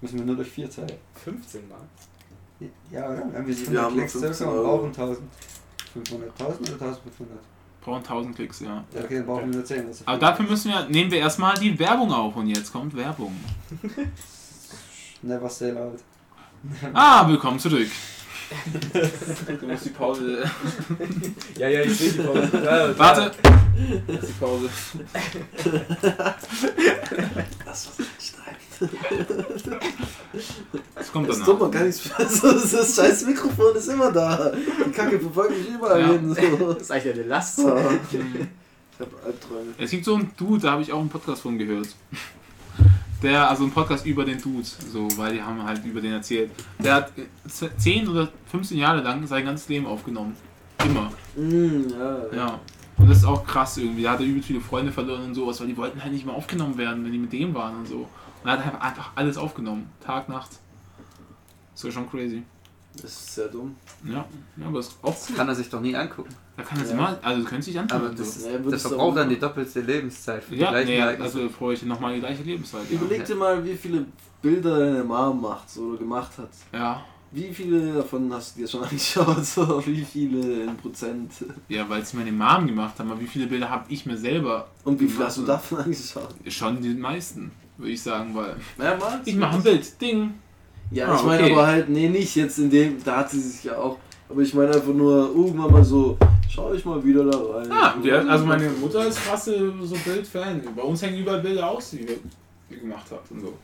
Speaker 5: Müssen wir nur durch 4 teilen.
Speaker 6: 15 Mal.
Speaker 5: Ja, oder? Wenn wir
Speaker 7: Wir
Speaker 5: 700
Speaker 7: haben
Speaker 5: Klicks
Speaker 7: nur 15
Speaker 5: circa und
Speaker 7: Euro.
Speaker 5: brauchen 1000. 500, 1000 oder 1500?
Speaker 9: Brauchen 1000 Klicks, ja.
Speaker 5: Ja, okay, dann brauchen wir nur 10. Also
Speaker 9: Aber dafür müssen wir, nehmen wir erstmal die Werbung auf und jetzt kommt Werbung.
Speaker 5: Never say loud.
Speaker 9: Ah, willkommen zurück. Du musst die Pause.
Speaker 6: Ja, ja, ich sehe die Pause. Ja, ja.
Speaker 9: Warte. Die Pause. Genau. Das kommt
Speaker 7: Das ist doch mal
Speaker 9: danach.
Speaker 7: gar nichts. Also, das scheiß Mikrofon ist immer da. Die Kacke verfolgt mich überall
Speaker 9: Ja.
Speaker 7: hin. So.
Speaker 6: Das ist eigentlich eine Last.
Speaker 7: So. Ich hab Albträume.
Speaker 9: Es gibt so einen Dude, da habe ich auch einen Podcast von gehört. Der, also ein Podcast über den Dude, so, weil die haben halt über den erzählt. Der hat äh, 10 oder 15 Jahre lang sein ganzes Leben aufgenommen. Immer.
Speaker 7: Mm, ja.
Speaker 9: Ja. Und das ist auch krass irgendwie. Da hat er übel viele Freunde verloren und sowas, weil die wollten halt nicht mehr aufgenommen werden, wenn die mit dem waren und so. Und er hat halt einfach alles aufgenommen. Tag, Nacht. Das ist schon crazy.
Speaker 7: Das ist sehr dumm.
Speaker 9: Ja, ja aber ist auch cool.
Speaker 5: Kann er sich doch nie angucken.
Speaker 9: Da kann das
Speaker 7: Ja.
Speaker 9: immer, also können sich anfangen.
Speaker 5: Aber das,
Speaker 9: so.
Speaker 5: ist,
Speaker 7: Ja, würdest
Speaker 5: das
Speaker 7: du
Speaker 5: verbraucht
Speaker 7: auch-
Speaker 5: dann die doppelte Lebenszeit für die
Speaker 9: ja,
Speaker 5: gleichen
Speaker 9: nee,
Speaker 5: Ereignisse.
Speaker 9: also bräuchte ich nochmal die gleiche Lebenszeit. Ja.
Speaker 7: Überleg dir mal, wie viele Bilder deine Mom macht so, oder gemacht hat.
Speaker 9: ja.
Speaker 7: Wie viele davon hast du dir schon angeschaut? So, wie viele in Prozent?
Speaker 9: Ja, weil es meine Mom gemacht hat, aber wie viele Bilder habe ich mir selber?
Speaker 7: Und wie viel hast du
Speaker 9: gemacht?
Speaker 7: davon angeschaut?
Speaker 9: Schon die meisten, würde ich sagen, weil.
Speaker 7: Mehrmals?
Speaker 9: Ich mache ein Bild, Ding.
Speaker 7: Ja,
Speaker 9: Ah,
Speaker 7: ich meine
Speaker 9: okay.
Speaker 7: aber halt, nee, nicht jetzt in dem, da hat sie sich ja auch. Aber ich meine einfach nur irgendwann mal so, schau ich mal wieder da rein.
Speaker 9: Ja,
Speaker 7: so,
Speaker 9: die hat- also meine Mutter ist krasse so Bild-Fan. Bei uns hängen überall Bilder aus, die wir die gemacht hat und so.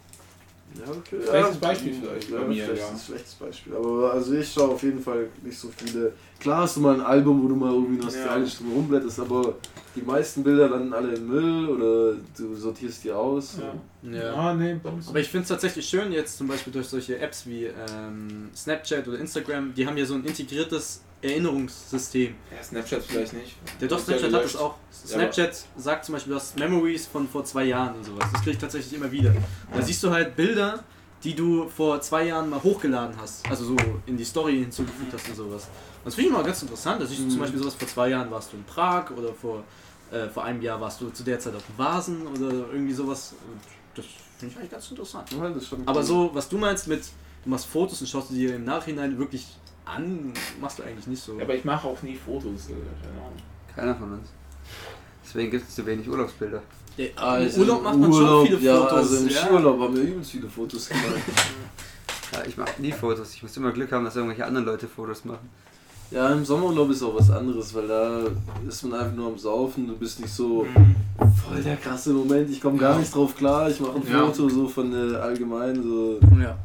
Speaker 7: Ja, okay.
Speaker 9: Schlechtes
Speaker 7: ja,
Speaker 9: Beispiel vielleicht
Speaker 7: Ja,
Speaker 9: bei mir,
Speaker 7: vielleicht
Speaker 9: ja.
Speaker 7: ist ein schlechtes Beispiel. Aber also ich schaue auf jeden Fall nicht so viele. Klar hast du mal ein Album, wo du mal irgendwie nostalgisch drum rumblätterst, aber die meisten Bilder landen alle im Müll oder du sortierst die aus.
Speaker 9: Ja.
Speaker 6: Ja.
Speaker 9: Ah, nee, bei uns.
Speaker 6: Aber ich finde es tatsächlich schön, jetzt zum Beispiel durch solche Apps wie ähm, Snapchat oder Instagram, die haben ja so ein integriertes Erinnerungssystem.
Speaker 9: Ja, Snapchat vielleicht nicht.
Speaker 6: Der doch
Speaker 9: Ist ja
Speaker 6: Snapchat hat das
Speaker 9: gelöscht.
Speaker 6: auch. Snapchat sagt zum Beispiel, du hast Memories von vor zwei Jahren und sowas. Das kriege ich tatsächlich immer wieder. Da siehst du halt Bilder, die du vor zwei Jahren mal hochgeladen hast. Also so in die Story hinzugefügt hast und sowas. Und Das finde ich immer ganz interessant. Da siehst du zum Beispiel sowas, vor zwei Jahren warst du in Prag oder vor, äh, vor einem Jahr warst du zu der Zeit auf Vasen oder irgendwie sowas. Und Das finde ich eigentlich ganz interessant.
Speaker 7: Ja, das ist schon
Speaker 6: Aber
Speaker 7: cool.
Speaker 6: so, was du meinst mit, du machst Fotos und schaust du dir im Nachhinein wirklich an, machst du eigentlich nicht so.
Speaker 9: Ja, Aber ich mache auch nie Fotos. äh, keine Ahnung.
Speaker 5: Keiner von uns. Deswegen gibt es zu wenig Urlaubsbilder.
Speaker 6: Ja,
Speaker 7: Also
Speaker 6: Im Äh, Urlaub macht man
Speaker 7: Urlaub,
Speaker 6: schon viele
Speaker 7: ja,
Speaker 6: Fotos.
Speaker 7: Also im
Speaker 6: ja.
Speaker 7: Skiurlaub haben wir übelst viele Fotos gemacht.
Speaker 5: Ja, ich mache nie Fotos. Ich muss immer Glück haben, dass irgendwelche anderen Leute Fotos machen.
Speaker 7: ja, im Sommerurlaub ist auch was anderes, weil da ist man einfach nur am Saufen, du bist nicht so voll der krasse Moment, ich komme gar nicht drauf klar, ich mache ein
Speaker 9: Ja.
Speaker 7: Foto so von der allgemeinen so.
Speaker 6: Ja,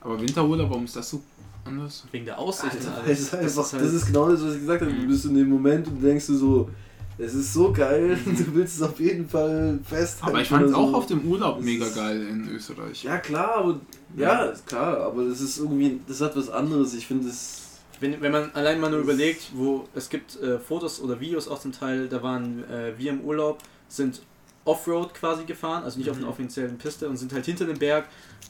Speaker 9: Aber Winterurlaub, warum ist das so anders?
Speaker 6: wegen der Aussicht. und
Speaker 7: Alter, das,
Speaker 6: alles.
Speaker 7: ist Also einfach,
Speaker 6: halt
Speaker 7: das ist genau das, was ich gesagt habe. Du bist in dem Moment und denkst du so, es ist so geil, du willst es auf jeden Fall festhalten.
Speaker 9: Aber ich
Speaker 6: halt
Speaker 9: fand es
Speaker 7: oder
Speaker 9: auch
Speaker 7: so.
Speaker 9: auf dem Urlaub
Speaker 7: Das
Speaker 9: mega
Speaker 7: ist-
Speaker 9: geil in Österreich.
Speaker 7: Ja, klar, aber. Ja, ist klar, aber das ist irgendwie. Das hat was anderes. Ich finde es.
Speaker 6: wenn, wenn man allein mal nur überlegt, wo es gibt äh, Fotos oder Videos auch zum Teil, da waren äh, wir im Urlaub, sind Offroad quasi gefahren, also nicht auf einer offiziellen Piste und sind halt hinter dem Berg,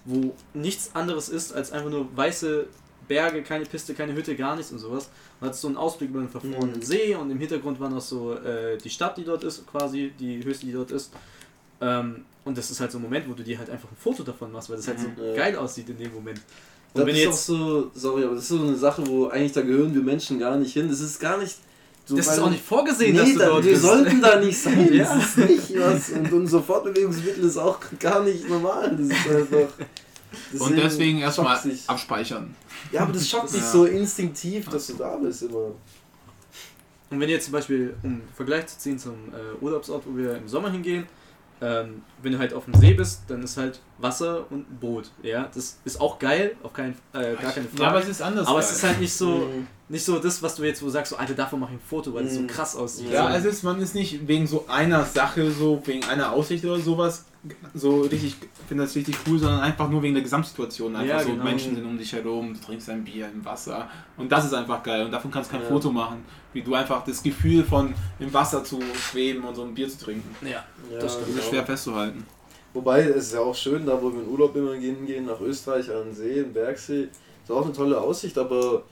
Speaker 6: wo nichts anderes ist als einfach nur weiße Berge, keine Piste, keine Hütte, gar nichts und sowas. Man hat so einen Ausblick über den verfrorenen See und im Hintergrund war noch so äh, die Stadt, die dort ist, quasi, die höchste, die dort ist. Ähm, und das ist halt so ein Moment, wo du dir halt einfach ein Foto davon machst, weil das halt so
Speaker 7: Ja.
Speaker 6: geil aussieht in dem Moment. Und
Speaker 7: Das
Speaker 6: wenn
Speaker 7: ist
Speaker 6: ihr
Speaker 7: auch so, sorry, aber das ist so eine Sache, wo eigentlich da gehören wir Menschen gar nicht hin. Das ist gar nicht. So
Speaker 6: das ist
Speaker 7: weil-
Speaker 6: auch nicht vorgesehen, dass
Speaker 7: Nee,
Speaker 6: du
Speaker 7: da,
Speaker 6: dort
Speaker 7: wir
Speaker 6: bist.
Speaker 7: sollten da nicht sein.
Speaker 6: Ja.
Speaker 7: Das ist nicht was. Und unser Fortbewegungsmittel ist auch gar nicht normal. Das ist einfach.
Speaker 9: Und deswegen erstmal
Speaker 7: schockt's dich.
Speaker 9: abspeichern.
Speaker 7: Ja, aber das schockt dich
Speaker 9: Ja.
Speaker 7: so instinktiv, dass du da bist immer.
Speaker 6: Und wenn ihr zum Beispiel, um einen Vergleich zu ziehen zum äh, Urlaubsort, wo wir im Sommer hingehen, ähm, wenn du halt auf dem See bist, dann ist halt Wasser und ein Boot. Ja, das ist auch geil, auf keinen, äh, gar keine Frage.
Speaker 9: Ja, aber es ist anders.
Speaker 6: Aber es
Speaker 9: geil.
Speaker 6: ist halt nicht so,
Speaker 7: Mhm.
Speaker 6: nicht so das, was du jetzt wo sagst, so Alter, davon mache ich ein Foto, weil das so
Speaker 7: Mhm.
Speaker 6: krass aussieht.
Speaker 9: Ja,
Speaker 6: So.
Speaker 9: es ist, man ist nicht wegen so einer Sache, so wegen einer Aussicht oder sowas, so richtig, finde das richtig cool, sondern einfach nur wegen der Gesamtsituation. Einfach
Speaker 6: Ja,
Speaker 9: so
Speaker 6: genau.
Speaker 9: Menschen sind um dich herum, du trinkst ein Bier im Wasser und das ist einfach geil und davon kannst du kein
Speaker 7: Ja.
Speaker 9: Foto machen, wie du einfach das Gefühl von im Wasser zu schweben und so ein Bier zu trinken.
Speaker 6: ja.
Speaker 7: Ja,
Speaker 6: Das stimmt.
Speaker 9: Das ist schwer festzuhalten.
Speaker 7: Wobei, es ist ja auch schön, da wo wir in Urlaub immer gehen, gehen nach Österreich an den See, im Bergsee. Ist auch eine tolle Aussicht, aber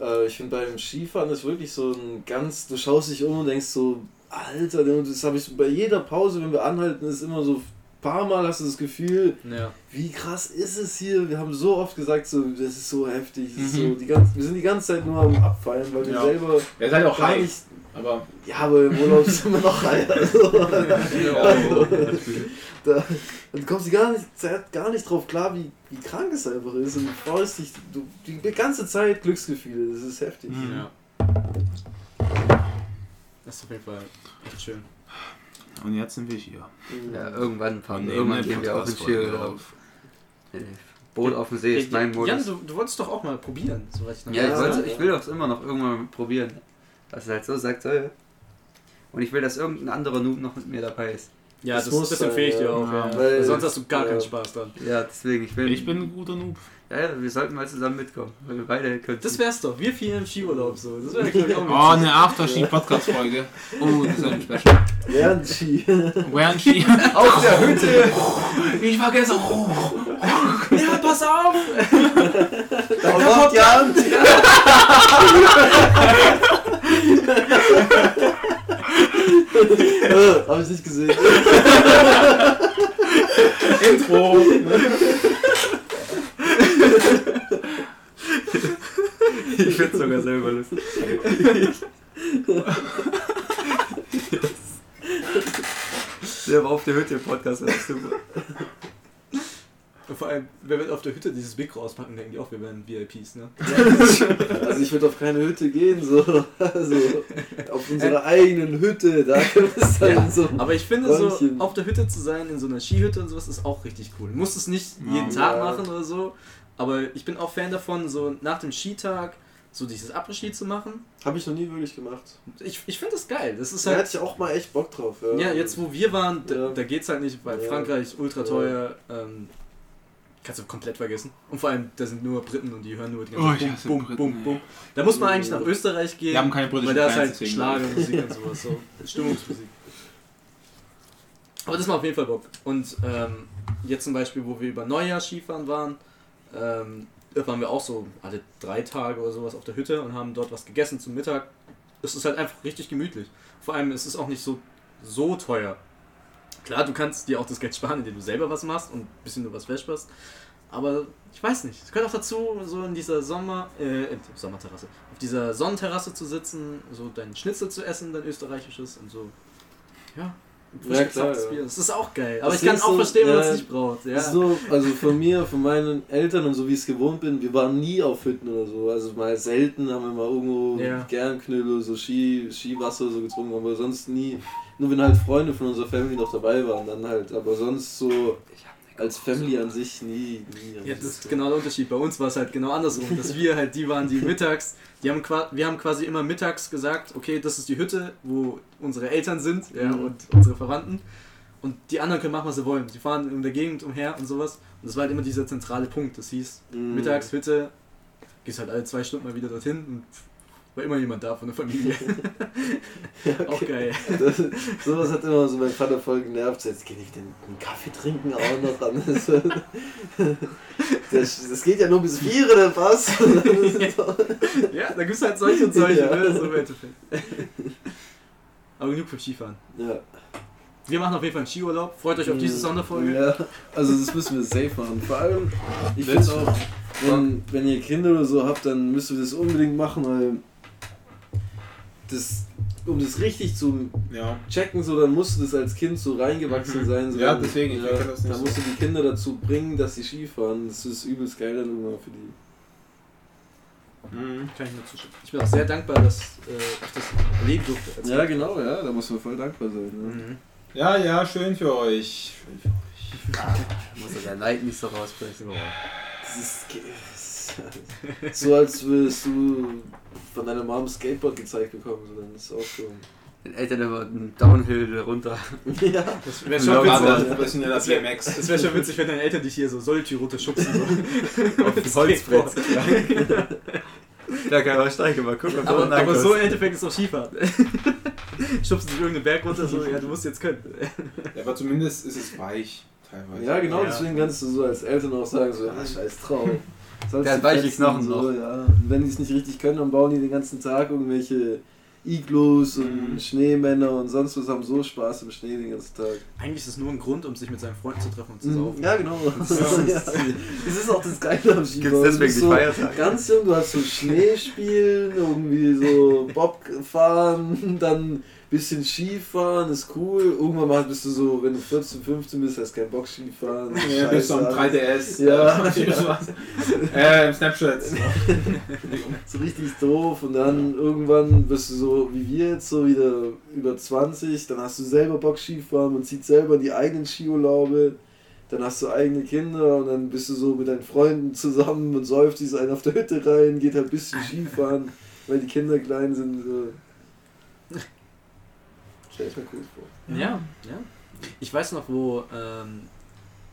Speaker 7: äh, ich finde beim Skifahren ist wirklich so ein ganz, du schaust dich um und denkst so, Alter, das habe ich so bei jeder Pause, wenn wir anhalten, ist immer so, ein paar Mal hast du das Gefühl,
Speaker 6: Ja.
Speaker 7: wie krass ist es hier? Wir haben so oft gesagt, so, das ist so heftig, das ist
Speaker 9: Mhm.
Speaker 7: so, die ganze, wir sind die ganze Zeit nur am Abfeiern, weil wir
Speaker 9: Ja.
Speaker 7: selber
Speaker 9: Ja, ist halt auch
Speaker 7: gar
Speaker 9: high,
Speaker 7: nicht,
Speaker 9: aber
Speaker 7: ja, aber im Urlaub sind wir noch high. Also. Da, und du kommst gar nicht, gar nicht drauf klar, wie, wie krank es einfach ist. Und du freust dich du, die, ganze Zeit Glücksgefühle. Das ist heftig.
Speaker 9: Mhm.
Speaker 6: ja. Das ist auf jeden Fall echt schön.
Speaker 9: Und jetzt sind wir hier.
Speaker 7: Mhm.
Speaker 3: Ja, irgendwann fahren
Speaker 9: Und
Speaker 3: wir. Irgendwann
Speaker 9: nehmen
Speaker 3: gehen
Speaker 9: eine
Speaker 3: wir auf den
Speaker 9: Podcast-Folge
Speaker 3: Schiel
Speaker 9: auf.
Speaker 3: auf. Äh, Boot auf dem See ist mein
Speaker 6: Jan,
Speaker 3: Modus.
Speaker 6: du, du wolltest doch auch mal probieren, soweit ich noch ne?
Speaker 3: Ja, ich,
Speaker 7: Ja,
Speaker 3: wollte,
Speaker 7: ja.
Speaker 3: ich will das immer noch irgendwann mal probieren. Dass es halt so sagt, so, ja. Und ich will, dass irgendein anderer Noob noch mit mir dabei ist.
Speaker 6: ja das,
Speaker 7: das
Speaker 6: das,
Speaker 7: muss sein,
Speaker 6: empfehle ich dir
Speaker 7: ja.
Speaker 6: auch. Ja.
Speaker 9: Ja.
Speaker 7: Weil-
Speaker 6: Sonst hast du gar
Speaker 7: ja.
Speaker 6: keinen Spaß dran.
Speaker 3: Ja, deswegen, ich will.
Speaker 9: Ich bin ein guter Noob.
Speaker 3: Ja, ja, wir sollten mal zusammen mitkommen. Weil wir beide könnten.
Speaker 6: Das wär's doch, wir vier im Skiurlaub so. Das wäre, glaube ich, auch
Speaker 9: Oh, eine Afterski-Podcast-Folge.
Speaker 3: oh, das ist ein Special.
Speaker 7: Lernski.
Speaker 9: Während Ski.
Speaker 7: Auf der Hütte.
Speaker 9: Ich war gestern. Oh,
Speaker 6: Ja, pass auf!
Speaker 7: Da kommt Jan. Äh, Hab ich nicht gesehen.
Speaker 9: Intro.
Speaker 3: Ich finde es sogar selber lustig. Der war auf der Hütte im Podcast, das ist super.
Speaker 6: Und vor allem, wenn wir auf der Hütte dieses Mikro auspacken, denken die auch, wir wären VIPs, ne?
Speaker 7: Also ich würde auf keine Hütte gehen. So. Also auf unserer eigenen Hütte. Da können wir es dann so.
Speaker 6: Aber ich finde, so
Speaker 7: Räumchen.
Speaker 6: auf der Hütte zu sein, in so einer Skihütte und sowas, ist auch richtig cool. Du musst es nicht
Speaker 9: Ja.
Speaker 6: jeden Tag
Speaker 7: Ja.
Speaker 6: machen oder so, aber ich bin auch Fan davon, so nach dem Skitag so dieses Abschied zu machen.
Speaker 7: Habe ich noch nie wirklich gemacht.
Speaker 6: Ich, ich finde das geil. Das ist
Speaker 7: Da
Speaker 6: halt.
Speaker 7: hätte ich auch mal echt Bock drauf.
Speaker 9: Ähm,
Speaker 6: Ja, jetzt wo wir waren, da,
Speaker 7: Ja.
Speaker 6: da geht's halt nicht, weil
Speaker 7: Ja.
Speaker 6: Frankreich ultra teuer. Ähm, kannst du komplett vergessen. Und vor allem, da sind nur Briten und die hören nur die ganze
Speaker 9: Oh, ich hasse
Speaker 6: Bum, bum,
Speaker 9: Briten,
Speaker 6: bum,
Speaker 9: ey. Oh.
Speaker 6: bum. Da muss man eigentlich nach Österreich gehen.
Speaker 9: Wir haben keine
Speaker 6: Weil
Speaker 9: britischen
Speaker 6: da ist
Speaker 9: Fans,
Speaker 6: halt
Speaker 9: deswegen.
Speaker 6: Schlagermusik und sowas, so Stimmungsmusik. Aber das macht auf jeden Fall Bock. Und ähm, jetzt zum Beispiel, wo wir über Neujahr Skifahren waren, ähm, da waren wir auch so alle drei Tage oder sowas auf der Hütte und haben dort was gegessen zum Mittag. Es ist halt einfach richtig gemütlich. Vor allem, es ist auch nicht so, so teuer. Klar, du kannst dir auch das Geld sparen, indem du selber was machst und ein bisschen nur was wäscherst. Aber ich weiß nicht. Es gehört auch dazu, so in dieser Sommer, äh, in der Sommerterrasse, auf dieser Sonnenterrasse zu sitzen, so deinen Schnitzel zu essen, dein österreichisches und so. Ja. ein frisch
Speaker 7: Ja, klar,
Speaker 6: gezapftes
Speaker 7: ja.
Speaker 6: Bier. Das ist auch geil. Aber
Speaker 7: Das
Speaker 6: ich kann
Speaker 7: ist
Speaker 6: auch
Speaker 7: so-
Speaker 6: verstehen, wenn man
Speaker 7: ja.
Speaker 6: es nicht braucht. Ja.
Speaker 7: So, also von mir, von meinen Eltern und so wie ich es gewohnt bin, wir waren nie auf Hütten oder so. Also mal selten haben wir mal irgendwo
Speaker 6: Ja.
Speaker 7: Gernknödel, so Ski, Skiwasser so getrunken, aber sonst nie. Nur wenn halt Freunde von unserer Family noch dabei waren, dann halt. Aber sonst so als Family an sich nie. nie
Speaker 6: Ja, das ist genau der Unterschied. Bei uns war es halt genau andersrum, dass wir halt die waren, die mittags, die haben qua- wir haben quasi immer mittags gesagt, okay, das ist die Hütte, wo unsere Eltern sind ja,
Speaker 7: Mhm.
Speaker 6: und unsere Verwandten. Und die anderen können machen, was sie wollen. Die fahren in der Gegend umher und sowas. Und das war halt immer dieser zentrale Punkt. Das hieß,
Speaker 7: Mhm.
Speaker 6: mittags Hütte, gehst halt alle zwei Stunden mal wieder dorthin und war immer jemand da von der Familie.
Speaker 7: Ja, okay.
Speaker 6: Auch geil.
Speaker 7: Das, sowas hat immer so mein Vater voll genervt. So, Jetzt kann ich den, den Kaffee trinken auch noch an. So, Das, das geht ja nur bis vier, dann passt.
Speaker 6: Ja, da gibt es halt solche und solche,
Speaker 7: Ja.
Speaker 6: ne? So im Endeffekt. Aber genug vom Skifahren.
Speaker 7: Ja.
Speaker 6: Wir machen auf jeden Fall einen Skiurlaub. Freut euch auf diese Sonderfolge.
Speaker 7: Mhm. Hm, Ja, also das müssen wir safe machen. Vor allem, ich finde auch, wenn, wenn ihr Kinder oder so habt, dann müsst ihr das unbedingt machen, weil das, um das richtig zu
Speaker 13: Ja.
Speaker 7: checken, so, dann musst du das als Kind so reingewachsen sein. So,
Speaker 13: Ja,
Speaker 7: dann-
Speaker 13: deswegen, ich
Speaker 7: ja,
Speaker 13: erkenne das nicht
Speaker 7: Da
Speaker 13: so.
Speaker 7: musst du die Kinder dazu bringen, dass sie Skifahren. Das ist übelst geil dann immer für die.
Speaker 13: Mhm.
Speaker 6: Kann ich nur zustimmen. Ich bin auch sehr dankbar, dass äh, ich das erleben durfte. Also, als
Speaker 7: Ja, genau, ja, da muss man voll dankbar sein. Ne?
Speaker 13: Ja, ja, schön für euch.
Speaker 3: Muss ja der Neid nicht so rausbrechen.
Speaker 7: Das ist ge- das ist so, als würdest du von deiner Mom Skateboard gezeigt bekommen, so dann ist auch so.
Speaker 3: Den Eltern immer einen Downhill runter.
Speaker 7: Ja,
Speaker 6: Das wäre schon,
Speaker 13: Logan,
Speaker 6: witzig-
Speaker 13: professioneller BMX.
Speaker 6: das wär schon witzig, wenn deine Eltern dich hier so Solitude runterschubsen. So. Auf das
Speaker 3: Holzbrett.
Speaker 6: Skateboard.
Speaker 3: Da kann man steigen, mal gucken. ob du
Speaker 6: Aber,
Speaker 3: unten
Speaker 6: aber
Speaker 3: ankommst.
Speaker 6: so im Endeffekt ist es auch Skifahren. Schubsen sich irgendeinen Berg runter, so, ja, du musst jetzt können.
Speaker 13: Ja, aber zumindest ist es weich, teilweise.
Speaker 7: ja genau,
Speaker 6: Ja.
Speaker 7: deswegen kannst du so als Eltern auch sagen, so, ja, scheiß Traum. Sollst
Speaker 3: Der hat
Speaker 7: du
Speaker 3: weiche
Speaker 7: fetzen,
Speaker 3: Knochen
Speaker 7: so,
Speaker 3: noch.
Speaker 7: ja. Und wenn die es nicht richtig können, dann bauen die den ganzen Tag irgendwelche Iglos und
Speaker 3: Mhm.
Speaker 7: Schneemänner und sonst was, haben so Spaß im Schnee den ganzen Tag.
Speaker 6: Eigentlich ist es nur ein Grund, um sich mit seinen Freunden zu treffen und zu saufen.
Speaker 7: Ja, genau. Das ist, ja. das ist auch das Geile am Skifahren.
Speaker 3: Gibt's deswegen
Speaker 7: Das ist so
Speaker 3: die Feiertage?
Speaker 7: Ganz jung, du hast so Schneespielen, irgendwie so Bobfahren, dann ein bisschen Skifahren, ist cool. Irgendwann mal bist du so, wenn du 14, 15 bist, hast keinen Bock Skifahren.
Speaker 13: Ja, bis zum
Speaker 7: Scheiße.
Speaker 13: 3DS.
Speaker 7: Ja.
Speaker 13: äh, Snapchats.
Speaker 7: so richtig doof und dann irgendwann wirst du so wie wir jetzt so wieder über 20, dann hast du selber Bock Skifahren, man zieht selber die eigenen Skiurlaube, dann hast du eigene Kinder und dann bist du so mit deinen Freunden zusammen und säuft sich so einen auf der Hütte rein, geht halt ein bisschen Skifahren, weil die Kinder klein sind. So. Stell ich mir cool vor.
Speaker 6: Ja, ja. Ich weiß noch, wo, ähm,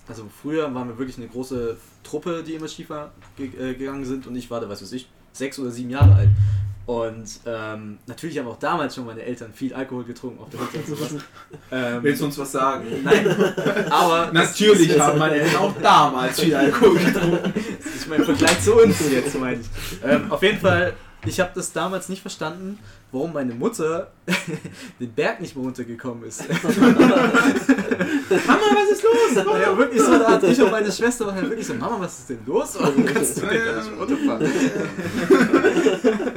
Speaker 6: also früher waren wir wirklich eine große Truppe, die immer Skifahren ge äh, gegangen sind und ich war da, was weiß ich, sechs oder sieben Jahre alt. Und ähm, natürlich haben auch damals schon meine Eltern viel Alkohol getrunken auf der Hütte und sowas. ähm,
Speaker 13: Willst du uns was sagen?
Speaker 6: nein, aber
Speaker 13: Natürlich haben meine Eltern auch damals viel Alkohol getrunken.
Speaker 6: Ich meine, im Vergleich zu uns jetzt, meine ich. Ähm, auf jeden Fall, ich habe das damals nicht verstanden, warum meine Mutter den Berg nicht mehr runtergekommen ist. Mama, was ist los? War ja wirklich so eine Art, ich und meine Schwester waren ja wirklich so, Mama, was ist denn los? Warum kannst du denn da nicht runterfahren?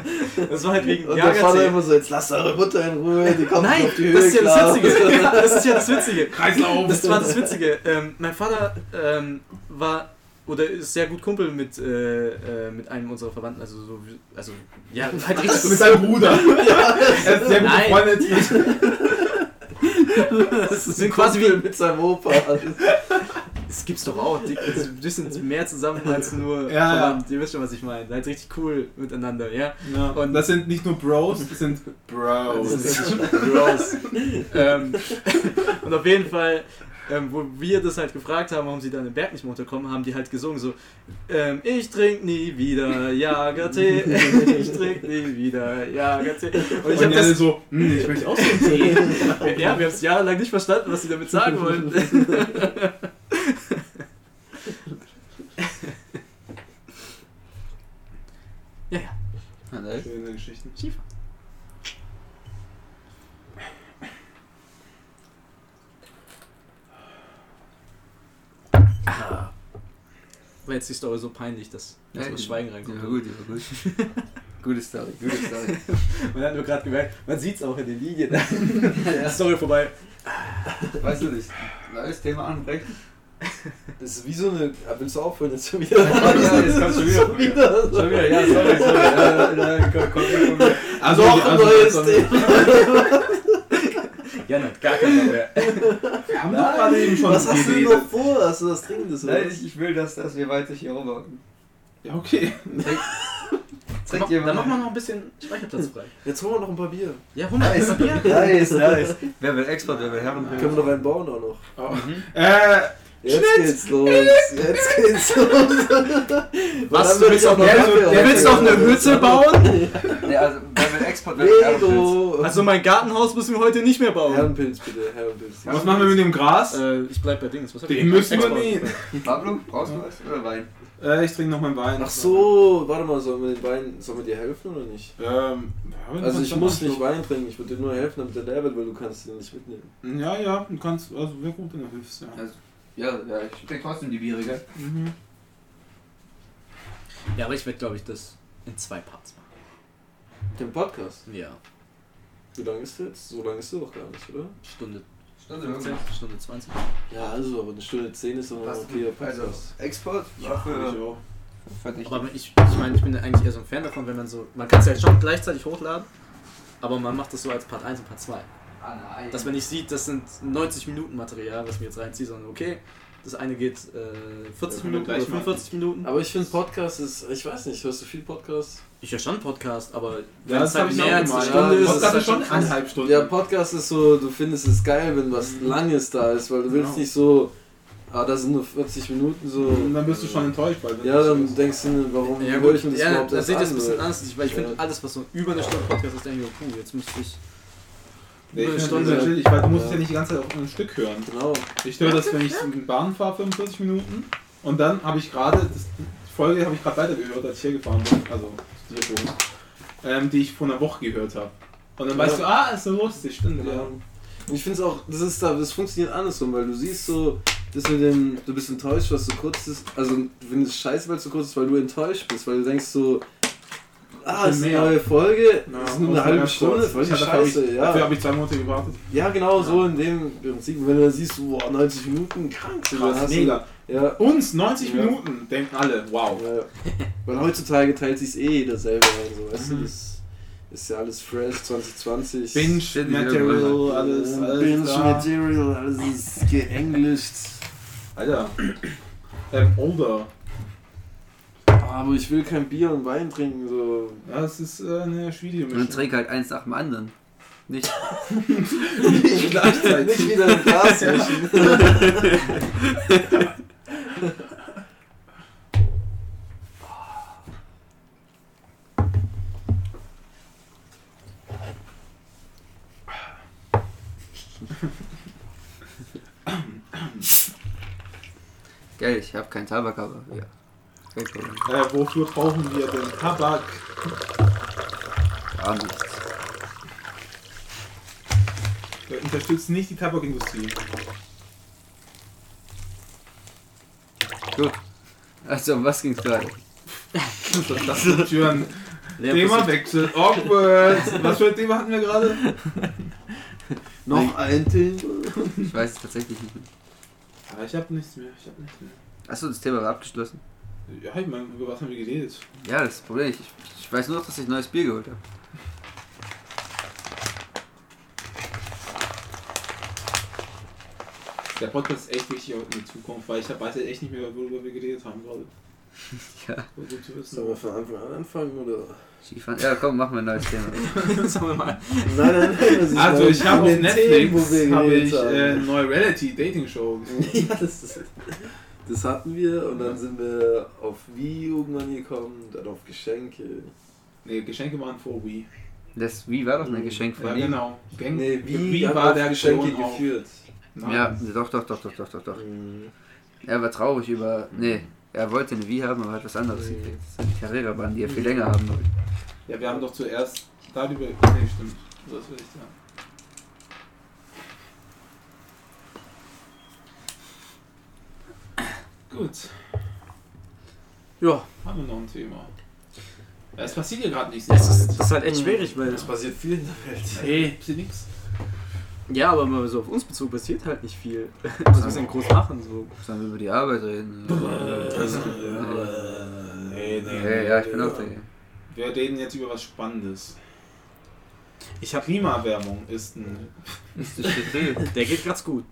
Speaker 6: Das war halt wegen
Speaker 7: Und der Vater
Speaker 6: Jahrgazähl.
Speaker 7: immer so, jetzt lasst eure Mutter in Ruhe, die kommt
Speaker 6: Nein,
Speaker 7: auf die Höhe
Speaker 6: das ist ja
Speaker 7: klar.
Speaker 6: das Witzige. Ja, Das ist ja das Witzige.
Speaker 13: Kreislauf.
Speaker 6: Das war das Witzige. Ähm, mein Vater ähm, war oder ist sehr gut Kumpel mit, äh, äh, mit einem unserer Verwandten. Also, so, wie- also ja, halt richtig
Speaker 13: Mit seinem Bruder. Er ist sehr gut
Speaker 6: Nein.
Speaker 13: befreundet.
Speaker 7: Das
Speaker 6: sind quasi wie-
Speaker 7: mit seinem Opa.
Speaker 6: Das gibt's doch auch. Die, die sind mehr zusammen als nur
Speaker 13: Ja, ja.
Speaker 6: verwandt. Ihr wisst schon, was ich meine. Halt richtig cool miteinander, ja.
Speaker 13: Ja. Und das sind nicht nur Bros, das sind
Speaker 6: Das
Speaker 13: Bros.
Speaker 6: ist schon gross. ähm, und auf jeden Fall, ähm, wo wir das halt gefragt haben, warum sie dann im Berg nicht mehr unterkommen, haben die halt gesungen so, ähm, ich trink nie wieder Jagertee, ich trink nie wieder Jagertee. Und ich
Speaker 13: Und
Speaker 6: hab
Speaker 13: alle
Speaker 6: das,
Speaker 13: so, hm, ich möchte auch so einen Tee.
Speaker 6: ja, wir haben es jahrelang nicht verstanden, was sie damit sagen wollen. ja, ja.
Speaker 3: Ja, ne?
Speaker 13: Schöne Geschichten.
Speaker 6: War jetzt die Story so peinlich, dass dass das Schweigen reinkommt.
Speaker 3: Ja, gut, ja, gut. Gute Story, gute Story.
Speaker 6: Man hat nur gerade gemerkt, man sieht es auch in den Linien. Story vorbei.
Speaker 5: Weißt du nicht. Neues Thema anbrechen.
Speaker 7: Das ist wie so eine. Ah, Willst du aufhören jetzt schon wieder?
Speaker 5: ja, jetzt kommst du wieder.
Speaker 7: Schon wieder.
Speaker 5: Schon wieder, ja, sorry, sorry. Ja, ja, ja, komm, komm, komm, komm.
Speaker 13: Also,
Speaker 7: Noch ein
Speaker 13: also,
Speaker 7: neues
Speaker 13: also,
Speaker 7: Thema.
Speaker 6: Jan hat gar keinen Bock mehr.
Speaker 13: wir haben doch gerade eben schon
Speaker 7: Was hast du denn
Speaker 13: geredet.
Speaker 7: noch vor? Hast du was Dringendes? oder
Speaker 5: Nein,
Speaker 7: was?
Speaker 5: ich, ich will, dass, dass wir weiter hier rumwarten.
Speaker 13: Ja, okay.
Speaker 6: Dann,
Speaker 5: Trinkt
Speaker 6: ma- dann
Speaker 5: jemand?
Speaker 6: machen wir noch ein bisschen Speicherplatz frei.
Speaker 7: Jetzt holen wir noch ein paar Bier.
Speaker 6: Ja, hol mal ein Bier.
Speaker 5: Nice, nice.
Speaker 3: Wer will Export, wer will Herrenbild?
Speaker 7: Können wir noch einen bauen auch noch?
Speaker 13: Äh,
Speaker 7: Jetzt geht's los. Jetzt geht's los.
Speaker 6: Was,
Speaker 7: Dann
Speaker 6: du willst
Speaker 7: will ich
Speaker 6: auch
Speaker 7: auch noch
Speaker 6: noch-
Speaker 7: Kaffee
Speaker 6: Du willst
Speaker 7: auf-
Speaker 6: doch eine Hütte bauen?
Speaker 5: Ne, also, was
Speaker 19: Export, wenn du Herrenpilz.
Speaker 6: Also mein Gartenhaus müssen wir heute nicht mehr bauen.
Speaker 7: Herrenpilz bitte, Herrenpilz.
Speaker 9: Was machen wir mit dem Gras?
Speaker 6: Äh, ich bleib bei Dings. Was hab ich
Speaker 9: Den müssen wir
Speaker 6: Export.
Speaker 9: nehmen.
Speaker 19: Pablo, brauchst du was? Oder Wein?
Speaker 9: Äh, ich trinke noch meinen Wein.
Speaker 7: Ach so, warte mal, sollen wir den Wein, sollen wir dir helfen oder nicht?
Speaker 9: Ähm, ja,
Speaker 7: Also
Speaker 9: wenn
Speaker 7: ich
Speaker 9: man-
Speaker 7: muss nicht Wein trinken, ich würde dir nur helfen, damit er leer wird, weil du kannst ihn nicht mitnehmen.
Speaker 9: Ja, ja, du kannst, also wäre gut, wenn du hilfst, ja.
Speaker 19: Ja, ja, ich trinke trotzdem die Biere, gell?
Speaker 9: Mhm.
Speaker 6: Ja, aber ich werde, glaube ich, das in zwei Parts machen.
Speaker 7: Den Podcast.
Speaker 6: Ja,
Speaker 7: Wie lange ist der jetzt? So lange ist der doch gar nicht, oder?
Speaker 6: Stunde
Speaker 19: Stunde
Speaker 6: 15,
Speaker 19: irgendwas.
Speaker 6: Stunde 20.
Speaker 7: Ja, also, aber eine Stunde 10 ist doch noch ein okayer
Speaker 19: Also,
Speaker 7: Podcast.
Speaker 19: Export war
Speaker 9: Ich
Speaker 19: für,
Speaker 9: auch.
Speaker 19: für dich.
Speaker 6: Aber ich, ich meine, ich bin eigentlich eher so ein Fan davon, wenn man so. Man kann es ja schon gleichzeitig hochladen, aber man macht das so als Part 1 und Part 2.
Speaker 19: Ah, nein.
Speaker 6: Dass man nicht sieht, das sind 90 Minuten Material, was ich mir jetzt reinziehe, sondern okay, das eine geht äh, 40
Speaker 9: Ja,
Speaker 6: Minuten oder
Speaker 9: gleich machen.
Speaker 6: 45 Minuten.
Speaker 7: Aber ich finde Podcast ist, ich weiß nicht, hörst du viel Podcast?
Speaker 6: Ich höre schon einen Podcast, aber
Speaker 9: Ja,
Speaker 6: wenn es
Speaker 9: das
Speaker 6: halt
Speaker 9: hab ich auch
Speaker 6: mehr als eine
Speaker 9: gemacht.
Speaker 6: Stunde
Speaker 7: Ja,
Speaker 6: ist,
Speaker 7: das
Speaker 6: ist
Speaker 9: Podcast
Speaker 6: das
Speaker 9: ist
Speaker 6: schon
Speaker 9: schon
Speaker 6: krass.
Speaker 9: eineinhalb Stunden.
Speaker 7: Ja, Mhm. Podcast ist so, du findest es geil, wenn was Langes da ist, weil du willst
Speaker 9: Genau.
Speaker 7: nicht so, ah, da sind nur 40 Minuten so.
Speaker 9: Und dann bist du schon enttäuscht, weil wenn
Speaker 7: Ja,
Speaker 9: das so
Speaker 7: dann
Speaker 9: ist.
Speaker 7: denkst du, mir, warum
Speaker 6: Ja,
Speaker 7: höre ich mir
Speaker 6: gut,
Speaker 7: das
Speaker 6: ja,
Speaker 7: überhaupt
Speaker 6: da seht ihr es ein bisschen
Speaker 7: weil-
Speaker 6: anders, ich- weil ich finde
Speaker 7: Ja.
Speaker 6: alles, was so über eine Stunde Podcast ist, denke ich, oh, cool, jetzt müsste ich.
Speaker 9: Nee,
Speaker 6: Eine
Speaker 9: ich
Speaker 6: Stunde.
Speaker 9: Stunde. Natürlich, weil du musst es
Speaker 7: Ja.
Speaker 9: ja nicht die ganze Zeit auf ein Stück hören.
Speaker 7: Genau.
Speaker 9: Ich höre das, wenn ich in die Bahn fahre, 45 Minuten. Und dann habe ich gerade, das- die Folge habe ich gerade weitergehört, als ich hier gefahren bin. Also, die, Folge, ähm, die ich vor einer Woche gehört habe. Und dann
Speaker 7: Ja.
Speaker 9: weißt du, ah, ist so lustig, stimmt.
Speaker 7: Ja.
Speaker 9: Ja.
Speaker 7: Und ich finde es auch, das ist da, das funktioniert andersrum, weil du siehst so, das mit dem, du bist enttäuscht, was zu kurz ist. Also du findest scheiße, weil es zu kurz ist, weil du enttäuscht bist, weil du denkst so, ah, es ist eine
Speaker 9: Mehr.
Speaker 7: neue Folge,
Speaker 9: Ja,
Speaker 7: es ist nur
Speaker 9: das
Speaker 7: eine
Speaker 9: war
Speaker 7: halbe
Speaker 9: ganz
Speaker 7: Stunde,
Speaker 9: kurz.
Speaker 7: voll die
Speaker 9: Ich hatte dafür hab
Speaker 7: Scheiße,
Speaker 9: ich,
Speaker 7: ja.
Speaker 9: Dafür habe ich zwei Monate gewartet.
Speaker 7: Ja, genau so in dem Prinzip. Und Wenn du dann siehst, so, boah, 90 Minuten krank, so, dann
Speaker 9: Krass,
Speaker 7: hast du-
Speaker 9: mega.
Speaker 7: Ja.
Speaker 9: Uns 90
Speaker 7: Ja.
Speaker 9: Minuten, denken alle, wow.
Speaker 7: ja. Weil heutzutage teilt sich's eh jeder selber ein, so, weißt
Speaker 9: Mhm.
Speaker 7: du, das ist ja alles fresh, 2020.
Speaker 9: Binge, Material, alles, alles.
Speaker 7: Binge
Speaker 9: da.
Speaker 7: Material, alles ist geenglischt.
Speaker 9: Alter. Ähm, older.
Speaker 7: Ah, Aber ich will kein Bier und Wein trinken, so.
Speaker 9: Ja, das ist äh, eine schwierige
Speaker 5: Und dann
Speaker 9: Mischung.
Speaker 5: trink halt eins nach dem anderen. Nicht.
Speaker 9: Nicht gleichzeitig.
Speaker 7: Nicht wieder ein Glas mischen.
Speaker 5: Gell, ich habe keinen Tabak, aber ja. Kein Problem.
Speaker 9: Äh, wofür brauchen wir denn Tabak?
Speaker 5: Gar nichts.
Speaker 9: Wir unterstützen Äh, nicht die Tabakindustrie.
Speaker 5: Gut. Also, um was ging's gerade?
Speaker 9: Das sind Türen. Themawechsel. Awkward. Was für ein Thema hatten wir gerade?
Speaker 7: Noch ein Thema.
Speaker 5: Ich weiß es tatsächlich nicht mehr.
Speaker 9: Ja, ich habe nichts mehr. Ich habe nichts mehr.
Speaker 5: Achso, das Thema war abgeschlossen.
Speaker 9: Ja, ich meine, über was haben wir geredet?
Speaker 5: Ja, das ist das Problem. Ich, ich weiß nur noch, dass ich neues Bier geholt habe.
Speaker 9: Der Podcast ist echt wichtig auch in der Zukunft, weil ich hab- weiß halt echt nicht mehr, worüber wir geredet haben gerade.
Speaker 5: Ja.
Speaker 9: So gut zu wissen.
Speaker 7: Sollen wir von Anfang an anfangen, oder?
Speaker 5: Skifahren. Ja, komm, machen wir ein neues Thema.
Speaker 6: Sagen wir mal.
Speaker 7: Nein, nein, nein. das ist
Speaker 9: Also
Speaker 7: mein-
Speaker 9: ich habe
Speaker 7: von den
Speaker 9: auf
Speaker 7: Themen, wo
Speaker 9: Netflix
Speaker 7: wir
Speaker 9: habe
Speaker 7: geredet
Speaker 9: ich äh,
Speaker 7: haben.
Speaker 9: eine neue Reality Dating Show.
Speaker 7: ja, das, ist, das hatten wir und dann sind wir auf Wii irgendwann gekommen, dann auf Geschenke.
Speaker 9: Ne, Geschenke waren vor Wii.
Speaker 5: Das Wie war doch ein Geschenk
Speaker 9: Ja,
Speaker 5: von ihm.
Speaker 9: genau. Gang
Speaker 7: Nee, Wii,
Speaker 9: Wii
Speaker 7: hat
Speaker 9: war
Speaker 7: auf
Speaker 9: der
Speaker 7: Geschenke
Speaker 9: Klon auch.
Speaker 7: geführt.
Speaker 9: Nein.
Speaker 5: Ja, doch, doch, doch, doch, doch, doch, doch.
Speaker 7: Mhm.
Speaker 5: Er war traurig über. Nee, er wollte eine Wii haben, aber hat was anderes
Speaker 7: Mhm.
Speaker 5: gekriegt. Das sind die Carrera-Bahn, die er viel länger haben wollte.
Speaker 9: Ja, wir haben doch zuerst darüber. Nee, stimmt. Das will ich sagen. Gut,
Speaker 6: Ja,
Speaker 9: haben wir noch ein Thema. Ja, Es passiert ja gerade nichts. Hm.
Speaker 6: das ist, das ist halt echt schwierig, weil.
Speaker 7: Das passiert viel in der Welt.
Speaker 9: Hey, passiert nichts.
Speaker 6: Ja, aber mal so auf uns bezogen passiert halt nicht viel. Was müssen wir denn groß machen? So.
Speaker 5: Sollen wir über die Arbeit reden?
Speaker 9: Also, Nee,
Speaker 5: Hey, ja, ich bin auch dagegen.
Speaker 9: Wir reden jetzt über was Spannendes.
Speaker 6: Ich hab.
Speaker 9: Klimaerwärmung ist ein.
Speaker 5: Ist das steht drin.
Speaker 6: Der geht ganz ne? gut.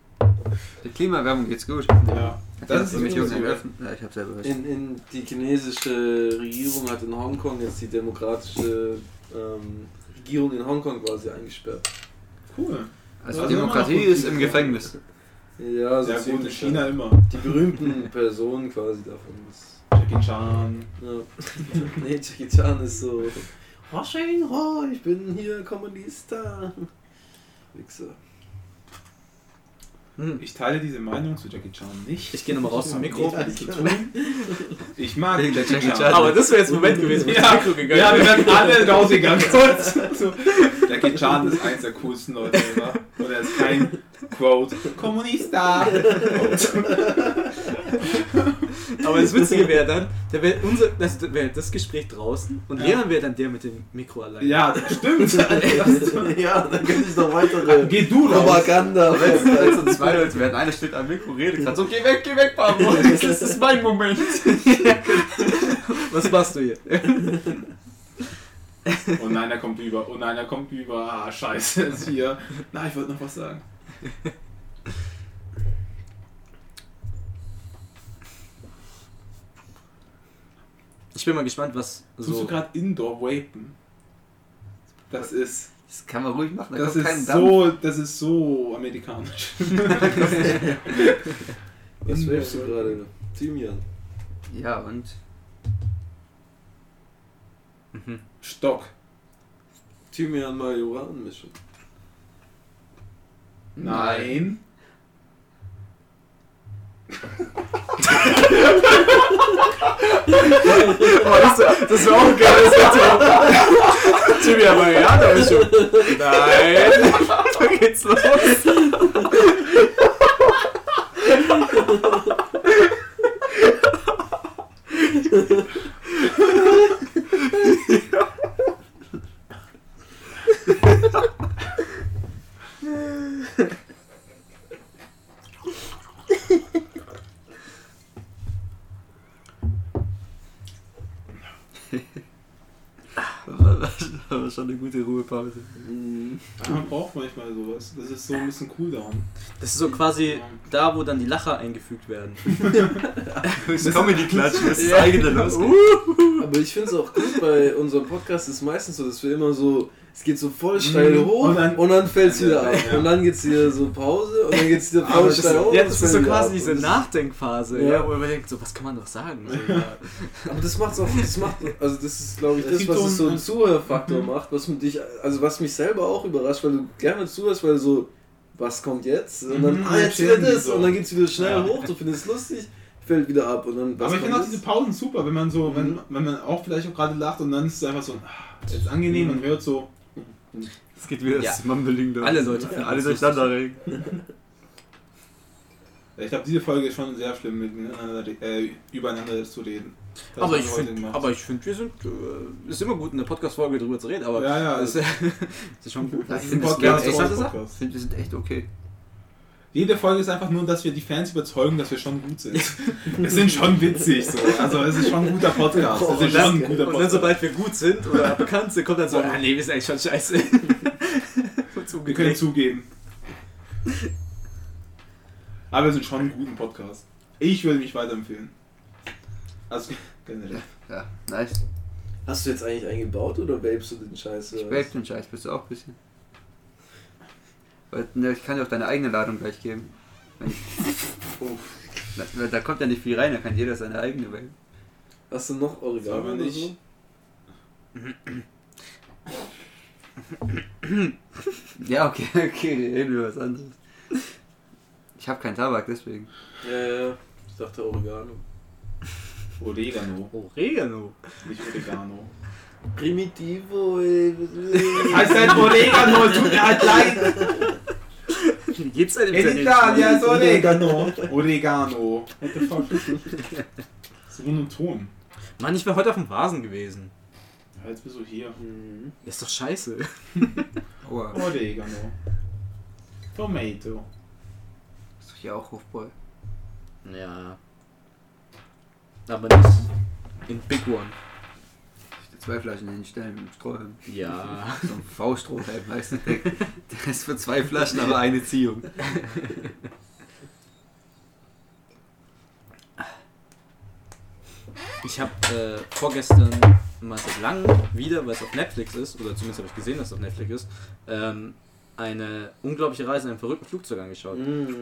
Speaker 5: Der Klimaerwärmung geht's gut.
Speaker 9: Ja, das ist
Speaker 5: mit
Speaker 9: ein
Speaker 5: Jungen
Speaker 9: Thema.
Speaker 5: eröffnet. Ja, ich hab selber was.
Speaker 7: In, in die chinesische Regierung hat in Hongkong jetzt die demokratische ähm, Regierung in Hongkong quasi eingesperrt.
Speaker 9: Cool.
Speaker 5: Also
Speaker 9: Also
Speaker 5: Demokratie
Speaker 9: immer noch
Speaker 5: ist im Gefängnis.
Speaker 7: Ja, so
Speaker 9: Sehr gut, Also in
Speaker 7: ziemlich,
Speaker 9: China
Speaker 7: ja.
Speaker 9: immer.
Speaker 7: Die berühmten Personen quasi davon. Das,
Speaker 9: Jackie Chan.
Speaker 7: ja. nee, Jackie Chan ist so Washing, oh, ich bin hier Kommunista. Wichser.
Speaker 5: Hm.
Speaker 9: Ich teile diese Meinung zu Jackie Chan nicht.
Speaker 6: Ich gehe nochmal raus zum Mikro.
Speaker 5: um
Speaker 9: Ich mag
Speaker 5: Wegen der
Speaker 9: Jackie
Speaker 5: Jackie
Speaker 9: Chan.
Speaker 5: Chan.
Speaker 6: Aber das wäre jetzt ein Moment gewesen, wo ich zum Mikro gegangen
Speaker 9: Ja,
Speaker 6: wäre.
Speaker 9: wir werden alle rausgegangen. Kurz. halt So, Jackie Chan ist eins der coolsten Leute, oder? Und er ist kein, quote, Kommunista.
Speaker 6: Aber das Witzige wäre dann, da wäre unser, das, da wäre das Gespräch draußen und Leon wäre dann der mit dem Mikro allein.
Speaker 9: Ja, stimmt.
Speaker 7: Ja, dann könnte ich noch weitere
Speaker 9: Geh du raus.
Speaker 7: Propaganda.
Speaker 5: Als so zwei Leute werden, einer steht am Mikro, redet gerade so, geh weg, geh weg, Pablo. Das ist, das ist mein Moment.
Speaker 6: Was machst du hier?
Speaker 9: Oh nein, er kommt über. Oh nein, er kommt über. Ah, scheiße, ist hier. Nein, ich wollte noch was sagen.
Speaker 6: Ich bin mal gespannt, was
Speaker 9: Tust du
Speaker 6: so.
Speaker 9: gerade Indoor Vapen? Das ist.
Speaker 5: Das kann man ruhig machen, da
Speaker 9: Das
Speaker 5: kommt kein
Speaker 9: ist
Speaker 5: Dampf.
Speaker 9: so. Das ist so amerikanisch.
Speaker 7: Was willst du gerade? Thymian.
Speaker 5: Ja, und?
Speaker 9: Stock.
Speaker 7: Thymian Majoran mischen.
Speaker 9: Nein.
Speaker 5: Oh, Das ist auch geil, das ist Jimmy Mariana ist schon. Nein. Da geht's los. Das war schon eine gute Ruhepause.
Speaker 9: Man braucht manchmal sowas. Das ist so ein bisschen Cooldown.
Speaker 6: Das ist so quasi da, wo dann die Lacher eingefügt werden.
Speaker 5: Das Comedy-Klatschen, das ist das eigene los.
Speaker 7: Aber ich finde es auch gut bei unserem Podcast ist meistens so, dass wir immer so, es geht so voll steil
Speaker 9: Mhm.
Speaker 7: hoch
Speaker 9: Und
Speaker 7: und
Speaker 9: dann-
Speaker 7: dann, fällt es wieder ab.
Speaker 9: Ja.
Speaker 7: Und dann geht es wieder so Pause und dann geht es wieder
Speaker 6: Aber
Speaker 7: voll
Speaker 6: das ist,
Speaker 7: steil hoch.
Speaker 6: Oh, ja,
Speaker 7: und es
Speaker 6: das ist so
Speaker 7: fällt wieder
Speaker 6: quasi
Speaker 7: ab.
Speaker 6: diese
Speaker 7: Und das-
Speaker 6: Nachdenkphase,
Speaker 7: Ja.
Speaker 6: ja. wo man denkt, so, was kann man noch sagen? So, ja.
Speaker 7: Aber das macht's auch, das macht, also das ist glaube ich
Speaker 9: Es
Speaker 7: das,
Speaker 9: gibt
Speaker 7: was
Speaker 9: so
Speaker 7: es so
Speaker 9: ein-
Speaker 7: einen Zuhörfaktor macht, was mit dich, also was mich selber auch überrascht, weil du gerne zuhörst, weil du so, was kommt jetzt? Und dann,
Speaker 9: Mhm,
Speaker 7: ah, jetzt
Speaker 9: chillen
Speaker 7: wieder
Speaker 9: die
Speaker 7: das
Speaker 9: so.
Speaker 7: und dann geht's wieder schnell
Speaker 9: Ja.
Speaker 7: hoch, du findest es lustig, fällt wieder ab und dann, was
Speaker 9: Aber ich
Speaker 7: kommt
Speaker 9: finde auch
Speaker 7: jetzt?
Speaker 9: diese Pausen super, wenn man so,
Speaker 6: Mhm.
Speaker 9: wenn, wenn man auch vielleicht auch gerade lacht und dann ist es einfach so, ah, jetzt
Speaker 6: Mhm.
Speaker 9: angenehm und hört so.
Speaker 5: Es geht wieder das Mumbling da.
Speaker 6: Alle Leute finden
Speaker 5: Ja, alle
Speaker 6: das
Speaker 5: durcheinander reden.
Speaker 9: Ich glaube, diese Folge ist schon sehr schlimm, miteinander, äh, übereinander zu reden. Das
Speaker 6: Aber
Speaker 9: haben
Speaker 6: ich
Speaker 9: wir heute
Speaker 6: find-
Speaker 9: gemacht.
Speaker 6: Aber ich finde, wir sind. Äh, ist immer gut, in der Podcast-Folge drüber zu reden, aber.
Speaker 9: Ja, ja,
Speaker 6: Das, das ist schon gut.
Speaker 5: Ich
Speaker 9: ein
Speaker 5: finde, das
Speaker 9: Podcast,
Speaker 5: geht echt-
Speaker 9: das
Speaker 5: ich
Speaker 9: ist ein Podcast.
Speaker 5: finde, wir sind echt okay.
Speaker 9: Jede Folge ist einfach nur, dass wir die Fans überzeugen, dass wir schon gut sind. Wir sind schon witzig, so. Also es ist schon ein guter Podcast. Es ist schon ein guter
Speaker 6: Und dann,
Speaker 9: Podcast.
Speaker 6: sobald wir gut sind oder bekannt sind, kommt dann so: Ah, nee, wir sind eigentlich schon scheiße.
Speaker 9: Wir können zugeben. Aber wir sind schon einen guten Podcast. Ich würde mich weiterempfehlen. Also generell.
Speaker 5: Ja, nice.
Speaker 7: Hast du jetzt eigentlich eingebaut oder vapest du den Scheiß?
Speaker 5: Ich
Speaker 7: oder
Speaker 5: vape den Scheiß, bist du auch ein bisschen. Weil, ne, ich kann dir auch deine eigene Ladung gleich geben. Wenn
Speaker 6: Oh.
Speaker 5: da, weil da kommt ja nicht viel rein, da kann jeder seine eigene vapen.
Speaker 7: was? Hast du noch
Speaker 9: Soll
Speaker 7: Oregano
Speaker 9: man
Speaker 7: oder
Speaker 9: nicht?
Speaker 7: so?
Speaker 5: Ja, okay, okay, reden wir was anderes. Ich habe keinen Tabak, deswegen.
Speaker 7: Ja, ja, ich dachte Oregano.
Speaker 9: Oregano,
Speaker 6: Oh, Oregano.
Speaker 9: nicht Oregano.
Speaker 7: Primitivo, ey.
Speaker 9: Heißt halt Oregano, es tut mir halt leid.
Speaker 6: Gibt's eine
Speaker 9: In Italia ist Oregano. Oregano. What the fuck? So ein Ton.
Speaker 6: Mann, ich wäre heute auf dem Vasen gewesen.
Speaker 9: Ja, jetzt bist du hier.
Speaker 6: Ist doch scheiße.
Speaker 5: Aua, ist
Speaker 9: Oregano. Tomato.
Speaker 5: doch hier auch Hofbräu.
Speaker 6: Ja. Aber nicht in Big One.
Speaker 5: Ich hab zwei Flaschen hinstellen mit einem Strohhalm.
Speaker 6: Ja.
Speaker 5: So ein V-Strohhalm, weißt du? Der der ist für zwei Flaschen, aber eine Ziehung.
Speaker 6: Ich habe äh, vorgestern mal seit langem wieder, weil es auf Netflix ist, oder zumindest habe ich gesehen, dass es auf Netflix ist, ähm, eine unglaubliche Reise in einem verrückten Flugzeug angeschaut.
Speaker 5: Mhm.
Speaker 7: Mm.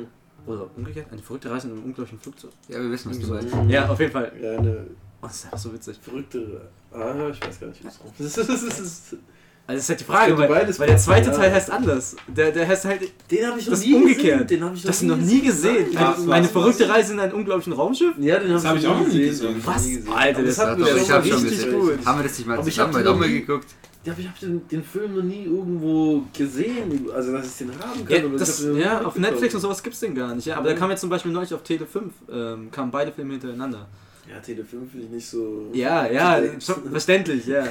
Speaker 6: Oder umgekehrt, eine verrückte Reise in einem unglaublichen Flugzeug.
Speaker 5: Ja, wir wissen, was du meinst.
Speaker 6: Ja, auf jeden Fall. Oh,
Speaker 7: Ja, eine
Speaker 6: Das ist einfach so witzig.
Speaker 7: Verrückte. Ah, ich weiß gar nicht, wie das kommt. Das ist, das ist, das ist,
Speaker 6: Also das ist halt die Frage,
Speaker 7: Könnte
Speaker 6: weil,
Speaker 7: beides
Speaker 6: weil der
Speaker 7: passen,
Speaker 6: zweite
Speaker 7: ja.
Speaker 6: Teil heißt anders. Der, der heißt halt
Speaker 7: den habe ich noch
Speaker 6: das ist
Speaker 7: nie
Speaker 6: umgekehrt.
Speaker 7: gesehen. Den habe ich
Speaker 6: das noch nie gesehen.
Speaker 9: Ja,
Speaker 6: eine
Speaker 9: das war's.
Speaker 6: eine verrückte Reise in ein unglaublichen Raumschiff?
Speaker 7: Ja, den
Speaker 9: Das
Speaker 7: habe
Speaker 9: habe
Speaker 7: ich
Speaker 9: ich auch
Speaker 7: noch
Speaker 9: noch
Speaker 7: nie
Speaker 9: nie
Speaker 7: gesehen.
Speaker 9: gesehen.
Speaker 6: Was?
Speaker 7: gesehen.
Speaker 6: Alter,
Speaker 7: Aber
Speaker 6: das,
Speaker 7: das
Speaker 6: hat
Speaker 7: hat
Speaker 6: mir
Speaker 7: mir
Speaker 6: das
Speaker 7: doch
Speaker 6: war
Speaker 7: schon
Speaker 6: richtig
Speaker 7: gesehen.
Speaker 6: gut.
Speaker 5: Haben wir das nicht mal
Speaker 7: Aber ich
Speaker 5: zusammen
Speaker 7: hab
Speaker 5: mal
Speaker 7: die noch
Speaker 5: nochmal
Speaker 7: nie-
Speaker 5: geguckt?
Speaker 7: Ja, aber ich habe den, den Film noch nie irgendwo gesehen. Also, dass ich den haben kann.
Speaker 6: Ja,
Speaker 7: oder
Speaker 6: das,
Speaker 7: ich hab den
Speaker 6: ja,
Speaker 7: noch
Speaker 6: auf
Speaker 7: nie
Speaker 6: Netflix und
Speaker 7: mitbekommen.
Speaker 6: sowas gibt's den gar nicht. Ja, aber da kam jetzt zum Beispiel neulich auf Tele 5, ähm, kamen beide Filme hintereinander.
Speaker 7: Ja, Tele5 finde ich nicht so.
Speaker 6: Ja, ja,
Speaker 7: Nee.
Speaker 6: schon, verständlich, ja.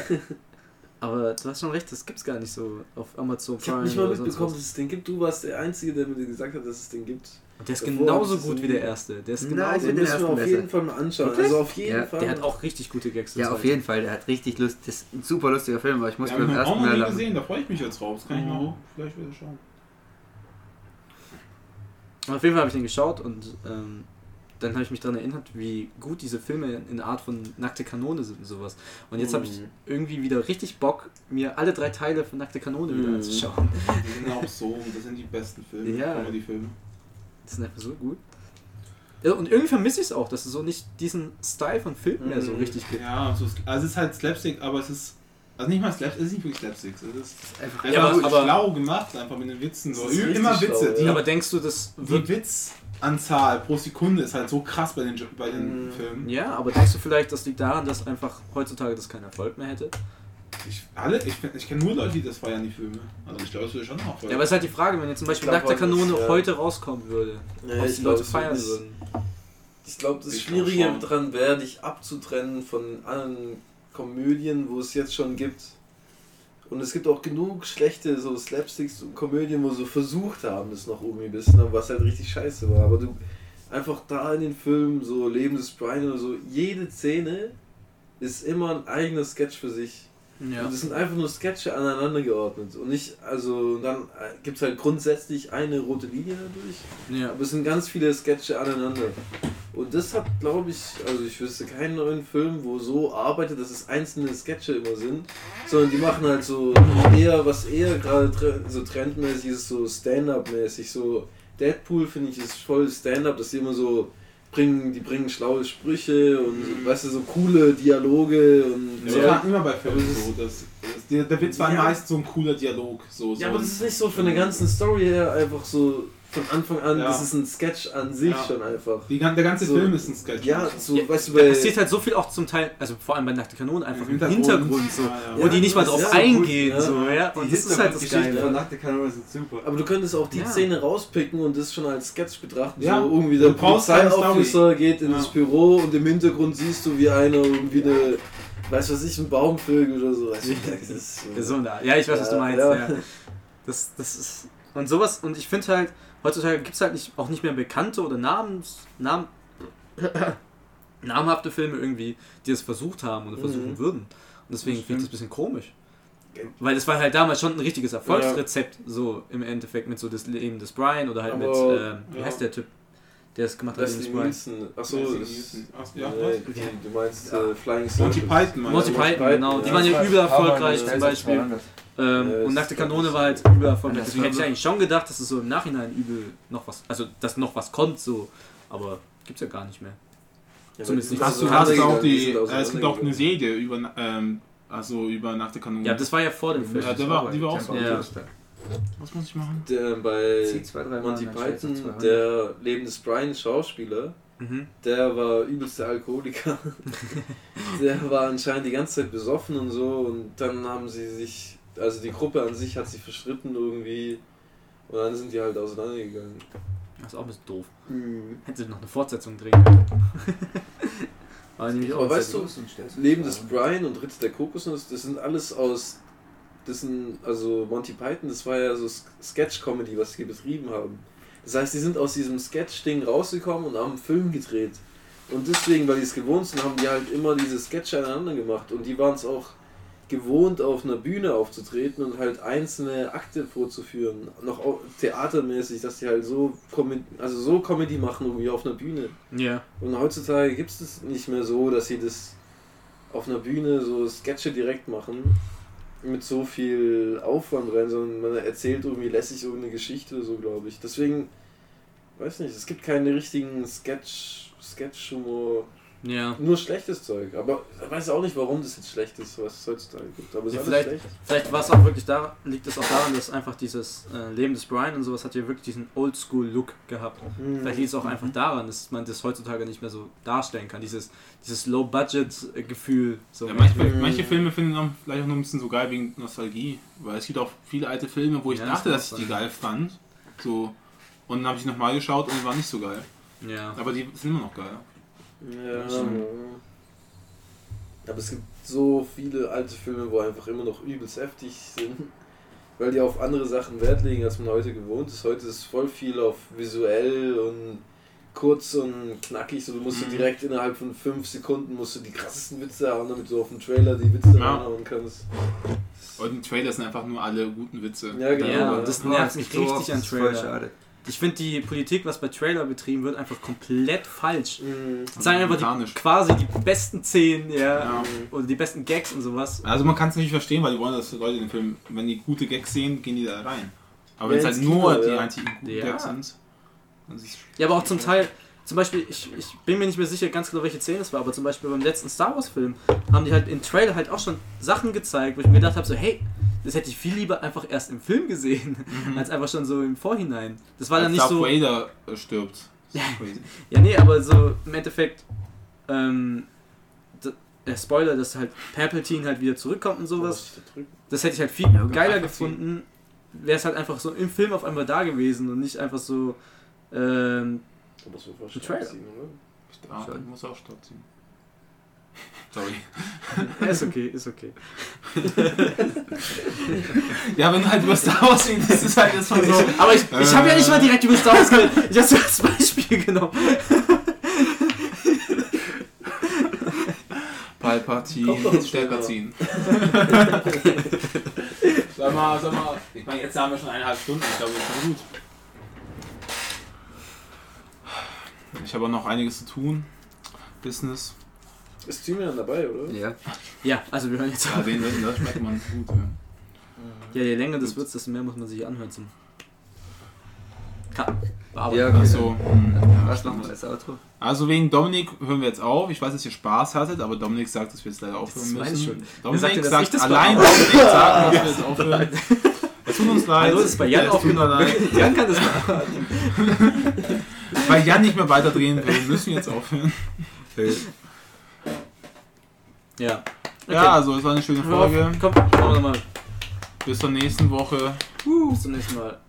Speaker 6: Aber du hast schon recht, das gibt's gar nicht so auf Amazon
Speaker 7: Ich habe nicht mal mitbekommen, dass es den gibt. Du warst der Einzige, der mir gesagt hat, dass es den gibt.
Speaker 6: Und der ist
Speaker 7: Davor
Speaker 6: genauso
Speaker 7: hab ich
Speaker 6: gut
Speaker 7: das
Speaker 6: wie der
Speaker 7: nie-
Speaker 6: erste. Ah, Der ist
Speaker 5: Nein,
Speaker 6: genauso
Speaker 5: der-
Speaker 7: Den
Speaker 5: den
Speaker 7: müssen wir
Speaker 5: ersten
Speaker 7: auf
Speaker 5: besser.
Speaker 7: jeden Fall mal anschauen.
Speaker 6: Wirklich?
Speaker 7: Also auf jeden
Speaker 5: Ja,
Speaker 7: Fall.
Speaker 6: Der hat auch richtig gute Gags. der
Speaker 5: Ja, auf
Speaker 6: zweite.
Speaker 5: jeden Fall. Der hat richtig Lust. Das ist ein super lustiger Film, aber ich muss
Speaker 9: Ja,
Speaker 5: beim
Speaker 9: haben wir auch
Speaker 5: ersten
Speaker 9: noch
Speaker 5: Mal
Speaker 9: nie
Speaker 5: lachen. Mhm.
Speaker 9: gesehen, da freue ich mich jetzt drauf. Das kann ich mal vielleicht wieder schauen.
Speaker 6: Und Auf jeden Fall habe ich den geschaut und ähm, dann habe ich mich daran erinnert, wie gut diese Filme in der Art von Nackte Kanone sind und sowas. Und jetzt habe ich
Speaker 7: Mhm.
Speaker 6: irgendwie wieder richtig Bock, mir alle drei Teile von Nackte Kanone wieder
Speaker 7: Mhm.
Speaker 6: anzuschauen.
Speaker 9: Die sind auch Genau so, das sind die besten Filme,
Speaker 6: Ja.
Speaker 9: Comedy-Filme.
Speaker 6: Das ist einfach so gut. Ja, und irgendwie vermisse ich es auch, dass es so nicht diesen Style von Film mehr so
Speaker 7: Mhm.
Speaker 6: richtig gibt.
Speaker 9: Ja, so, es- also es ist halt Slapstick, aber es ist. Also nicht mal Slapstick, es ist nicht wirklich Slapstick. Es ist
Speaker 5: Einfach
Speaker 6: Ja,
Speaker 9: einfach
Speaker 6: aber-
Speaker 9: schlau gemacht, einfach mit den Witzen. So.
Speaker 7: Es ist richtig
Speaker 9: Immer
Speaker 7: schlau,
Speaker 9: Witze.
Speaker 7: ja.
Speaker 9: Die,
Speaker 6: Aber denkst du, das
Speaker 9: die
Speaker 6: wird.
Speaker 9: Witzanzahl pro Sekunde ist halt so krass bei den, Jo- bei den
Speaker 7: Mhm.
Speaker 9: Filmen.
Speaker 6: Ja, aber denkst du vielleicht, das liegt daran, dass einfach heutzutage das keinen Erfolg mehr hätte?
Speaker 9: Ich, alle, ich, ich kenne nur Leute, die das feiern, die Filme. Also ich glaube, es würde schon auch
Speaker 6: Ja, aber es ist halt die Frage, wenn jetzt zum Beispiel
Speaker 7: Ich glaub,
Speaker 6: Nackte
Speaker 7: heute
Speaker 6: Kanone
Speaker 7: ist, ja.
Speaker 6: heute rauskommen würde,
Speaker 7: Ja,
Speaker 6: ob
Speaker 7: ich
Speaker 6: die
Speaker 7: glaub,
Speaker 6: Leute
Speaker 7: es
Speaker 6: feiern
Speaker 7: ist-
Speaker 6: würden.
Speaker 7: Ich glaube, das
Speaker 9: Ich glaub
Speaker 7: Schwierige
Speaker 9: schon.
Speaker 7: daran wäre, dich abzutrennen von anderen Komödien, wo es jetzt schon gibt. Und es gibt auch genug schlechte so Slapsticks und Komödien, wo sie versucht haben, es noch irgendwie ein bisschen, aber was halt richtig scheiße war. Aber du einfach da in den Filmen, so Leben des Brian oder so, jede Szene ist immer ein eigener Sketch für sich.
Speaker 6: Ja.
Speaker 7: Und es sind einfach nur Sketche aneinander geordnet. Und nicht, also, dann gibt es halt grundsätzlich eine rote Linie dadurch.
Speaker 6: ja.
Speaker 7: Aber es sind ganz viele Sketche aneinander. Und das hat, glaube ich, also ich wüsste keinen neuen Film, wo so arbeitet, dass es einzelne Sketche immer sind, sondern die machen halt so eher, was eher gerade tre- so trendmäßig ist, so Stand-up-mäßig. So Deadpool finde ich ist voll Stand-up, dass die immer so bringen, die bringen schlaue Sprüche und
Speaker 6: Mhm.
Speaker 7: so, weißt du, so coole Dialoge und
Speaker 9: Ja,
Speaker 7: so.
Speaker 9: aber das war immer bei
Speaker 7: Aber
Speaker 9: Filmen
Speaker 7: es
Speaker 9: so. Dass, dass der, der Witz war
Speaker 7: Ja.
Speaker 9: meist so ein cooler Dialog. So, so
Speaker 7: Ja, aber
Speaker 9: ein-
Speaker 7: das ist nicht so von der ganzen Story her einfach so von Anfang an,
Speaker 9: Ja.
Speaker 7: das ist ein Sketch an sich
Speaker 9: Ja.
Speaker 7: schon einfach.
Speaker 9: die, gan- der ganze
Speaker 7: so-
Speaker 9: Film ist ein Sketch.
Speaker 7: Ja, so,
Speaker 6: Ja,
Speaker 7: weißt du,
Speaker 6: Da
Speaker 7: bei.
Speaker 6: passiert halt so viel auch zum Teil, also vor allem bei Nackte Kanone, einfach im
Speaker 9: Im
Speaker 6: Hintergrund,
Speaker 9: Hintergrund.
Speaker 6: so,
Speaker 9: Ja, ja.
Speaker 6: wo die nicht mal
Speaker 7: Ja,
Speaker 6: drauf
Speaker 7: das ist ja gut, ne?
Speaker 6: eingehen.
Speaker 7: ja.
Speaker 6: So, ja.
Speaker 20: Die
Speaker 6: Und das ist halt das
Speaker 20: Hintergrundgeschichten
Speaker 6: Geile.
Speaker 20: von Nackte Kanone sind super.
Speaker 7: Aber du könntest auch die
Speaker 6: Ja.
Speaker 7: Szene rauspicken und das schon als Sketch betrachten.
Speaker 9: Ja,
Speaker 7: So irgendwie
Speaker 9: du
Speaker 7: der
Speaker 9: brauchst keine
Speaker 7: Polizeiofficer geht in
Speaker 9: Ja.
Speaker 7: das Büro und im Hintergrund siehst du, wie einer irgendwie eine, weiß was ich, einen Baum vögelt oder so. Weißt du, das ist so.
Speaker 6: Ja, so eine Art. ja, ich weiß, was du
Speaker 7: Ja,
Speaker 6: meinst.
Speaker 7: ja.
Speaker 6: Ja. Das, das ist. Und sowas, und ich finde halt, heutzutage gibt es halt nicht, auch nicht mehr bekannte oder Namens, Namen, namhafte Filme irgendwie, die es versucht haben oder versuchen
Speaker 7: Mhm.
Speaker 6: würden. Und deswegen
Speaker 7: Das
Speaker 6: finde
Speaker 7: stimmt.
Speaker 6: ich das ein bisschen komisch.
Speaker 7: Ja.
Speaker 6: Weil es war halt damals schon ein richtiges Erfolgsrezept, so im Endeffekt mit so das Leben des Brian oder halt mit,
Speaker 7: Aber-
Speaker 6: ähm, wie
Speaker 9: ja.
Speaker 6: heißt der Typ, der es gemacht hat, Leben
Speaker 7: Leslie
Speaker 6: des Brian?
Speaker 7: Nielsen. Achso,
Speaker 9: So,
Speaker 7: das
Speaker 9: Ach,
Speaker 7: Ja,
Speaker 9: ja,
Speaker 7: nee,
Speaker 9: was?
Speaker 7: du meinst äh, Flying
Speaker 9: Monty
Speaker 7: Circus.
Speaker 9: Python, meinst
Speaker 6: Monty
Speaker 9: du?
Speaker 6: Python,
Speaker 7: Python,
Speaker 6: genau.
Speaker 7: ja.
Speaker 6: Die waren ja übel erfolgreich zum Beispiel. Ähm,
Speaker 7: Ja,
Speaker 6: und
Speaker 7: das-
Speaker 6: Nackte
Speaker 7: das-
Speaker 6: Kanone war halt übel erfolgreich.
Speaker 5: Ja, das
Speaker 6: Deswegen
Speaker 5: war
Speaker 6: hätte ich
Speaker 5: so-
Speaker 6: eigentlich schon gedacht, dass es so im Nachhinein übel noch was, also dass noch was kommt so. Aber gibt's ja gar nicht mehr.
Speaker 7: Ja,
Speaker 6: Zumindest
Speaker 7: die
Speaker 6: nicht.
Speaker 7: sind
Speaker 9: Hast du,
Speaker 6: Also,
Speaker 9: hast du auch
Speaker 7: auseinandergegangen, die
Speaker 9: die,
Speaker 7: sind
Speaker 9: äh, es gibt auch eine
Speaker 7: auseinandergegangen.
Speaker 9: Serie über, ähm, also über Nach der Kanone.
Speaker 6: Ja, das war ja vor dem Film.
Speaker 9: Ja, der war, die war auch so.
Speaker 6: Ja.
Speaker 9: Was muss ich machen?
Speaker 7: Der, äh, bei
Speaker 5: zwei, drei
Speaker 7: Monty Python, der Leben des Brian Schauspieler,
Speaker 6: Mhm.
Speaker 7: Der war übelster Alkoholiker. der war anscheinend die ganze Zeit besoffen und so. Und dann haben sie sich, also die Gruppe an sich hat sich verstritten irgendwie. Und dann sind die halt auseinandergegangen.
Speaker 6: Das ist auch ein bisschen doof.
Speaker 7: Mhm.
Speaker 6: Hätte noch eine Fortsetzung drehen können. Aber nämlich auch
Speaker 7: Aber weißt du,
Speaker 5: Das
Speaker 7: Leben des Brian und Ritter der Kokosnuss, das sind alles aus. Das sind, also Monty Python, das war ja so S- Sketch-Comedy, was sie betrieben haben. Das heißt, die sind aus diesem Sketch-Ding rausgekommen und haben einen Film gedreht. Und deswegen, weil die es gewohnt sind, haben die halt immer diese Sketche aneinander gemacht. Und die waren es auch gewohnt, auf einer Bühne aufzutreten und halt einzelne Akte vorzuführen. Noch au- theatermäßig, dass die halt so, Comedy, also so Comedy machen, irgendwie auf einer Bühne.
Speaker 6: Ja.
Speaker 7: Und heutzutage gibt es das nicht mehr so, dass sie das auf einer Bühne so Sketche direkt machen, mit so viel Aufwand rein, sondern man erzählt irgendwie lässig irgendeine Geschichte oder so, glaube ich. Deswegen, weiß nicht, es gibt keinen richtigen Sketch, Sketch-Humor
Speaker 6: Ja.
Speaker 7: Nur schlechtes Zeug. Aber ich weiß auch nicht, warum das jetzt schlecht ist, was es heutzutage gibt. Aber es ist
Speaker 6: Ja,
Speaker 7: alles
Speaker 6: vielleicht-
Speaker 7: schlecht.
Speaker 6: Vielleicht war es auch wirklich da, liegt es auch daran, dass einfach dieses äh, Leben des Brian und sowas hat ja wirklich diesen Oldschool-Look gehabt.
Speaker 7: Mhm.
Speaker 6: Vielleicht liegt es auch einfach daran, dass man das heutzutage nicht mehr so darstellen kann. Dieses, dieses Low-Budget-Gefühl. So
Speaker 9: Ja, manchmal, Manche Filme finden auch vielleicht auch nur ein bisschen so geil wegen Nostalgie, weil es gibt auch viele alte Filme, wo ich
Speaker 6: Ja, das
Speaker 9: dachte,
Speaker 6: kann
Speaker 9: dass ich
Speaker 6: sein.
Speaker 9: die geil fand. So. Und dann habe ich nochmal geschaut und die waren nicht so geil.
Speaker 6: ja.
Speaker 9: Aber die sind immer noch geil.
Speaker 7: Ja. Ähm, Aber es gibt so viele alte Filme, wo einfach immer noch übelst heftig sind, weil die auf andere Sachen Wert legen, als man heute gewohnt ist. Heute ist voll viel auf visuell und kurz und knackig, so du
Speaker 6: Mhm.
Speaker 7: musst du direkt innerhalb von fünf Sekunden musst du die krassesten Witze haben, damit du auf dem Trailer die Witze
Speaker 9: Ja.
Speaker 7: reinhauen kannst.
Speaker 9: Und im Trailer sind einfach nur alle guten Witze.
Speaker 7: Ja, genau.
Speaker 6: Ja,
Speaker 7: Ja.
Speaker 6: das nervt mich
Speaker 5: So oft,
Speaker 6: richtig an
Speaker 5: das ist voll
Speaker 6: Trailer.
Speaker 5: schade.
Speaker 6: Ich finde die Politik, was bei Trailer betrieben wird, einfach komplett falsch.
Speaker 7: Mhm.
Speaker 6: Es sind einfach die,
Speaker 9: Amerikanisch.
Speaker 6: quasi die besten Szenen, ja,
Speaker 9: Ja.
Speaker 6: oder die besten Gags und sowas.
Speaker 9: Also man kann es natürlich verstehen, weil die wollen, dass die Leute den Film, wenn die gute Gags sehen, gehen die da rein. Aber wenn
Speaker 7: Ja,
Speaker 9: es halt
Speaker 7: ins Kino,
Speaker 9: nur die
Speaker 7: ja.
Speaker 9: anti guten
Speaker 6: Ja.
Speaker 9: Gags sind, dann ist es
Speaker 6: Ja, aber auch zum Teil, zum Beispiel, ich, ich bin mir nicht mehr sicher ganz genau, welche Szene es war, aber zum Beispiel beim letzten Star Wars-Film haben die halt im Trailer halt auch schon Sachen gezeigt, wo ich mir gedacht habe, so, hey, das hätte ich viel lieber einfach erst im Film gesehen, als einfach schon so im Vorhinein. Das war dann
Speaker 9: Mhm. als
Speaker 6: nicht
Speaker 9: Darth
Speaker 6: so.
Speaker 9: Vader äh, stirbt. Das ist crazy.
Speaker 6: Ja, nee, aber so im Endeffekt, ähm, d- äh, Spoiler, dass halt Palpatine halt wieder zurückkommt und sowas. Das hätte ich halt viel geiler gefunden, wäre es halt einfach so im Film auf einmal da gewesen und nicht einfach so, ähm,
Speaker 7: Aber so war
Speaker 6: Trailer.
Speaker 7: Scheiße, oder?
Speaker 9: Ah, ich muss auch Staub ziehen. Sorry.
Speaker 6: ja, ist okay, ist okay.
Speaker 9: Ja, wenn du halt über Star Wars redest, das ist halt jetzt mal so.
Speaker 6: Aber ich, ich habe ja nicht mal direkt über Star Wars geredet. Ich habe als Beispiel genommen.
Speaker 7: Kommt doch
Speaker 9: Palpatine,
Speaker 7: ein
Speaker 9: Stellpatine. sag mal, sag mal. Ich meine, jetzt haben wir schon eineinhalb Stunden. Ich glaube, das ist schon gut. Ich habe auch noch einiges zu tun. Business.
Speaker 7: Ist Thymian dabei, oder?
Speaker 5: Ja.
Speaker 6: Ja, also wir hören jetzt
Speaker 9: Ja,
Speaker 6: auf.
Speaker 9: den, den, das schmeckt man gut.
Speaker 6: Ja,
Speaker 9: Ja.
Speaker 6: je länger das wird, desto mehr muss man sich anhören zum. Cut. Bearbeiten.
Speaker 5: Ja, okay.
Speaker 9: Achso. hm, ja,
Speaker 5: Was
Speaker 9: stimmt.
Speaker 5: machen wir als Outro?
Speaker 9: Also wegen Dominik hören wir jetzt auf. Ich weiß, dass ihr Spaß hattet, aber Dominik sagt, dass wir jetzt leider aufhören
Speaker 6: Das weiß
Speaker 9: müssen.
Speaker 6: ich schon.
Speaker 9: Dominik
Speaker 6: sagt denn, dass ich
Speaker 9: sagt,
Speaker 6: das
Speaker 9: allein
Speaker 6: war?
Speaker 9: Dominik sagt, dass wir jetzt aufhören. Es tut uns leid.
Speaker 6: Hallo, das ist bei Jan
Speaker 9: Es tut mir
Speaker 6: aufgenommen.
Speaker 9: leid.
Speaker 6: Jan kann das machen.
Speaker 9: Weil Jan nicht mehr weiterdrehen will, müssen wir jetzt aufhören.
Speaker 6: Ja.
Speaker 9: Ja, also es war eine schöne Folge.
Speaker 6: Komm, machen wir nochmal.
Speaker 9: Bis zur nächsten Woche.
Speaker 6: Bis zum nächsten Mal.